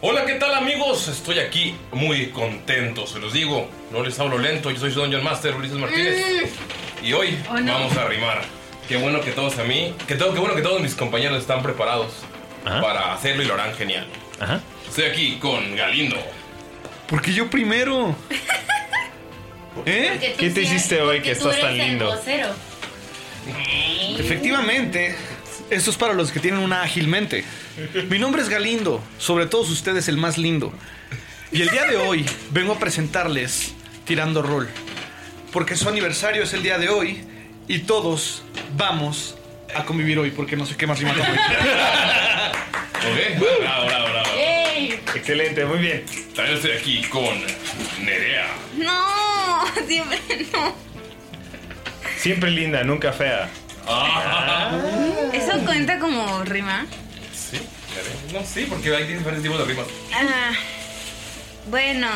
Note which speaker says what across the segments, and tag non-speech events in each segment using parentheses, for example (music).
Speaker 1: Hola, ¿qué tal amigos? Estoy aquí muy contento, se los digo. No les hablo lento, yo soy su Dungeon Master Ulises Martínez. Y hoy
Speaker 2: Oh, no.
Speaker 1: vamos a rimar. Qué bueno que todos a mí, que todo, qué bueno que todos mis compañeros están preparados para hacerlo y lo harán genial. Estoy aquí con Galindo.
Speaker 3: ¿Por qué yo primero?
Speaker 4: Porque
Speaker 3: ¿Eh?
Speaker 4: tú ¿Qué te sí- hiciste hoy porque que tú estás eres tan el lindo? vocero.
Speaker 3: Efectivamente, esto es para los que tienen una ágil mente. Mi nombre es Galindo, sobre todos ustedes el más lindo. Y el día de hoy vengo a presentarles Tirando Rol, porque su aniversario es el día de hoy y todos vamos a convivir hoy, porque no sé qué más rima.
Speaker 1: Ok, bravo, bravo, bravo.
Speaker 3: Excelente, muy bien.
Speaker 1: También estoy aquí con Nerea.
Speaker 5: No, (laughs) siempre no.
Speaker 4: Siempre linda, nunca fea. Ah,
Speaker 5: ¿Eso cuenta como rima?
Speaker 1: Sí, Nerea. No, sí, porque hay diferentes tipos de rimas.
Speaker 5: Ah, bueno,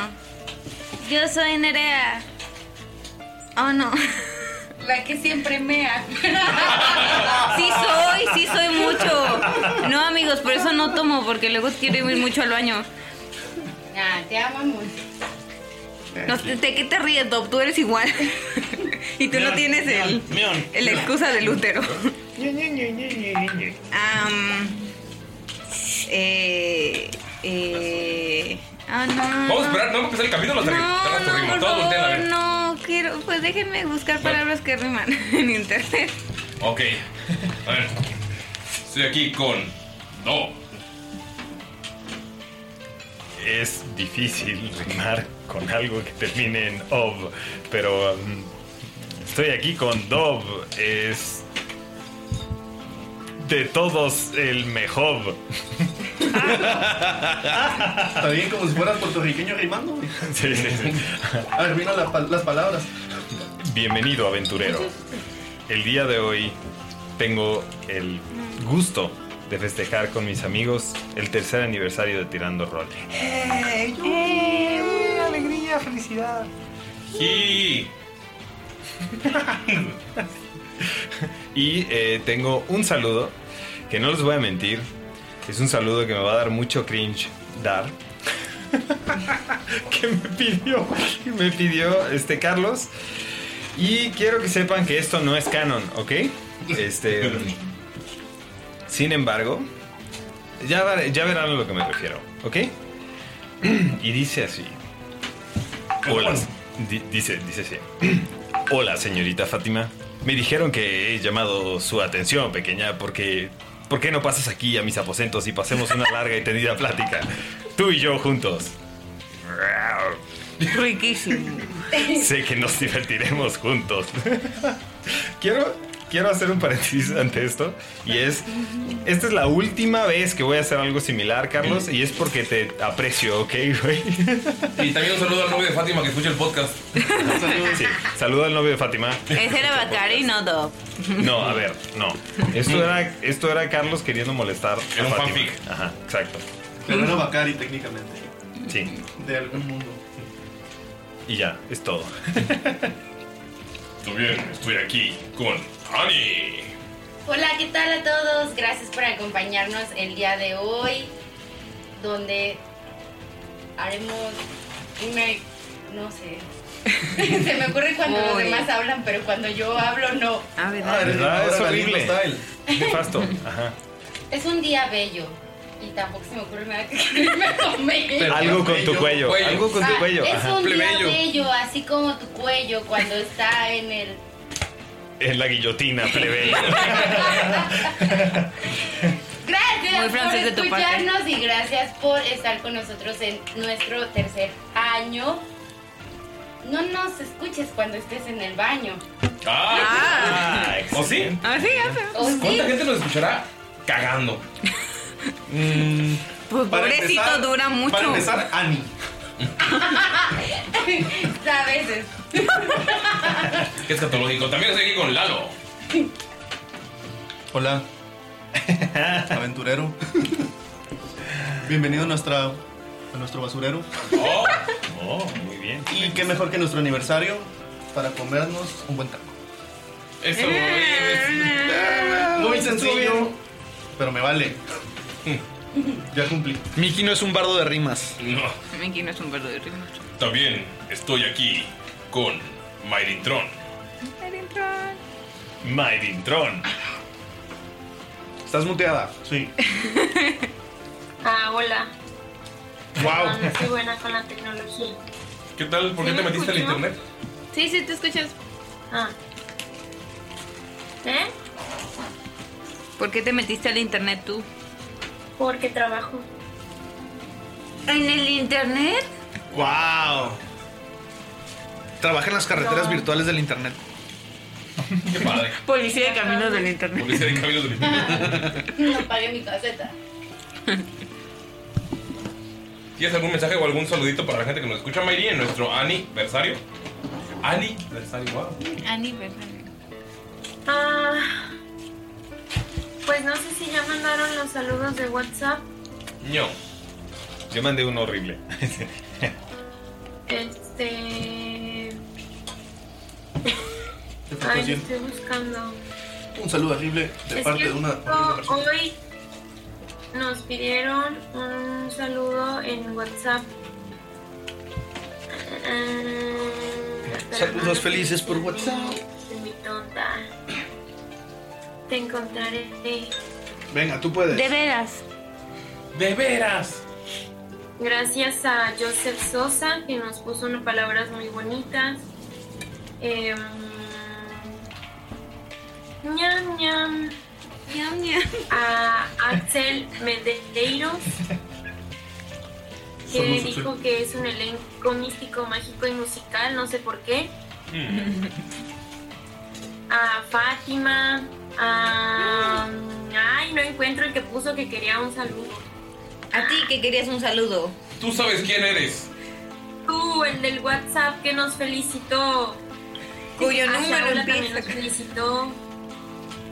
Speaker 5: yo soy Nerea. Oh, no.
Speaker 6: La que siempre mea.
Speaker 5: (laughs) Sí soy, sí soy mucho. No, amigos, por eso no tomo, porque luego quiero ir mucho al baño.
Speaker 6: Ah, te amamos.
Speaker 5: No, ¿De qué te ríes, Dob? Tú eres igual. Y tú no tienes el, el excusa del útero. Am, eh, eh, ah, no.
Speaker 1: Vamos a esperar, no vamos a empezar el capítulo hasta que hagas tu rima.
Speaker 5: Por
Speaker 1: Todos voltean a
Speaker 5: favor,
Speaker 1: ver.
Speaker 5: Oh, no quiero. Pues déjenme buscar
Speaker 1: Bueno.
Speaker 5: palabras que riman (laughs) en internet.
Speaker 1: Ok, a ver. Estoy aquí con Do.
Speaker 4: Es difícil rimar con algo que termine en ov, pero mm, estoy aquí con dov. Es de todos el mejor.
Speaker 7: Está bien como si fueras puertorriqueño rimando, güey.
Speaker 4: Sí, sí, sí.
Speaker 7: A ver, mira la pal- las palabras.
Speaker 4: Bienvenido, aventurero. El día de hoy tengo el gusto de festejar con mis amigos el tercer aniversario de Tirando Rol.
Speaker 3: ¡Eh! Alegría,
Speaker 4: (laughs)
Speaker 3: felicidad.
Speaker 1: Y,
Speaker 4: y eh, tengo un saludo que no les voy a mentir. Es un saludo que me va a dar mucho cringe dar. (laughs) que me pidió, que me pidió este Carlos. Y quiero que sepan que esto no es canon, ¿ok? Este. sin embargo, ya, dar- ya verán a lo que me refiero, ¿ok? (clears throat) Y dice así. Hola. di- dice, dice así. Hola, señorita Fátima. Me dijeron que he llamado su atención, pequeña, porque... ¿Por qué no pasas aquí a mis aposentos y pasemos una larga y tendida plática? Tú y yo juntos.
Speaker 5: Riquísimo.
Speaker 4: Sé que nos divertiremos juntos. (laughs) quiero, quiero hacer un paréntesis ante esto. Y es, esta es la última vez que voy a hacer algo similar, Carlos. Y es porque te aprecio, ¿ok, güey?
Speaker 1: (laughs) Y también un saludo al novio de Fátima que escucha el podcast.
Speaker 4: Sí, saludo al novio de Fátima.
Speaker 5: Ese era Bacari, no Dob.
Speaker 4: No, a ver, no. Esto era, esto era Carlos queriendo molestar a
Speaker 1: Era un
Speaker 4: Fátima. Ajá, exacto.
Speaker 7: Pero era Bacari técnicamente.
Speaker 4: Sí,
Speaker 7: De algún mundo.
Speaker 4: y ya, es todo.
Speaker 1: Estoy bien, estoy aquí con Ani.
Speaker 6: Hola, ¿qué tal a todos? Gracias por acompañarnos el día de hoy, donde haremos una... no sé. (laughs) Se me ocurre cuando los
Speaker 5: Uy.
Speaker 6: demás hablan, pero cuando yo hablo no.
Speaker 5: A ver,
Speaker 4: Ah, ¿verdad? Es horrible. Nefasto. Ajá.
Speaker 6: Es un día bello y tampoco se me ocurre nada que (laughs) me comer.
Speaker 4: algo con tu cuello,
Speaker 1: cuello.
Speaker 4: Algo con tu
Speaker 6: Ah,
Speaker 4: cuello.
Speaker 6: Es
Speaker 4: Ajá.
Speaker 6: un día bello, así como tu cuello cuando está en el
Speaker 4: En la guillotina, plebeyo.
Speaker 6: Gracias
Speaker 5: Muy
Speaker 6: por
Speaker 5: francés de tu
Speaker 6: escucharnos y gracias por estar con nosotros en nuestro tercer año. No nos escuches cuando estés en el baño.
Speaker 1: Ah. ¿O sí?
Speaker 5: Así
Speaker 6: O sí.
Speaker 1: ¿Cuánta gente nos escuchará
Speaker 5: (laughs)
Speaker 1: cagando? Mm,
Speaker 5: Pues
Speaker 7: Para
Speaker 5: pobrecito,
Speaker 7: empezar-
Speaker 5: dura mucho.
Speaker 7: Para empezar, Ani.
Speaker 6: (laughs) A veces.
Speaker 1: Que es catológico. También estoy aquí con Lalo.
Speaker 7: Hola. (laughs) Aventurero. Bienvenido a, nuestra, a nuestro basurero.
Speaker 1: Oh,
Speaker 4: (laughs) oh, muy bien.
Speaker 7: Y qué mejor que nuestro aniversario para comernos un buen taco. (laughs)
Speaker 1: Eso, güey.
Speaker 7: Muy sencillo, pero me vale. Ya cumplí.
Speaker 3: Miki no es un bardo de rimas.
Speaker 1: No.
Speaker 5: Mickey no es un verdadero ritmo.
Speaker 1: También estoy aquí con Mayrintron.
Speaker 4: Maidintron.
Speaker 3: Estás muteada.
Speaker 7: Sí.
Speaker 2: Ah, hola. Ah,
Speaker 3: Wow.
Speaker 2: No soy buena con la tecnología.
Speaker 1: (laughs) ¿Qué tal? ¿Por qué
Speaker 2: ¿Sí
Speaker 1: te
Speaker 2: me
Speaker 1: metiste al
Speaker 2: escuchó?
Speaker 1: internet?
Speaker 2: Sí, sí, te escuchas. Ah. ¿Eh?
Speaker 5: ¿Por qué te metiste al internet tú?
Speaker 2: Porque trabajo.
Speaker 5: ¿En el internet?
Speaker 3: Wow. Trabaja en las carreteras
Speaker 2: No.
Speaker 3: virtuales del internet.
Speaker 1: Qué padre.
Speaker 5: (laughs) Policía de caminos del internet.
Speaker 1: Policía de caminos del internet. (laughs)
Speaker 6: No pagué mi caseta.
Speaker 1: ¿Tienes algún mensaje o algún saludito para la gente que nos escucha, Mayri, en nuestro aniversario? Aniversario, wow.
Speaker 2: Ah. Pues no sé si ya mandaron los saludos de WhatsApp.
Speaker 1: No.
Speaker 4: Yo mandé uno (laughs) horrible.
Speaker 2: Este.
Speaker 7: Te faltó
Speaker 2: Ay,
Speaker 7: decir
Speaker 2: estoy buscando.
Speaker 7: Un saludo horrible de
Speaker 2: Es
Speaker 7: parte
Speaker 2: que
Speaker 7: de una
Speaker 2: justo
Speaker 7: horrible persona.
Speaker 2: hoy nos pidieron un saludo en WhatsApp. Eh,
Speaker 3: Saludos
Speaker 2: perdón,
Speaker 3: felices por WhatsApp.
Speaker 2: soy muy tonta. Te encontraré.
Speaker 3: Venga, tú puedes.
Speaker 5: De veras.
Speaker 1: De veras.
Speaker 2: Gracias a Joseph Sosa que nos puso unas palabras muy bonitas. Eh, ñam, ñam.
Speaker 5: Ñam, ñam.
Speaker 2: a Axel Medeiros, que
Speaker 7: Somos
Speaker 2: dijo que es un elenco místico, mágico y musical, no sé por qué. A Fátima, a...
Speaker 5: Mm.
Speaker 2: Ay, no encuentro el que puso que quería un saludo.
Speaker 5: A ti que querías un saludo.
Speaker 1: Tú sabes quién eres.
Speaker 2: Tú, el del WhatsApp que nos felicitó.
Speaker 5: Cuyo
Speaker 2: A
Speaker 5: número
Speaker 2: Shaula también nos
Speaker 5: empieza.
Speaker 2: felicitó.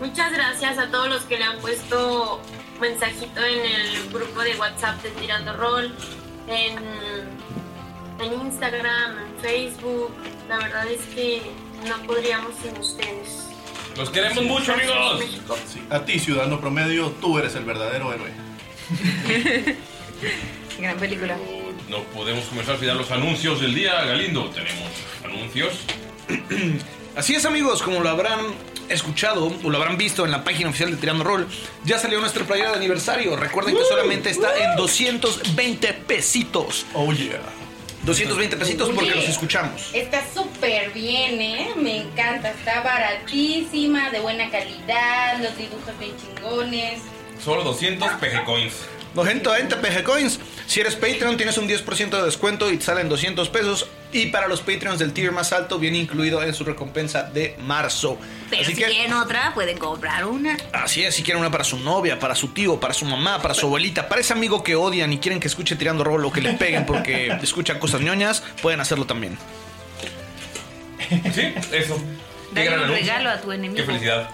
Speaker 2: Muchas gracias a todos los que le han puesto mensajito en el grupo de WhatsApp de Tirando Rol, en, en Instagram, en Facebook. La verdad es que no podríamos sin ustedes.
Speaker 1: Los queremos mucho, amigos.
Speaker 7: Sí, A ti, ciudadano promedio, tú eres el verdadero héroe.
Speaker 5: (laughs) Gran película.
Speaker 1: No podemos comenzar sin dar los anuncios del día, Galindo. Tenemos anuncios.
Speaker 3: Así es amigos, como lo habrán escuchado o lo habrán visto en la página oficial de Tirando Roll, ya salió nuestra playera de aniversario. Recuerden que solamente está en 220 pesitos.
Speaker 7: Oh, yeah.
Speaker 3: 220 pesitos porque
Speaker 6: Oye.
Speaker 3: los escuchamos.
Speaker 6: Está súper bien, ¿eh? Me encanta. Está baratísima, de buena calidad, los dibujos bien chingones.
Speaker 1: Solo 200 pejecoins.
Speaker 3: 220 PG Coins. Si eres Patreon, tienes un 10% de descuento y te salen 200 pesos. Y para los Patreons del tier más alto, viene incluido en su recompensa de marzo.
Speaker 5: Pero
Speaker 3: Así
Speaker 5: si
Speaker 3: que-
Speaker 5: quieren otra, pueden comprar una. (laughs)
Speaker 3: Así es, si quieren una para su novia, para su tío, para su mamá, para su abuelita, para ese amigo que odian y quieren que escuche tirando rol o que le peguen porque
Speaker 5: (laughs)
Speaker 3: escuchan cosas ñoñas, pueden hacerlo también.
Speaker 1: Sí, eso. Qué gran
Speaker 5: Dale un
Speaker 1: anuncio.
Speaker 5: regalo a tu
Speaker 1: Qué
Speaker 5: enemigo.
Speaker 1: felicidad.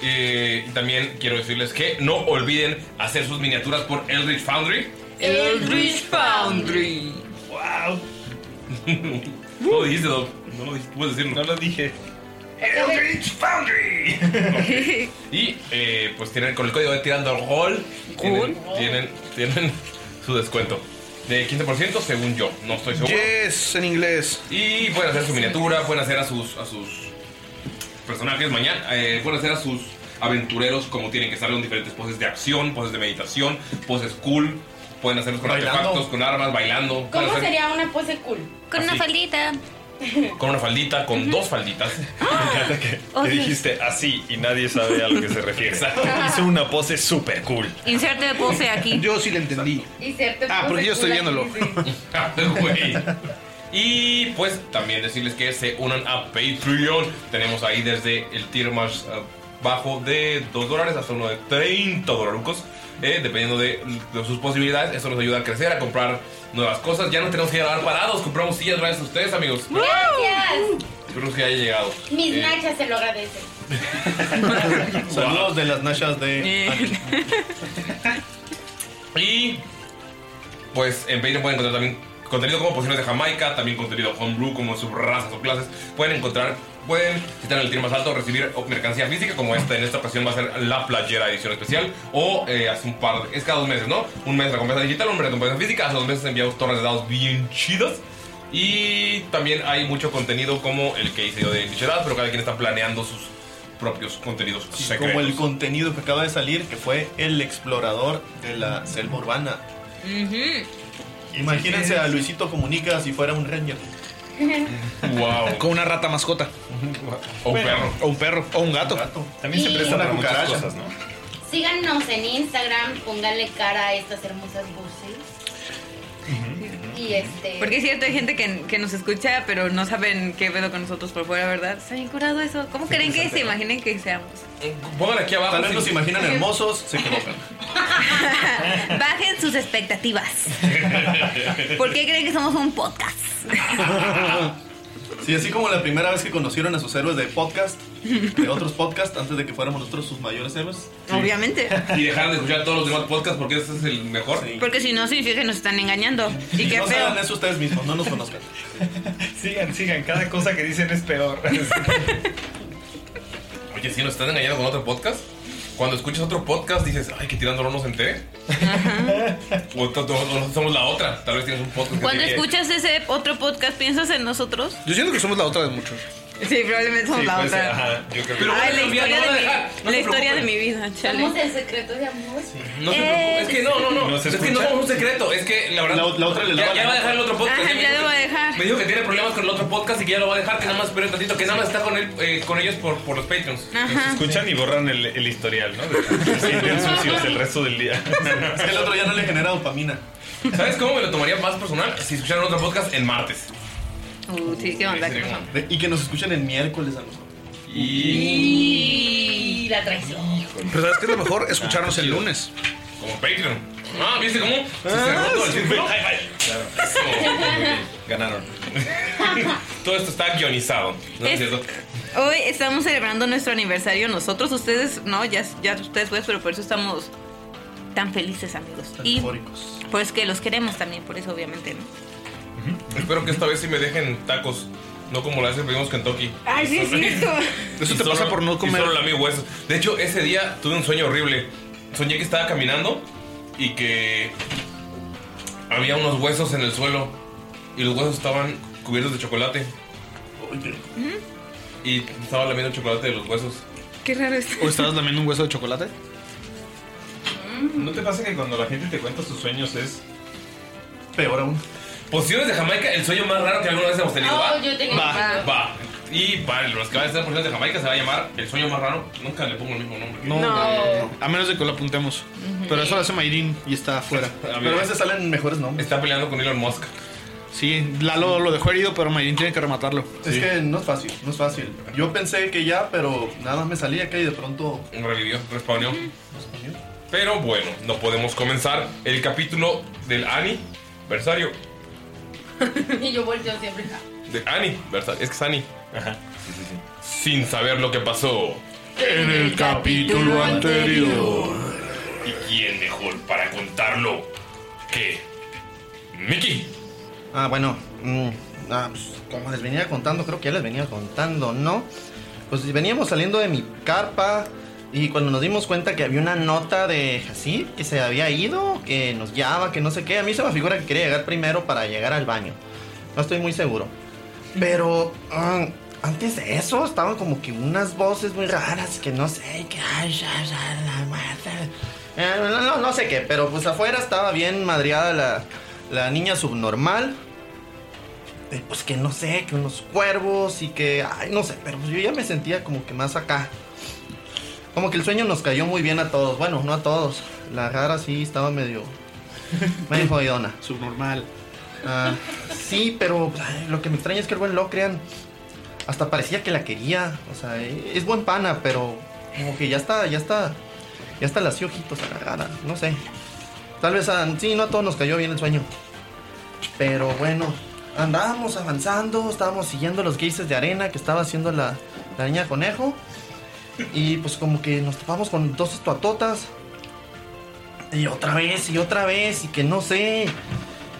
Speaker 1: Eh, y también quiero decirles que no olviden hacer sus miniaturas por Eldritch Foundry.
Speaker 5: Eldritch
Speaker 1: Foundry. ¡Wow! (laughs) no lo dijiste, Doc. No lo dijiste. Puedes decirlo. No lo dije. Eldritch Foundry. (laughs) Y eh, pues tienen con el código de Tirando Roll. Tienen, tienen, tienen su descuento. De 15% según yo. No estoy seguro.
Speaker 3: Yes, en inglés.
Speaker 1: Y pueden hacer su miniatura, pueden hacer a sus, a sus personajes mañana, eh, pueden hacer a sus aventureros como tienen que estar en diferentes poses de acción, poses de meditación, poses cool, pueden hacerlos con
Speaker 7: Bailando.
Speaker 1: artefactos, con armas, bailando, pueden
Speaker 6: ¿Cómo
Speaker 1: hacer
Speaker 6: sería una pose cool?
Speaker 1: Con una Así.
Speaker 6: faldita.
Speaker 1: con una faldita, con dos falditas.
Speaker 6: ¡Ah!
Speaker 1: (laughs)
Speaker 5: Oh,
Speaker 4: Que
Speaker 5: Dios.
Speaker 4: dijiste así y nadie sabe a lo que se refiere. Hizo una pose súper cool.
Speaker 5: Inserte pose aquí.
Speaker 3: Yo sí le entendí.
Speaker 6: Y cierto,
Speaker 4: Ah,
Speaker 6: pose
Speaker 4: porque yo estoy
Speaker 6: cool
Speaker 4: viéndolo.
Speaker 6: aquí, sí.
Speaker 1: (laughs) Ah, Güey. Y pues también decirles que se unan a Patreon. Tenemos ahí desde el tier más eh, bajo de 2 dólares hasta uno de 30 dolarucos. eh, dependiendo de, de sus posibilidades, eso nos ayuda a crecer, a comprar nuevas cosas. Ya no tenemos que llegar parados, compramos sillas gracias a ustedes, amigos.
Speaker 6: (laughs) Gracias.
Speaker 1: Espero que haya llegado.
Speaker 6: Mis
Speaker 1: Eh,
Speaker 6: nachas se lo agradecen.
Speaker 7: (laughs) Saludos de las nachas de.
Speaker 1: (laughs) Y pues en Patreon pueden encontrar también contenido como pociones de Jamaica, también contenido homebrew como subrazas o clases. Pueden encontrar, pueden citar en el tier más alto, recibir mercancía física como esta. En esta ocasión va a ser la playera edición especial o eh, hace un par, de- es cada dos meses, ¿no? Un mes recompensa digital, un mes recompensa física. Hace dos meses enviamos torres de dados bien chidas. Y también hay mucho contenido como el que hice yo de Bichedas, pero cada quien está planeando sus propios contenidos secretos.
Speaker 7: Como el contenido que acaba de salir, que fue el explorador de la selva urbana.
Speaker 2: (laughs)
Speaker 7: Imagínense a Luisito Comunica si fuera un ranger.
Speaker 1: Wow.
Speaker 3: Con una rata mascota.
Speaker 1: O un
Speaker 7: perro.
Speaker 3: O un perro. O un gato.
Speaker 4: También se
Speaker 6: Y-
Speaker 4: presta
Speaker 6: Una
Speaker 4: para muchas
Speaker 7: cucaracha.
Speaker 4: cosas, ¿no?
Speaker 6: Síganos en Instagram, pónganle cara a estas hermosas voces. Y este.
Speaker 5: Porque es cierto, hay gente que, que nos escucha, pero no saben qué pedo con nosotros por fuera, ¿verdad? Está bien curado eso. ¿Cómo creen que se imaginen que seamos?
Speaker 1: Pongan aquí abajo.
Speaker 7: Tal vez los imaginan hermosos, se equivocan.
Speaker 5: Bajen sus expectativas. ¿Por qué creen que somos un podcast?
Speaker 7: (laughs) Sí, así como la primera vez que conocieron a sus héroes de podcast, de otros podcasts, antes de que fuéramos nosotros sus mayores héroes.
Speaker 5: Obviamente.
Speaker 1: Y dejar de escuchar todos los demás podcasts porque este es el mejor.
Speaker 5: Porque si no, significa que nos están engañando. Y qué
Speaker 7: no
Speaker 5: feo.
Speaker 7: hagan eso ustedes mismos, no nos conozcan.
Speaker 4: Sigan, sigan. Cada cosa que dicen es (laughs) peor.
Speaker 1: Oye, si nos están engañando con otro podcast, cuando escuchas otro podcast dices, ay, que tirándolo no se entere. O to- to- to- somos la otra. Tal vez tienes un podcast que
Speaker 5: Cuando
Speaker 1: te-
Speaker 5: escuchas ese otro podcast, ¿piensas en nosotros?
Speaker 3: Yo siento que somos la otra de muchos.
Speaker 5: Sí, probablemente somos
Speaker 1: pues,
Speaker 4: Sí, puede
Speaker 5: la
Speaker 4: ser,
Speaker 5: otra.
Speaker 4: ajá, yo creo que-
Speaker 1: Pero
Speaker 5: Ay,
Speaker 1: bueno,
Speaker 5: la
Speaker 1: ya
Speaker 5: historia,
Speaker 1: no
Speaker 5: de
Speaker 1: van a
Speaker 5: mi,
Speaker 1: dejar, no
Speaker 5: la
Speaker 1: se
Speaker 5: historia de
Speaker 1: preocupen.
Speaker 5: mi vida, chale.
Speaker 6: Somos el secreto de
Speaker 1: No
Speaker 6: amor.
Speaker 1: se
Speaker 5: eh,
Speaker 1: preocupen, es que no, no, no.
Speaker 4: ¿No
Speaker 1: es
Speaker 4: se
Speaker 1: que no
Speaker 4: escucha?
Speaker 1: somos un secreto. Es que la verdad.
Speaker 7: La- la otra le lava
Speaker 1: ya, ya
Speaker 7: la
Speaker 1: va a
Speaker 7: boca.
Speaker 1: dejar el otro podcast.
Speaker 5: Ajá,
Speaker 1: me
Speaker 5: ya
Speaker 1: dijo
Speaker 5: debo
Speaker 1: que-
Speaker 5: dejar.
Speaker 1: Me dijo que tiene problemas con el otro podcast y que ya lo va a dejar, que nada más esperen tantito, que nada más está con, él, eh, con ellos por, por los Patreons.
Speaker 5: Ajá.
Speaker 4: Escuchan y borran el, el historial, ¿no? Se sienten sucios el resto del día.
Speaker 7: (laughs) Es que el otro ya no le genera dopamina.
Speaker 1: ¿Sabes cómo me lo tomaría más personal? Si escucharan otro podcast en martes.
Speaker 5: Uh, sí, qué onda. qué onda.
Speaker 7: De- y que nos escuchen el miércoles a nosotros.
Speaker 6: Y la traición.
Speaker 3: Pero ¿sabes qué es lo mejor? Escucharnos el lunes.
Speaker 1: Como Patreon. Ah, ¿viste cómo? Se
Speaker 5: Ah,
Speaker 1: cerró todo el círculo.
Speaker 7: (laughs)
Speaker 1: Ganaron. (laughs) todo esto está guionizado. ¿No es,
Speaker 5: Es-
Speaker 1: cierto?
Speaker 5: Hoy estamos celebrando nuestro aniversario nosotros, ustedes no, ya, ya ustedes pues, pero por eso estamos tan felices amigos. Y
Speaker 7: Eufóricos.
Speaker 5: pues que los queremos también, por eso obviamente, ¿no?
Speaker 1: Espero que esta vez sí me dejen tacos. No como la vez que pedimos Kentucky.
Speaker 5: Ay, sí, es cierto.
Speaker 3: Eso
Speaker 1: Y
Speaker 3: te
Speaker 1: solo-
Speaker 3: pasa por no
Speaker 1: y
Speaker 3: comer.
Speaker 1: solo lamí huesos. De hecho, ese día tuve un sueño horrible. Soñé que estaba caminando y que había unos huesos en el suelo. Y los huesos estaban cubiertos de chocolate.
Speaker 7: Oye,
Speaker 1: Y estaba lamiendo el chocolate de los huesos.
Speaker 5: Qué raro es.
Speaker 3: ¿O
Speaker 5: (laughs)
Speaker 3: estabas lamiendo un hueso de chocolate?
Speaker 4: ¿No te pasa que cuando la gente te cuenta sus sueños es
Speaker 1: peor aún? Pociones de Jamaica, el sueño más raro que alguna vez hemos tenido.
Speaker 6: Oh,
Speaker 1: ¿va?
Speaker 6: yo tengo
Speaker 1: va,
Speaker 6: uno.
Speaker 1: va. Y para los que van a hacer pociones de Jamaica se va a llamar el sueño más raro. Nunca le pongo el mismo nombre.
Speaker 3: No.
Speaker 6: No.
Speaker 3: A menos de que lo apuntemos. Pero eso lo hace Mayrin y está afuera.
Speaker 1: Pero a veces
Speaker 3: salen mejores nombres.
Speaker 1: Está peleando con Elon Musk.
Speaker 3: Sí, Lalo lo dejó herido, pero Mayrin tiene que rematarlo.
Speaker 7: Es que no es fácil, no es fácil. Yo pensé que ya, pero nada más me salía acá y de pronto.
Speaker 1: Revivió, respawneó. Pero bueno, no podemos comenzar el capítulo del Ani versario.
Speaker 6: (laughs) Y yo volteo siempre.
Speaker 1: De Ani, versario. Es que es Ani. Ajá. Sí, sí, sí. Sin saber lo que pasó.
Speaker 6: En
Speaker 1: el capítulo
Speaker 6: anterior.
Speaker 1: ¿Y quién mejor para contarlo que Mickey?
Speaker 8: Ah, bueno. mm, ah, pues, como les venía contando, creo que ya les venía contando, ¿no? Pues veníamos saliendo de mi carpa y cuando nos dimos cuenta que había una nota de así, que se había ido, que nos guiaba, que no sé qué, a mí se me figura que quería llegar primero para llegar al baño. No estoy muy seguro. Pero ah, antes de eso estaban como que unas voces muy raras que no sé, que... ay, ya, ya, la madre. Eh, no, no, no sé qué, pero pues afuera estaba bien madreada la, la niña subnormal. Eh, Pues que no sé, que unos cuervos y que, ay, no sé, pero pues yo ya me sentía como que más acá. Como que el sueño nos cayó muy bien a todos. Bueno, no a todos. La rara sí estaba medio. medio jodidona. Ah,
Speaker 3: Subnormal.
Speaker 8: sí, pero ay, lo que me extraña es que el buen lo crean. Hasta parecía que la quería. O sea, e- es buen pana, pero como que ya está, ya está. Ya está las ojitos a la rara. No sé. Tal vez a, sí, no a todos nos cayó bien el sueño. Pero bueno, andábamos avanzando, estábamos siguiendo los geyses de arena que estaba haciendo la, la niña conejo. Y pues como que nos topamos con dos estatuotas. Y otra vez, y otra vez, y que no sé.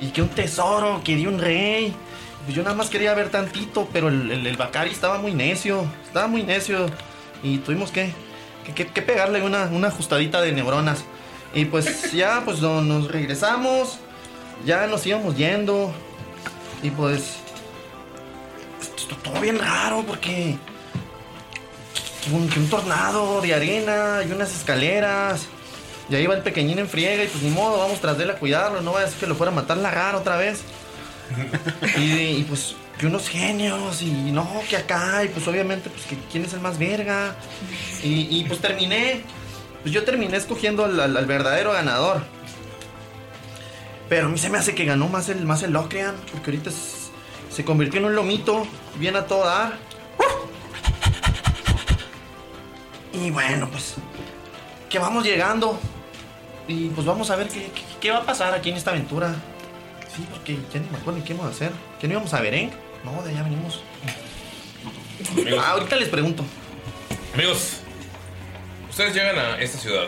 Speaker 8: Y que un tesoro, que dio un rey. Pues yo nada más quería ver tantito, pero el, el, el Bacari estaba muy necio. Estaba muy necio. Y tuvimos que, que, que- que pegarle una, una ajustadita de neuronas. Y pues (laughs) ya, pues no- nos regresamos. Ya nos íbamos yendo. Y pues... Esto todo bien raro porque que un, que un tornado de arena y unas escaleras. Y ahí va el pequeñín en friega y pues ni modo, vamos tras de él a cuidarlo, no vaya a ser que lo fuera a matar la rara otra vez. y, y, pues que unos genios y no, que acá, y pues obviamente pues que quién es el más verga. Y, y, pues terminé, pues yo terminé escogiendo al, al- al verdadero ganador. Pero a mí se me hace que ganó más el, más el Locrian, porque ahorita es- se convirtió en un lomito, bien a todo dar. Y bueno, pues que vamos llegando. Y pues vamos a ver qué, qué- qué va a pasar aquí en esta aventura. Sí, porque ya ni me acuerdo ni qué íbamos a hacer. ¿Qué no íbamos a ver, eh? No, de allá venimos. Ah, ahorita les pregunto.
Speaker 1: Amigos, ustedes llegan a esta ciudad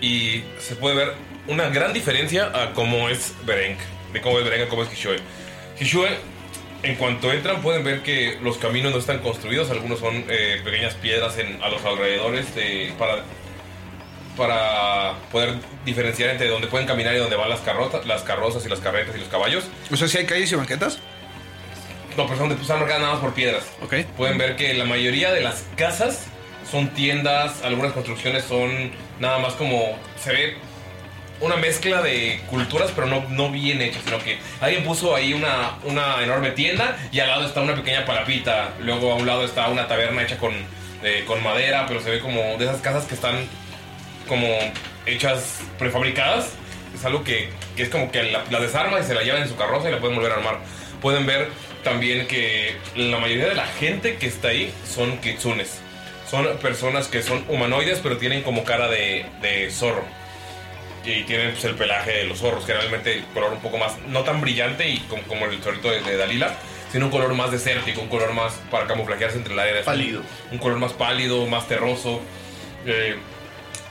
Speaker 1: y se puede ver una gran diferencia a cómo es Berenk, de cómo es Berenk a cómo es Hishue. Hishue, en cuanto entran pueden ver que los caminos no están construidos, algunos son eh, pequeñas piedras en- a los alrededores de- para, para poder diferenciar entre dónde pueden caminar y dónde van las, carrozas, las carrozas y las carretas y los caballos.
Speaker 3: O sea, si hay calles y banquetas.
Speaker 1: No, pero son de- están marcadas nada más por piedras. Pueden ver que la mayoría de las casas son tiendas, algunas construcciones son nada más como. Se ve una mezcla de culturas, pero no, no bien hecha, sino que alguien puso ahí una, una enorme tienda y al lado está una pequeña palapita. Luego a un lado está una taberna hecha con, eh, con madera, pero se ve como de esas casas que están como hechas prefabricadas. Es algo que, que es como que la, la desarma y se la lleva en su carroza y la pueden volver a armar. Pueden ver también que la mayoría de la gente que está ahí son kitsunes. Son personas que son humanoides pero tienen como cara de, de zorro. Y tienen pues, el pelaje de los zorros, generalmente el color un poco más, no tan brillante y como, como el zorrito de, de Dalila, sino un color más desértico, un color más para camuflajearse entre la arena.
Speaker 7: Pálido.
Speaker 1: Un color más pálido, más terroso. Eh,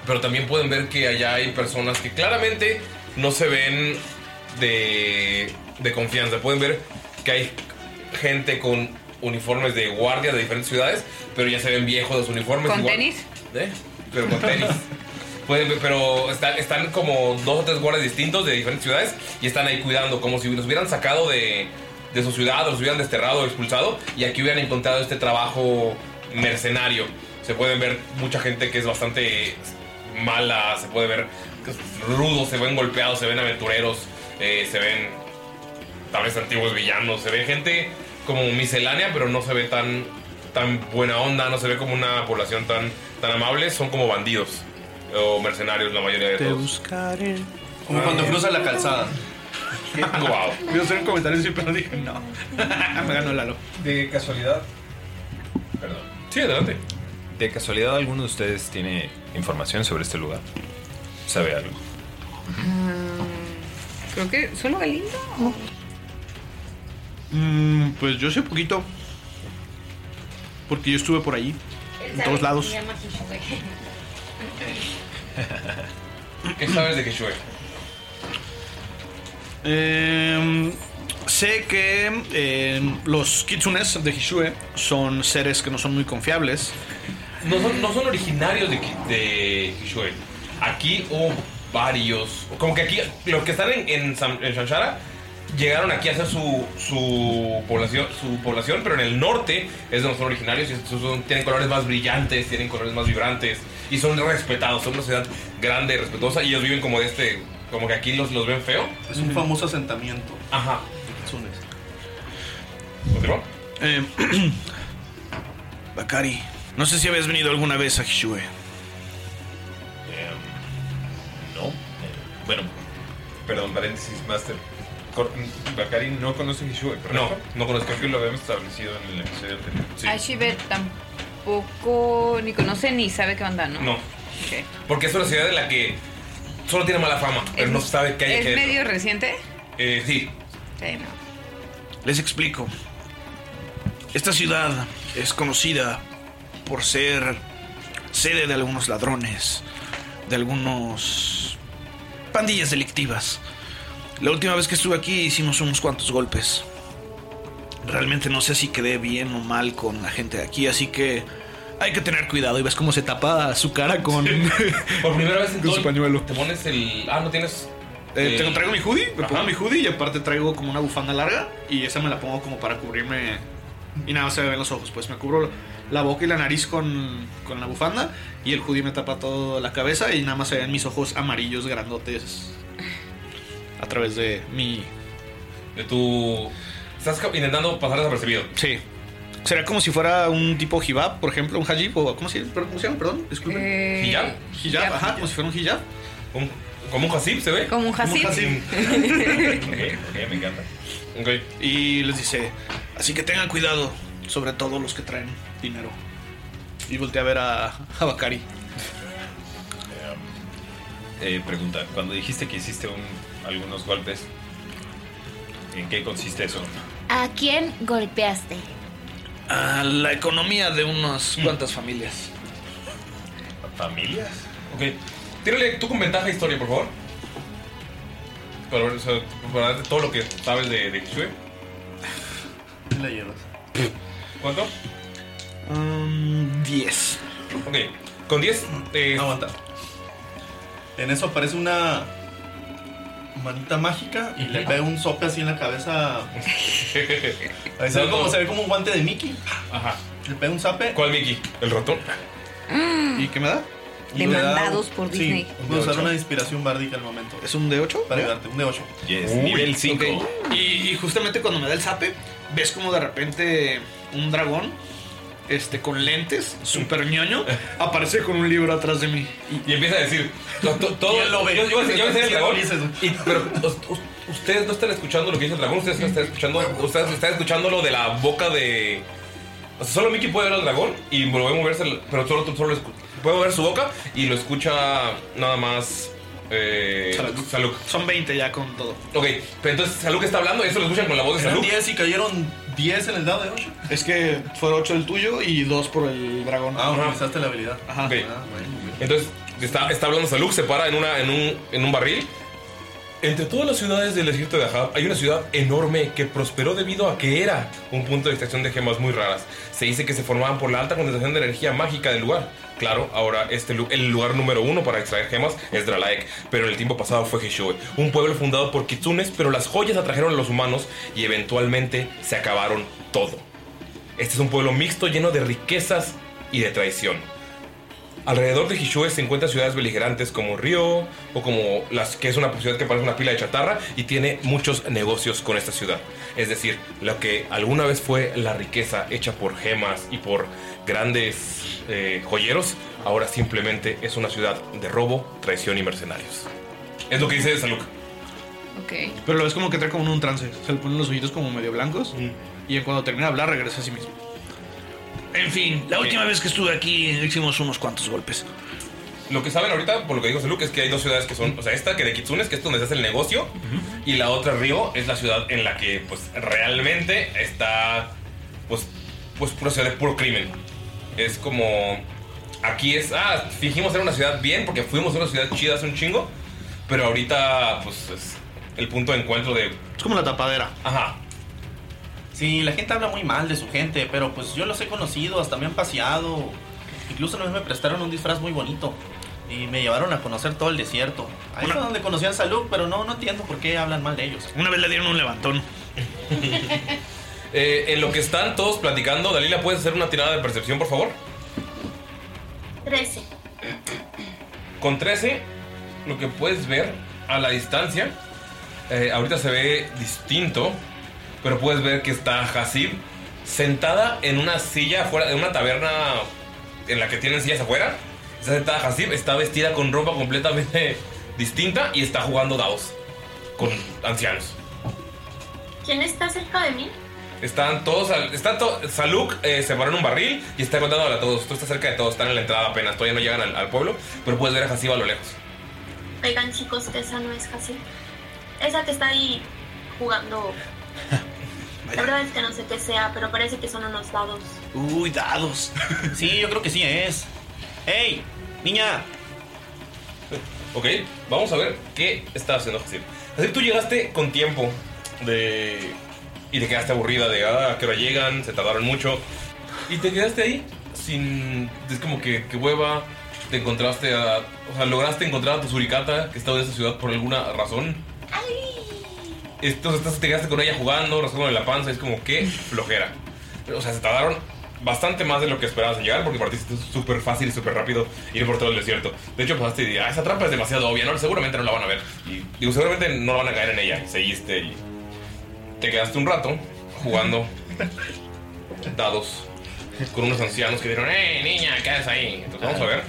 Speaker 1: pero también pueden ver que allá hay personas que claramente no se ven de, de confianza. Pueden ver que hay gente con uniformes de guardia de diferentes ciudades, pero ya se ven viejos los uniformes.
Speaker 5: ¿Con
Speaker 1: igual-
Speaker 5: tenis?
Speaker 1: ¿Eh? Pero con tenis. Pueden ver, pero están, están como dos o tres guardias distintos de diferentes ciudades y están ahí cuidando, como si los hubieran sacado de, de su ciudad, o los hubieran desterrado o expulsado y aquí hubieran encontrado este trabajo mercenario. Se pueden ver mucha gente que es bastante mala, se puede ver rudos, se ven golpeados, se ven aventureros, eh, se ven tal vez antiguos villanos, se ve gente como miscelánea, pero no se ve tan, tan buena onda, no se ve como una población tan, tan amable, son como bandidos o mercenarios la mayoría de
Speaker 3: Te
Speaker 1: todos.
Speaker 3: buscaré.
Speaker 1: Como cuando cruzas la calzada. Guau.
Speaker 3: Voy a hacer un comentario así, pero dije no. (laughs) Me ganó Lalo.
Speaker 9: De casualidad.
Speaker 1: Sí, adelante.
Speaker 4: ¿De casualidad alguno de ustedes tiene información sobre este lugar? ¿Sabe algo?
Speaker 5: Mm, Creo que solo Galindo.
Speaker 6: Oh.
Speaker 3: Mm, pues yo sé poquito. Porque yo estuve por allí.
Speaker 6: Él
Speaker 3: En
Speaker 6: sabe
Speaker 3: todos
Speaker 6: que
Speaker 3: lados.
Speaker 6: se llama Hishue.
Speaker 1: (laughs) ¿Qué sabes de Kishue?
Speaker 3: Eh, sé que eh, los kitsunes de Hishue son seres que no son muy confiables.
Speaker 1: No son, no son originarios de, Ki- de Kishuel. Aquí hubo varios. Como que aquí, los que están en, en, Sam- en Shanshara llegaron aquí a hacer su, su, población, su población, pero en el norte es donde son originarios y estos son- tienen colores más brillantes, tienen colores más vibrantes y son respetados. Son una ciudad grande, respetuosa y ellos viven como de este. Como que aquí los, los ven feo.
Speaker 7: Es un famoso asentamiento.
Speaker 1: Ajá.
Speaker 3: Eh, (clears throat) Bakari, no sé si habías venido alguna vez a Hishue.
Speaker 4: No. eh, Bueno, perdón, paréntesis, Master. Cor- Bakari no conoce Hishue, ¿correcto?
Speaker 1: No, no conozco.
Speaker 4: Creo que lo habíamos establecido en el episodio anterior.
Speaker 5: Ashibe Ah, tampoco ni conoce ni sabe qué onda, ¿no?
Speaker 1: No.
Speaker 5: Ok.
Speaker 1: Porque es una ciudad en la que solo tiene mala fama, pero no sabe qué hay
Speaker 5: ¿Es
Speaker 1: aquí dentro.
Speaker 5: medio reciente?
Speaker 1: Eh, sí,
Speaker 5: Sí, no.
Speaker 3: Les explico. Esta ciudad es conocida por ser sede de algunos ladrones, de algunos pandillas delictivas. La última vez que estuve aquí hicimos unos cuantos golpes. Realmente no sé si quedé bien o mal con la gente de aquí, así que hay que tener cuidado. Y ves cómo se tapa su cara con, (laughs)
Speaker 1: Por primera vez en
Speaker 3: con
Speaker 1: todo
Speaker 3: su
Speaker 1: el-
Speaker 3: pañuelo.
Speaker 1: Te pones el. Ah, no tienes.
Speaker 3: Eh,
Speaker 1: el-
Speaker 3: tengo- traigo mi hoodie, me
Speaker 1: Ajá.
Speaker 3: pongo mi hoodie y aparte traigo como una bufanda larga y esa me la pongo como para cubrirme y nada, se me ven los ojos, pues me cubro la boca y la nariz con, con la bufanda y el hoodie me tapa toda la cabeza y nada más se ven mis ojos amarillos grandotes a través de mi...
Speaker 1: De tu... Estás ca- intentando pasar desapercibido.
Speaker 3: Sí. Será como si fuera un tipo hijab, por ejemplo, un hajib o ¿cómo se, pero- cómo se llama? Perdón, disculpen.
Speaker 5: Eh,
Speaker 3: ¿Hijab? Hijab, ajá, como si fuera un hijab.
Speaker 1: ¿Como un hasib se ve?
Speaker 5: Como un hasib.
Speaker 1: me encanta.
Speaker 3: Y les dice, así que tengan cuidado, sobre todo los que traen dinero. Y volteé a ver a, a Bakari.
Speaker 4: Eh, pregunta, cuando dijiste que hiciste un- algunos golpes, ¿en qué consiste eso?
Speaker 6: ¿A quién golpeaste?
Speaker 3: A la economía de unas cuantas familias.
Speaker 4: ¿Familias?
Speaker 1: Ok. Tírale tú con ventaja historia, por favor. Para ver, o sea, para darte todo lo que sabes de, de Kishui.
Speaker 7: La llevas.
Speaker 1: ¿Cuánto?
Speaker 7: Um,
Speaker 3: 10.
Speaker 1: Ok. Con eh, 10.
Speaker 7: Aguanta. En eso aparece una manita mágica y le
Speaker 1: Ujú.
Speaker 7: pega un sope así en la cabeza.
Speaker 1: (laughs)
Speaker 7: Ahí se, ve
Speaker 1: No,
Speaker 7: como,
Speaker 1: no.
Speaker 7: se ve como un guante de Mickey.
Speaker 1: Ajá.
Speaker 7: Le pega un zape.
Speaker 1: ¿Cuál Mickey? ¿El ratón?
Speaker 3: ¿Y qué me da?
Speaker 5: Mm, Demandados por Disney.
Speaker 7: voy a usar
Speaker 3: ¿De ocho?
Speaker 7: una inspiración bárdica al momento.
Speaker 3: ¿Es un D8?
Speaker 7: Para ayudarte, un D8.
Speaker 4: Yes,
Speaker 3: Uy,
Speaker 4: nivel 5.
Speaker 3: ok. Y, y justamente cuando me da el zape, ves como de repente un dragón, este, con lentes, súper
Speaker 1: (laughs)
Speaker 3: ñoño, aparece con un libro atrás de mí.
Speaker 1: Y empieza a decir, to- to- todo,
Speaker 3: Y él lo ve.
Speaker 1: Yo, yo voy a decir- yo voy a decir el dragón.
Speaker 3: Sí,
Speaker 1: Y- pero us- us- ustedes no están escuchando lo que dice el dragón, ustedes no están escuchando, ustedes están escuchándolo de la boca de. O sea, solo Mickey puede ver al dragón y lo ve moverse, el- pero solo, solo lo escu- puede mover su boca y lo escucha nada más. Eh,
Speaker 3: Saluk.
Speaker 1: Saluk.
Speaker 3: Son 20 ya con todo.
Speaker 1: Ok, pero entonces Saluk está hablando, eso lo escuchan con la voz de
Speaker 3: Eran
Speaker 1: Saluk.
Speaker 3: 10
Speaker 7: y cayeron 10 en el dado de 8.
Speaker 3: Es que fue 8 el tuyo y 2 por el dragón.
Speaker 7: Ah, utilizaste la habilidad.
Speaker 3: Ajá.
Speaker 1: Ok. Entonces está, está hablando Saluk, se para en, una, en, un, en un barril. Entre todas las ciudades del desierto de Ahab hay una ciudad enorme que prosperó debido a que era un punto de extracción de gemas muy raras. Se dice que se formaban por la alta concentración de energía mágica del lugar. Claro, ahora este, lu- el lugar número uno para extraer gemas es Dralaek, pero en el tiempo pasado fue Heshoe, un pueblo fundado por kitsunes, pero las joyas atrajeron a los humanos y eventualmente se acabaron todo. Este es un pueblo mixto lleno de riquezas y de traición. Alrededor de Hishue se encuentran ciudades beligerantes como Río o como las que es una ciudad que parece una pila de chatarra y tiene muchos negocios con esta ciudad. Es decir, lo que alguna vez fue la riqueza hecha por gemas y por grandes eh, joyeros, ahora simplemente es una ciudad de robo, traición y mercenarios. Es lo que dice Saluk.
Speaker 5: Ok.
Speaker 3: Pero lo ves como que trae como en un trance. Se le ponen los ojitos como medio blancos. Y en cuando termina de hablar, regresa a sí mismo. En fin, la última vez que estuve aquí hicimos unos cuantos golpes.
Speaker 1: Lo que saben ahorita, por lo que dijo Seluk, es que hay dos ciudades que son, o sea, esta que de Kitsunes, que es donde se hace el negocio, y la otra, Río, es la ciudad en la que, pues, realmente está, pues, pues, pura ciudad de puro crimen. Es como, aquí es, ah, fingimos ser una ciudad bien, porque fuimos a una ciudad chida hace un chingo, pero ahorita, pues, es el punto de encuentro de... Es
Speaker 3: como la tapadera.
Speaker 1: Ajá.
Speaker 8: Sí, la gente habla muy mal de su gente, pero pues yo los he conocido, hasta me han paseado. Incluso una vez me prestaron un disfraz muy bonito y me llevaron a conocer todo el desierto. Ahí
Speaker 3: Una-
Speaker 8: fue donde conocí a Salud, pero no, no entiendo por qué hablan mal de ellos.
Speaker 3: Una vez le dieron un levantón.
Speaker 1: Eh, en lo que están todos platicando, Dalila, ¿puedes hacer una tirada de percepción, por favor?
Speaker 2: 13.
Speaker 1: Con 13, lo que puedes ver a la distancia, eh, ahorita se ve distinto, pero puedes ver que está Hasib sentada en una silla afuera, en una taberna en la que tienen sillas afuera. Está sentada Hasib, está vestida con ropa completamente (laughs) distinta y está jugando dados con ancianos.
Speaker 2: ¿Quién está cerca de mí?
Speaker 1: Están todos, al- está to- Saluk eh, se paró en un barril y está contándole a todos. Tú estás cerca de todos, están en la entrada apenas, todavía no llegan al, al pueblo, pero puedes ver a Hasib a lo lejos.
Speaker 2: Oigan, chicos, que esa no es Hasil. Esa que está ahí jugando. La verdad es que no sé qué sea, pero parece que son unos dados.
Speaker 8: Uy, dados. Sí, yo creo que sí es. ¡Ey! Niña,
Speaker 1: Ok, vamos a ver qué está haciendo Hasib. Hasib, tú llegaste con tiempo de... y te quedaste aburrida de, ah, que hora llegan, se tardaron mucho. Y te quedaste ahí sin... Es como que, que hueva, te encontraste a... O sea, lograste encontrar a tu suricata que estaba en esa ciudad por alguna razón. Entonces estás- te quedaste con ella jugando, rascándole la panza, es como que flojera. O sea, se tardaron bastante más de lo que esperabas en llegar porque partiste súper fácil y súper rápido ir por todo el desierto. De hecho, pasaste y dijiste, ah, esa trampa es demasiado obvia, ¿no? seguramente no la van a ver. Y digo, seguramente no van a caer en ella. Y Seguiste y te quedaste un rato jugando dados con unos ancianos que dijeron, ¡eh, niña, qué haces ahí! Entonces vamos a ver.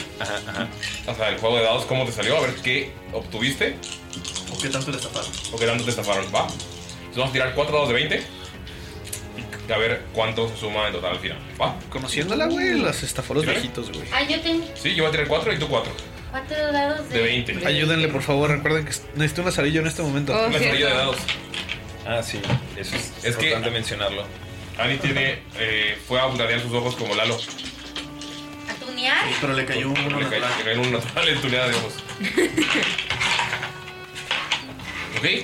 Speaker 1: O sea, el juego de dados, ¿cómo te salió? A ver qué obtuviste.
Speaker 8: ¿O qué tanto te estafaron?
Speaker 1: ¿O qué tanto te estafaron? Va. Entonces vamos a tirar 4 dados de 20. Y a ver cuánto se suma en total al final. Va. Mm.
Speaker 3: Conociéndola, güey, las estafó los viejitos, güey.
Speaker 6: Ah, yo tengo
Speaker 1: Sí, yo voy a tirar 4 y tú 4.
Speaker 6: cuatro dados de...
Speaker 3: Ayúdenle, por favor. Recuerden que necesito un azarillo en este momento.
Speaker 6: Oh, Una cierto. azarilla de dados.
Speaker 4: Ah, sí. Eso es,
Speaker 1: Es que-
Speaker 4: importante mencionarlo.
Speaker 1: Ani tiene. eh, fue a bucanear sus ojos como Lalo.
Speaker 6: ¿A tunear?
Speaker 1: Pero le cayó uno. Le cayó, le cayó un natural en tu oleada de ojos. ok,
Speaker 6: Voy,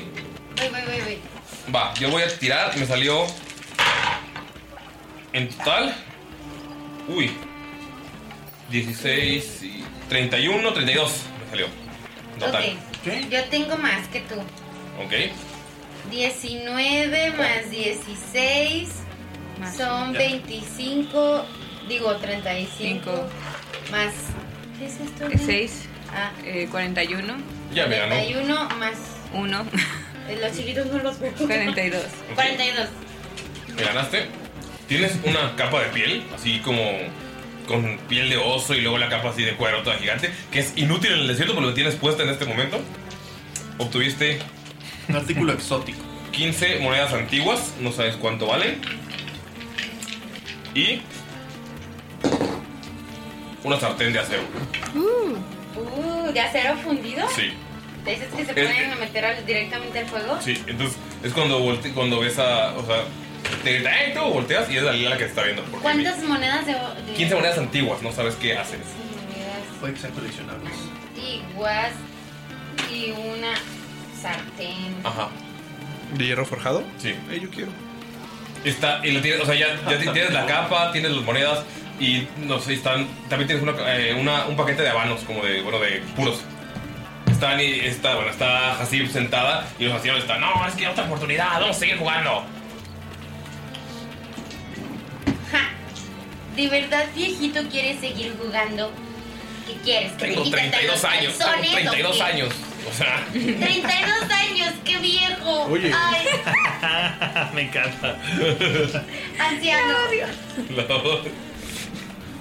Speaker 6: voy, voy, voy.
Speaker 1: va. Yo voy a tirar. Me salió. En total. Uy. 16 y. 31, 32. Me salió. En Total.
Speaker 6: Ok. Yo tengo más que tú.
Speaker 1: Ok.
Speaker 6: 19 más 16 son
Speaker 1: Ya.
Speaker 6: 25, digo 35 más Ah. ¿Qué es esto?
Speaker 5: 6, Eh, 41.
Speaker 1: Ya me ganó.
Speaker 6: 41 más Eh,
Speaker 5: 1.
Speaker 6: los chiquitos no los veo.
Speaker 5: 42.
Speaker 6: 42.
Speaker 1: Me ganaste. Tienes una capa de piel, así como con piel de oso y luego la capa así de cuero toda gigante, que es inútil en el desierto porque lo tienes puesta en este momento. Obtuviste
Speaker 7: Un artículo exótico.
Speaker 1: 15 monedas antiguas, no sabes cuánto valen. Y una sartén de acero.
Speaker 6: Uh, uh, ¿De acero fundido?
Speaker 1: Sí,
Speaker 6: ¿De esas que
Speaker 1: Es-
Speaker 6: se pueden meter al- directamente al fuego?
Speaker 1: sí. Entonces es cuando volte- cuando ves a, o sea, te grita, "¡Eh, tú!", volteas y es Dalila la que te está viendo. porque
Speaker 6: ¿Cuántas monedas de, de
Speaker 1: 15 monedas antiguas, no sabes qué haces.
Speaker 8: Puede que sean coleccionables.
Speaker 6: antiguas y una sartén?
Speaker 1: Ajá.
Speaker 3: ¿De hierro forjado?
Speaker 1: Sí.
Speaker 3: yo quiero.
Speaker 1: Está, y lo tienes, o sea, ya, ya ti- tienes la capa, tienes las monedas y no sé, están. También tienes una, eh, una- un paquete de habanos, como de, bueno, de puros. Están y está, bueno, está Hasib sentada y los ancianos están, no, es que hay otra (laughs) oportunidad, vamos a seguir jugando.
Speaker 6: ¿De verdad, viejito, quieres seguir jugando? ¿Qué quieres? ¿Que
Speaker 1: Tengo
Speaker 6: te quítate
Speaker 1: 32
Speaker 6: los
Speaker 1: años. Tengo
Speaker 6: calzones o
Speaker 1: 32
Speaker 6: qué?
Speaker 1: años. O sea.
Speaker 6: 32 años, qué viejo.
Speaker 4: Oye.
Speaker 6: (laughs) Ay,
Speaker 4: Me encanta.
Speaker 6: anciano.
Speaker 1: No.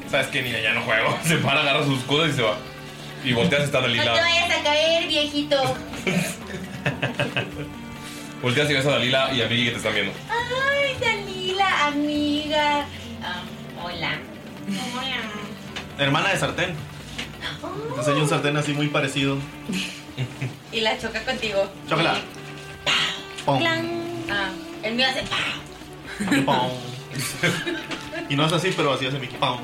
Speaker 1: ¿Sabes qué, niña? Ya no juego. (laughs) Se para, agarra sus cosas y se va. Y volteas estando
Speaker 6: No Pues te
Speaker 1: Lila.
Speaker 6: vayas a caer, viejito.
Speaker 1: Volteas y ves a Dalila y a Vicky que te están viendo.
Speaker 6: Ay, Dalila, amiga. Ah, hola.
Speaker 7: Hermana de sartén. Te enseño un sartén así muy parecido.
Speaker 5: Y la choca contigo.
Speaker 7: Chócala. Pum,
Speaker 5: Clan.
Speaker 6: Ah, el mío hace.
Speaker 7: pum. Y no es así, pero así hace Mickey. Pum.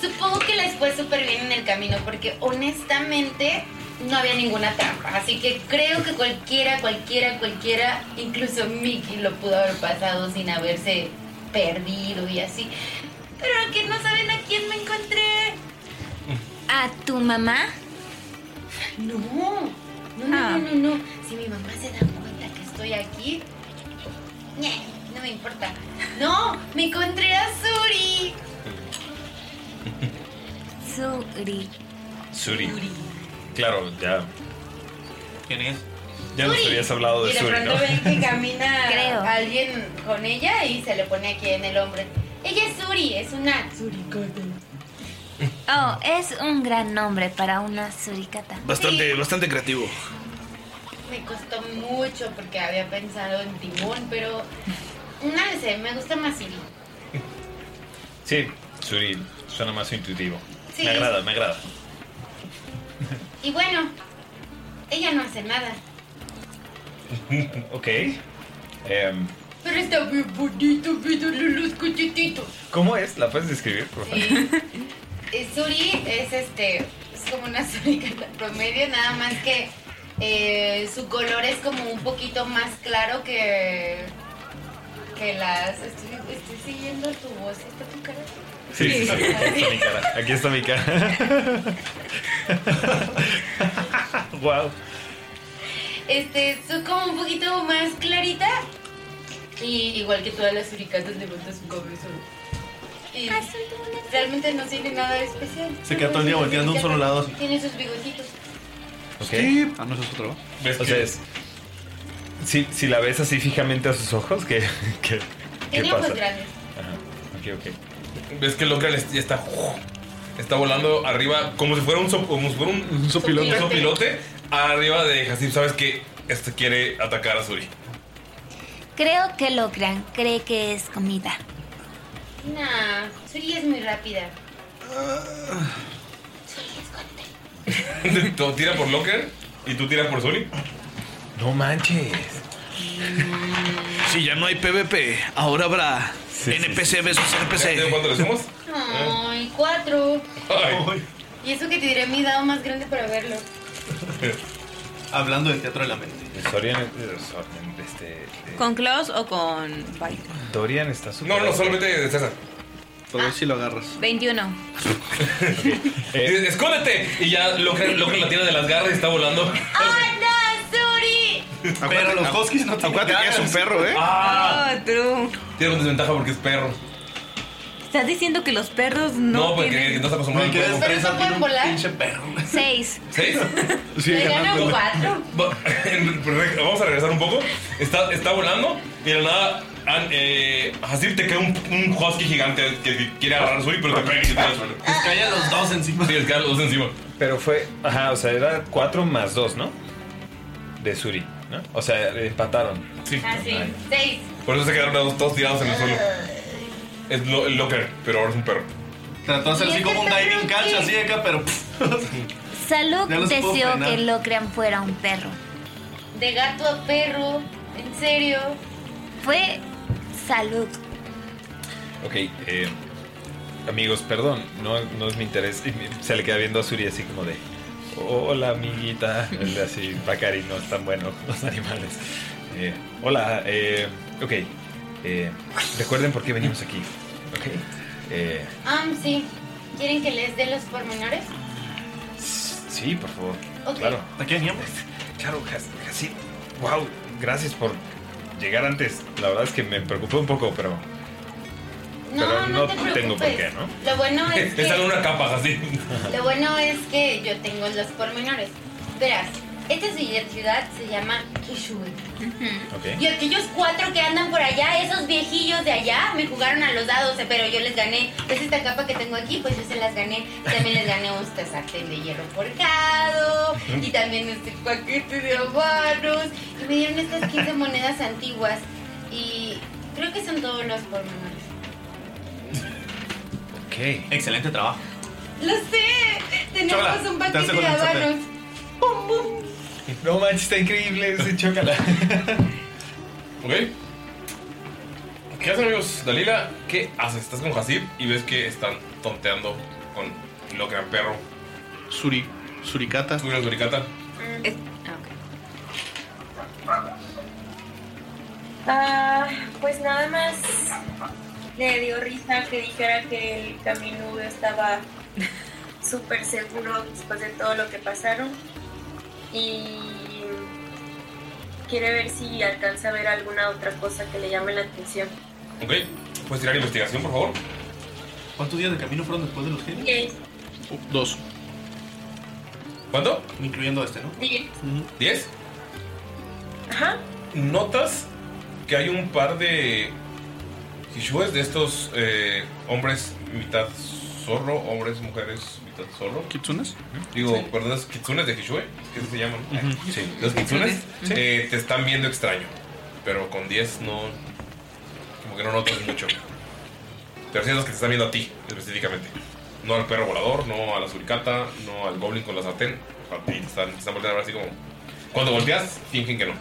Speaker 6: Supongo que les fue súper bien en el camino porque honestamente no había ninguna trampa. Así que creo que cualquiera, cualquiera, cualquiera, incluso Mickey lo pudo haber pasado sin haberse perdido y así. Pero que no saben a quién me encontré.
Speaker 5: ¿A tu mamá?
Speaker 6: No, no, no,
Speaker 5: Ah.
Speaker 6: no, no, no. Si mi mamá se da cuenta que estoy aquí, ñe, no me importa. No, me encontré a Suri.
Speaker 5: Suri.
Speaker 4: Suri. Claro, ya.
Speaker 7: ¿Quién es?
Speaker 4: Ya nos habías hablado de
Speaker 6: Y de
Speaker 4: Suri,
Speaker 6: pronto
Speaker 4: ¿no?
Speaker 6: ven que camina
Speaker 5: Creo.
Speaker 6: alguien con ella y se le pone aquí en el hombro. Ella es Suri, es una suricata.
Speaker 5: Oh, es un gran nombre para una suricata.
Speaker 3: Bastante, bastante creativo.
Speaker 6: Me costó mucho porque había pensado en Timón, pero no sé, me gusta más Suri.
Speaker 4: Sí, Suri suena más intuitivo.
Speaker 6: Sí.
Speaker 4: Me agrada, me agrada. (laughs)
Speaker 6: Y bueno, ella no hace nada,
Speaker 4: ok. Em,
Speaker 6: pero está bien bonito, mírale los cachetitos.
Speaker 4: ¿Cómo es? ¿La puedes describir, por favor?
Speaker 6: Eh, Suri es este, es como una (laughs) suricata promedio, nada más que eh, su color es como un poquito más claro que que las. Estoy, estoy siguiendo tu voz, está tu cara.
Speaker 4: Sí, sí, sí, aquí está mi cara. Aquí está
Speaker 7: (laughs)
Speaker 4: mi cara. wow.
Speaker 6: Este, son como un poquito más clarita. Y igual que todas las suricatas levanta su cabeza. Y realmente no tiene nada de especial.
Speaker 7: Se queda todo el día volteando un solo lado así.
Speaker 6: Tiene sus bigotitos.
Speaker 4: Sí,
Speaker 7: Ah,
Speaker 3: a nosotros.
Speaker 4: O sea, es- si, si la ves así fijamente a sus ojos, ¿qué, (laughs) qué, qué
Speaker 6: Tiene
Speaker 4: pasa?
Speaker 6: ojos grandes.
Speaker 4: Ajá, ok, ok.
Speaker 1: Ves que Locra les- ya está. Está volando arriba como si fuera un, sop- como si fuera un,
Speaker 3: sopilote.
Speaker 1: un sopilote arriba de Hasib. Sabes que este quiere atacar a Suri. (laughs)
Speaker 5: Creo que lo crean. Cree que es comida.
Speaker 6: Nah, Suri es muy rápida.
Speaker 7: Ah.
Speaker 1: Tú tira por Locker y tú tiras por Suri.
Speaker 4: No manches.
Speaker 3: Si ya no hay PvP, ahora habrá NPC versus NPC.
Speaker 1: ¿Cuánto
Speaker 3: (laughs)
Speaker 1: le sumas?
Speaker 6: Ay, cuatro. Y eso que te diré mi dado más grande para verlo.
Speaker 7: (laughs) Hablando del teatro de la mente.
Speaker 4: Sorian, Sorian, este,
Speaker 5: ¿Con Klaus o con Bite?
Speaker 4: Dorian está súper.
Speaker 1: No, no, solamente de César.
Speaker 3: Por ver si lo agarras.
Speaker 5: 21.
Speaker 1: Dices, ¡Escóndete! Y ya Locra, Locra la tira de las garras y está volando.
Speaker 6: ¡Ana, Suri!
Speaker 3: Pero los huskies no tienen Acuérdate que es un perro, ¿eh?
Speaker 1: Ah.
Speaker 5: Oh, true.
Speaker 1: Tiene una desventaja porque es perro.
Speaker 5: ¿Estás diciendo que los perros
Speaker 1: No,
Speaker 5: no,
Speaker 1: porque no está acostumbrado al perro.
Speaker 5: Pero no pueden volar.
Speaker 7: perro.
Speaker 5: Seis.
Speaker 1: ¿Seis?
Speaker 5: Me ganan cuatro.
Speaker 1: pues, Va- Vamos a regresar un poco. Está, está volando y de la nada. An, eh, Hasib te queda un, un husky gigante que, que quiere agarrar a Suri, pero te pega y te tira al suelo. Les caen los dos encima. Sí, les caen los dos encima.
Speaker 4: Pero fue. Ajá, o sea, era 4 más 2, ¿no? De Suri, ¿no? O sea, empataron.
Speaker 1: Sí.
Speaker 6: Así, Ah, seis.
Speaker 1: Por eso se quedaron los dos tirados en el suelo. Es lo, el locker, pero ahora es un perro.
Speaker 7: Trató de hacer así como un diving catch así de acá, pero.
Speaker 5: Salud
Speaker 7: Ya no se pudo
Speaker 5: deseó
Speaker 7: frenar.
Speaker 5: que lo crean fuera un perro.
Speaker 6: De gato a perro, en serio.
Speaker 5: Fue salud.
Speaker 4: Ok, eh, amigos, perdón, no, no es mi interés. Y me- Se le queda viendo a Suri así como de, hola amiguita, El de así, Bacari, no es tan bueno los animales. Eh, hola, eh, ok, eh, recuerden por qué venimos aquí, ok. Eh,
Speaker 6: Ah, sí. ¿Quieren que les dé los pormenores?
Speaker 4: sí, por favor,
Speaker 6: Ok.
Speaker 4: claro. Aquí Claro, así, wow, gracias por llegar antes. La verdad es que me preocupé un poco, pero
Speaker 6: No,
Speaker 4: pero
Speaker 6: no
Speaker 4: no,
Speaker 6: te preocupes.
Speaker 4: tengo por qué, ¿no?
Speaker 6: Lo
Speaker 1: (laughs)
Speaker 6: bueno es que.
Speaker 4: una capa así.
Speaker 6: Lo bueno es que yo tengo los pormenores. Verás, esta ci- ciudad se llama Kishui. Y aquellos cuatro que andan por allá, esos viejillos de allá, me jugaron a los dados, eh, pero yo les gané. Es esta capa que tengo aquí, pues yo se las gané. También les gané un sartén de hierro forjado y también este paquete de abarros. Y me dieron estas 15 monedas antiguas. Y creo que son todos los pormenores.
Speaker 7: Excelente trabajo.
Speaker 6: Lo sé, tenemos
Speaker 7: Chocolate,
Speaker 6: un
Speaker 7: te hace
Speaker 6: paquete de
Speaker 7: con el sartén.
Speaker 6: habanos. ¡Pum, pum!
Speaker 4: No manches, está increíble
Speaker 1: (laughs)
Speaker 4: ese chocala.
Speaker 1: Ok. ¿Qué hacen amigos? Dalila, ¿qué haces? Estás con Hasib y ves que están tonteando con lo que era perro.
Speaker 3: Suri, suricata.
Speaker 1: suricata.
Speaker 6: Mm.
Speaker 5: Es-
Speaker 2: Ah, pues nada más le dio risa que dijera que el camino estaba súper seguro después de todo lo que pasaron. Y quiere ver si alcanza a ver alguna otra cosa que le llame la atención.
Speaker 1: Ok. ¿Puedes tirar investigación, por favor?
Speaker 7: ¿Cuántos días de camino fueron después de los genes?
Speaker 2: Diez.
Speaker 3: Dos.
Speaker 1: ¿Cuánto?
Speaker 7: Incluyendo este, ¿no?
Speaker 2: Diez.
Speaker 1: ¿Diez?
Speaker 2: Ajá.
Speaker 1: Notas que hay un par de Hishues de estos eh, hombres mitad zorro, hombres, mujeres mitad zorro.
Speaker 3: ¿Kitsunes?
Speaker 1: Digo,
Speaker 3: Sí.
Speaker 1: perdón, los kitsunes de Hishue, que se llaman.
Speaker 3: Ujú.
Speaker 1: Sí, los kitsunes
Speaker 3: Sí.
Speaker 1: eh, te están viendo extraño, pero con 10 no. Como que no notas mucho. Pero sí los que te están viendo a ti, específicamente. No al perro volador, no a la suricata, no al goblin con la sartén. A ti te están, te están volteando a ver así como. Cuando volteas, fingen que no.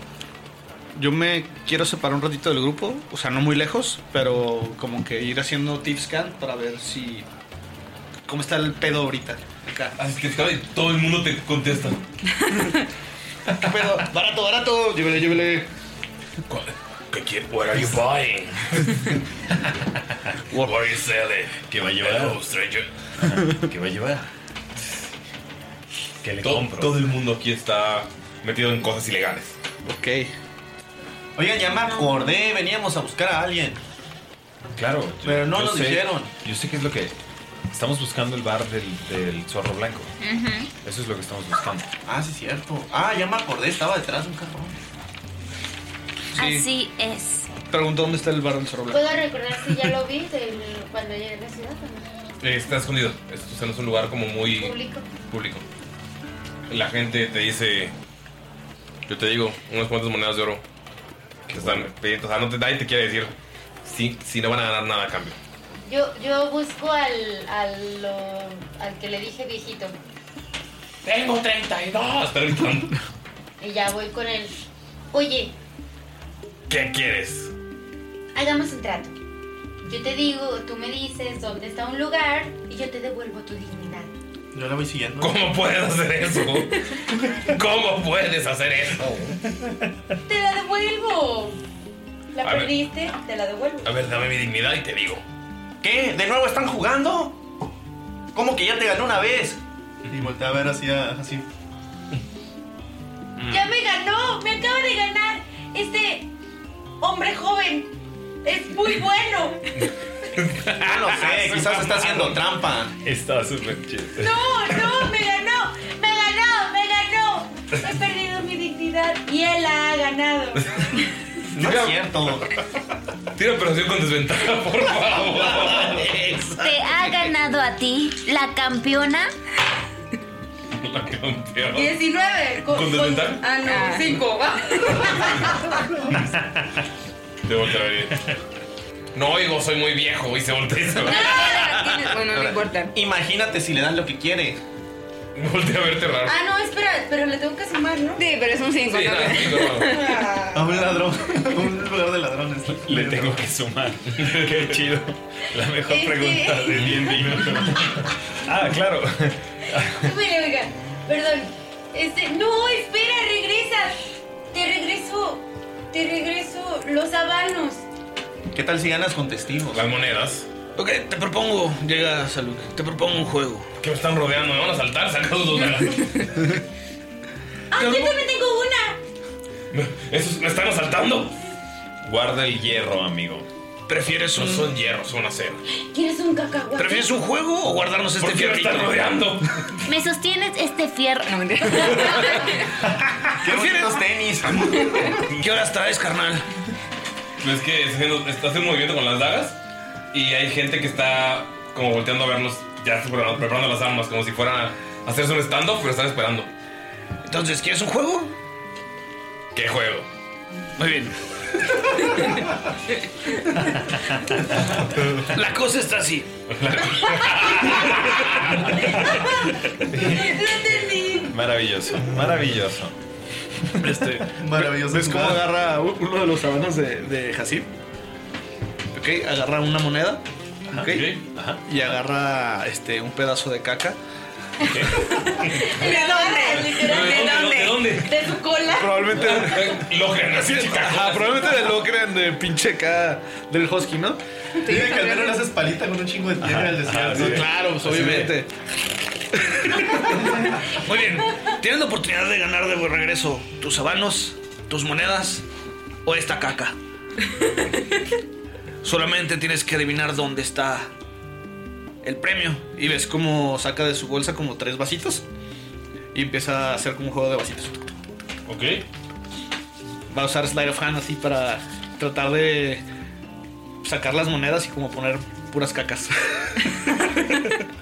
Speaker 3: Yo me quiero separar un ratito del grupo, o sea, no muy lejos, pero como que ir haciendo tips scan para ver si. ¿Cómo está el pedo ahorita? Acá.
Speaker 1: Así Ah, que todo el mundo te
Speaker 3: (laughs)
Speaker 1: contesta.
Speaker 3: ¿Qué pedo? Barato, barato. Llévele, llévele.
Speaker 4: ¿Qué quiere? What are you buying? What are you selling? ¿Qué va a llevar?
Speaker 1: Hello, stranger.
Speaker 4: ¿Qué va a llevar? ¿Qué le
Speaker 1: todo,
Speaker 4: compro?
Speaker 1: todo el mundo aquí está metido en cosas ilegales.
Speaker 3: Ok.
Speaker 8: Oigan, ya me acordé, veníamos a buscar a alguien.
Speaker 4: Claro. yo-
Speaker 8: Pero no
Speaker 4: yo
Speaker 8: nos
Speaker 4: sé-
Speaker 8: dijeron.
Speaker 4: Yo sé qué es lo que. Estamos buscando el bar del, del zorro blanco. Eso es lo que estamos buscando.
Speaker 8: Ah, sí, cierto. Ah, ya me acordé, estaba detrás de un carro.
Speaker 6: Así es.
Speaker 3: Pregunto dónde está el bar del zorro blanco.
Speaker 6: ¿Puedo recordar si ya lo vi del- cuando llegué a la ciudad o no?
Speaker 1: Eh, Está escondido. Es, o sea, no es un lugar como muy
Speaker 6: Público.
Speaker 1: público. La gente te dice. Yo te digo, unas cuantas monedas de oro. Que están pidiendo. O sea, no te, nadie te quiere decir si, si no van a ganar nada a cambio.
Speaker 6: Yo, yo busco al, al, lo- al que le dije viejito.
Speaker 1: Tengo 32. Está gritando.
Speaker 6: Y ya voy con él. Oye,
Speaker 1: ¿Qué quieres?
Speaker 6: hagamos un trato. Yo te digo, tú me dices dónde está un lugar y yo te devuelvo tu dignidad.
Speaker 8: Yo la voy siguiendo.
Speaker 1: ¿Cómo puedes hacer eso? ¿Cómo puedes hacer eso?
Speaker 4: Oh.
Speaker 6: ¡Te la devuelvo! La
Speaker 1: A ver.
Speaker 6: perdiste, te la devuelvo.
Speaker 1: A ver, dame mi dignidad y te digo.
Speaker 8: ¿Qué? ¿De nuevo están jugando? ¿Cómo que ya te ganó una vez? Y volteé a ver hacia así. Mm.
Speaker 1: Mm.
Speaker 6: ¡Ya me ganó! ¡Me acaba de ganar! Este hombre joven es muy
Speaker 1: (laughs)
Speaker 6: bueno.
Speaker 8: Ah, No lo sé, quizás está haciendo trampa.
Speaker 4: Está súper chido.
Speaker 6: ¡No, no! ¡Me ganó! ¡Me ganó! ¡Me ganó! He perdido mi dignidad y él la ha ganado.
Speaker 1: No es cierto. Tira operación con desventaja, por favor.
Speaker 9: ¿Te ha ganado a ti la campeona?
Speaker 1: La campeona.
Speaker 6: 19.
Speaker 1: ¿Con desventaja?
Speaker 6: Ah, no, 5, va.
Speaker 1: Te voltea a ver. No oigo, soy muy viejo. Y se voltea y se va.
Speaker 5: Bueno, no importa.
Speaker 8: Imagínate si le dan lo que quiere.
Speaker 1: Voltea a verte raro.
Speaker 6: Ah, no, espera, pero le tengo que sumar, ¿no? Sí, pero es un 5.
Speaker 1: Sí, nada, sí, no.
Speaker 8: A un ladrón. (laughs) a un lugar de ladrones.
Speaker 4: Le tengo que sumar. (laughs) Qué chido. La mejor
Speaker 6: Este-
Speaker 4: pregunta de D&D.
Speaker 6: (laughs)
Speaker 4: Ah, claro.
Speaker 6: Súbele, oiga. Perdón. Este, no, espera, regresa. Te regreso, te regreso los habanos.
Speaker 8: ¿Qué tal si ganas con testigos?
Speaker 1: Las monedas.
Speaker 3: Ok, te propongo, llega Salud, te propongo un juego.
Speaker 1: Que me están rodeando, me van a saltar, sacados
Speaker 3: (laughs)
Speaker 1: dos balas.
Speaker 6: ¡Ah, yo también tengo una!
Speaker 1: Esos me están asaltando.
Speaker 4: Guarda el hierro, amigo.
Speaker 1: Prefieres un. No son hierro, son acero.
Speaker 9: ¿Quieres un cacahuate?
Speaker 1: ¿Prefieres un juego o guardarnos este fierro? estar rodeando.
Speaker 9: ¿Me sostienes este fierro? No, mentira.
Speaker 1: ¿Prefieres
Speaker 6: Ah,
Speaker 1: tenis? ¿Qué horas traes, carnal? Pues que está haciendo, está haciendo un movimiento con las dagas y hay gente que está como volteando a vernos, ya está preparando, preparando las armas, como si fueran a hacerse un stand-up, pero están esperando. Entonces, ¿quieres un juego? ¿Qué juego? Muy bien.
Speaker 3: La cosa está así.
Speaker 4: (laughs) Maravilloso, maravilloso.
Speaker 3: Este, maravilloso. ¿Ves cómo agarra u- uno de los sabanos de, de Hasib? Ok, agarra una moneda. ok, Y agarra este, un pedazo de caca.
Speaker 5: (laughs) ¿De dónde? ¿De dónde? ¿De su cola?
Speaker 3: Probablemente.
Speaker 5: (laughs)
Speaker 1: Logran, así es,
Speaker 3: (laughs) Ajá, probablemente de Logran, de pinche caca del Husky, ¿no?
Speaker 7: Dime que al menos le haces palita con un chingo de tierra al
Speaker 3: Ah,
Speaker 7: desierto.
Speaker 3: sí, claro, pues, obviamente. Muy bien, tienes la oportunidad de ganar de buen regreso tus sabanos, tus monedas o esta caca. Solamente tienes que adivinar dónde está el premio. Y ves cómo saca de su bolsa como tres vasitos y empieza a hacer como un juego de vasitos.
Speaker 1: Ok.
Speaker 3: Va a usar Slide of Hand así para tratar de sacar las monedas y como poner puras cacas.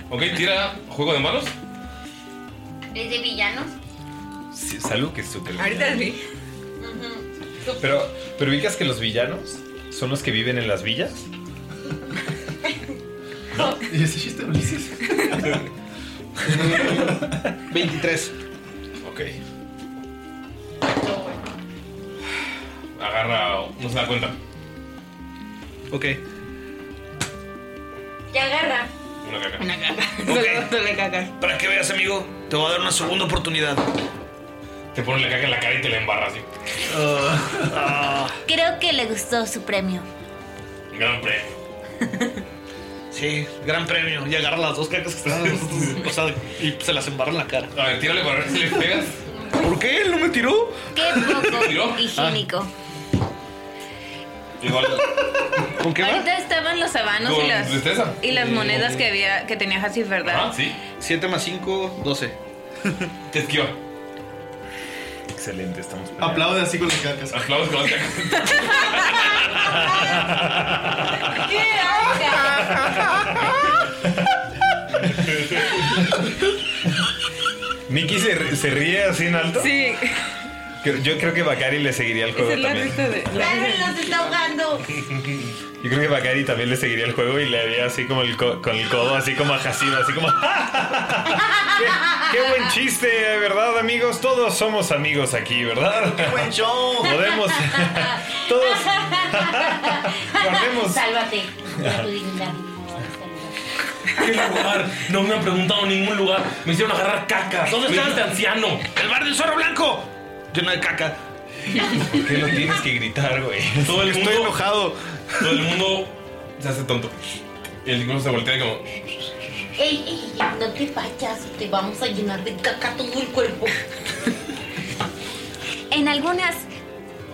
Speaker 1: ok, tira juego de manos.
Speaker 6: ¿Es de villanos?
Speaker 4: Sí, salud que es súper
Speaker 6: Ahorita sí.
Speaker 4: Pero, pero ubicas que los villanos son los que viven en las villas.
Speaker 7: ¿Y ese chiste lo
Speaker 3: (laughs)
Speaker 7: dices?
Speaker 3: 23.
Speaker 1: Ok. Agarra, no se da cuenta.
Speaker 3: Ok.
Speaker 6: ¿Qué agarra?
Speaker 1: Una caca.
Speaker 5: Una caca.
Speaker 3: Para que veas, amigo, te voy a dar una segunda oportunidad.
Speaker 1: Te pone la caca en la cara y te la embarra así.
Speaker 3: Ah.
Speaker 9: Creo que le gustó su premio.
Speaker 1: Gran premio.
Speaker 3: Sí, gran premio. Y agarra las dos cacas que están. o sea, y se las embarra en la cara.
Speaker 1: A ver, tírale para ver si le pegas.
Speaker 3: ¿Por qué? ¿Él no me tiró?
Speaker 9: Qué poco
Speaker 1: ¿Tiró? Ah.
Speaker 9: higiénico.
Speaker 1: Igual.
Speaker 3: ¿Con qué
Speaker 5: Ahorita estaban los sabanos y
Speaker 3: Con
Speaker 5: las,
Speaker 3: tristeza.
Speaker 5: y las
Speaker 1: Mm.
Speaker 3: Eh,
Speaker 5: monedas que había que tenía Hasif, ¿verdad?
Speaker 1: Ah, sí.
Speaker 3: 7 más 5,
Speaker 1: (laughs)
Speaker 3: 12.
Speaker 1: Te esquiva.
Speaker 4: Excelente, estamos.
Speaker 7: Aplaude así con las cacas.
Speaker 1: Aplaude con las cacas.
Speaker 5: ¡Qué
Speaker 4: Mickey se, ri- se ríe así en alto.
Speaker 5: Sí.
Speaker 4: Yo creo que Bakari le seguiría el
Speaker 5: Esa
Speaker 4: juego
Speaker 5: es la
Speaker 4: también.
Speaker 5: risa de.
Speaker 6: ¡Claro, nos está ahogando!
Speaker 4: Yo creo que Bakari también le seguiría el juego y le haría así como el co- con el codo, así como a Jacinto, así como. "Ah, ¡Qué buen chiste, verdad, amigos! Todos somos amigos aquí, ¿verdad? ¡Qué buen show! Podemos. (laughs) Todos. Guardemos.
Speaker 9: Sálvate de tu dignidad.
Speaker 1: ¿Qué lugar? No me han preguntado en ningún lugar. Me hicieron agarrar cacas. ¿Dónde
Speaker 3: Me
Speaker 1: está este
Speaker 3: hicieron-
Speaker 1: anciano?
Speaker 3: ¡El bar del zorro blanco! Lleno de caca.
Speaker 4: ¿Por qué lo tienes que gritar, güey?
Speaker 1: Todo el mundo.
Speaker 3: Estoy enojado.
Speaker 1: Todo el mundo se hace tonto. Y el mundo se voltea y como.
Speaker 9: Ey, ey, no te vayas, te vamos a llenar de caca todo el cuerpo. En algunas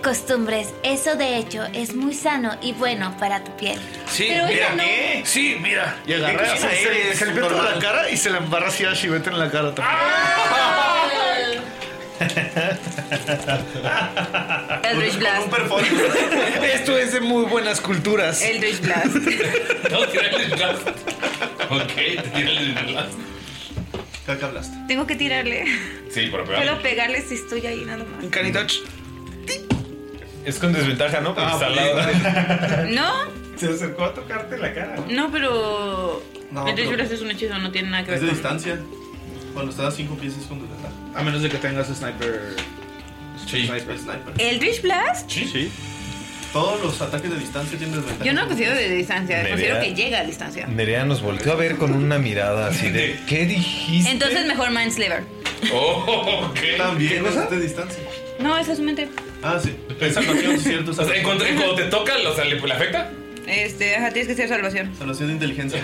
Speaker 9: costumbres, eso de hecho es muy sano y bueno para tu piel.
Speaker 3: Sí,
Speaker 9: Pero
Speaker 3: mira.
Speaker 9: ella no.
Speaker 3: ¿Qué? Sí, mira. Y
Speaker 8: ¿Qué
Speaker 3: agarra
Speaker 8: cosa
Speaker 3: a
Speaker 8: eres,
Speaker 3: él, se le mete en
Speaker 8: normal?
Speaker 3: la cara y se la embarra así a Shibete en la cara
Speaker 1: Ah.
Speaker 3: también.
Speaker 5: Eldritch Blast.
Speaker 3: (laughs) Esto es de muy buenas culturas.
Speaker 1: (laughs)
Speaker 5: Eldritch Blast.
Speaker 1: No, tírale el blast. Ok, tírale el blast.
Speaker 7: Caca blast.
Speaker 5: Tengo que tirarle.
Speaker 1: Sí, para pegar.
Speaker 5: Puedo pegarle si estoy ahí nada más.
Speaker 3: Can
Speaker 4: Es con desventaja, ¿no? Porque está al lado.
Speaker 5: No,
Speaker 4: Ah, pues, (laughs) Se acercó a tocarte la cara.
Speaker 5: no, pero.
Speaker 7: No,
Speaker 5: Eldritch
Speaker 7: pero-
Speaker 5: Blast es un hechizo, no tiene nada que ver
Speaker 7: Es de
Speaker 5: con-
Speaker 7: distancia. Cuando estás a 5 pies es con desventaja.
Speaker 3: A menos de que tengas sniper.
Speaker 7: Sí. Sniper, sniper.
Speaker 5: ¿Eldritch Blast?
Speaker 4: Sí, sí.
Speaker 7: Todos los ataques de distancia tienen desventaja.
Speaker 5: Yo no lo considero de distancia,
Speaker 4: Nerea.
Speaker 5: considero que llega a distancia.
Speaker 4: Nerea nos volteó a ver con una mirada así
Speaker 1: (laughs)
Speaker 4: de. ¿Qué dijiste?
Speaker 5: Entonces mejor Mindslaver.
Speaker 1: Oh, ok.
Speaker 7: También es de distancia.
Speaker 5: No, esa es su mente.
Speaker 7: Ah, sí.
Speaker 1: Esa canción, cierto. O sea, en cuanto, en cuanto te toca, o sea, ¿le, le afecta?
Speaker 5: Este, ajá, tienes que hacer salvación.
Speaker 7: Salvación de (laughs) inteligencia.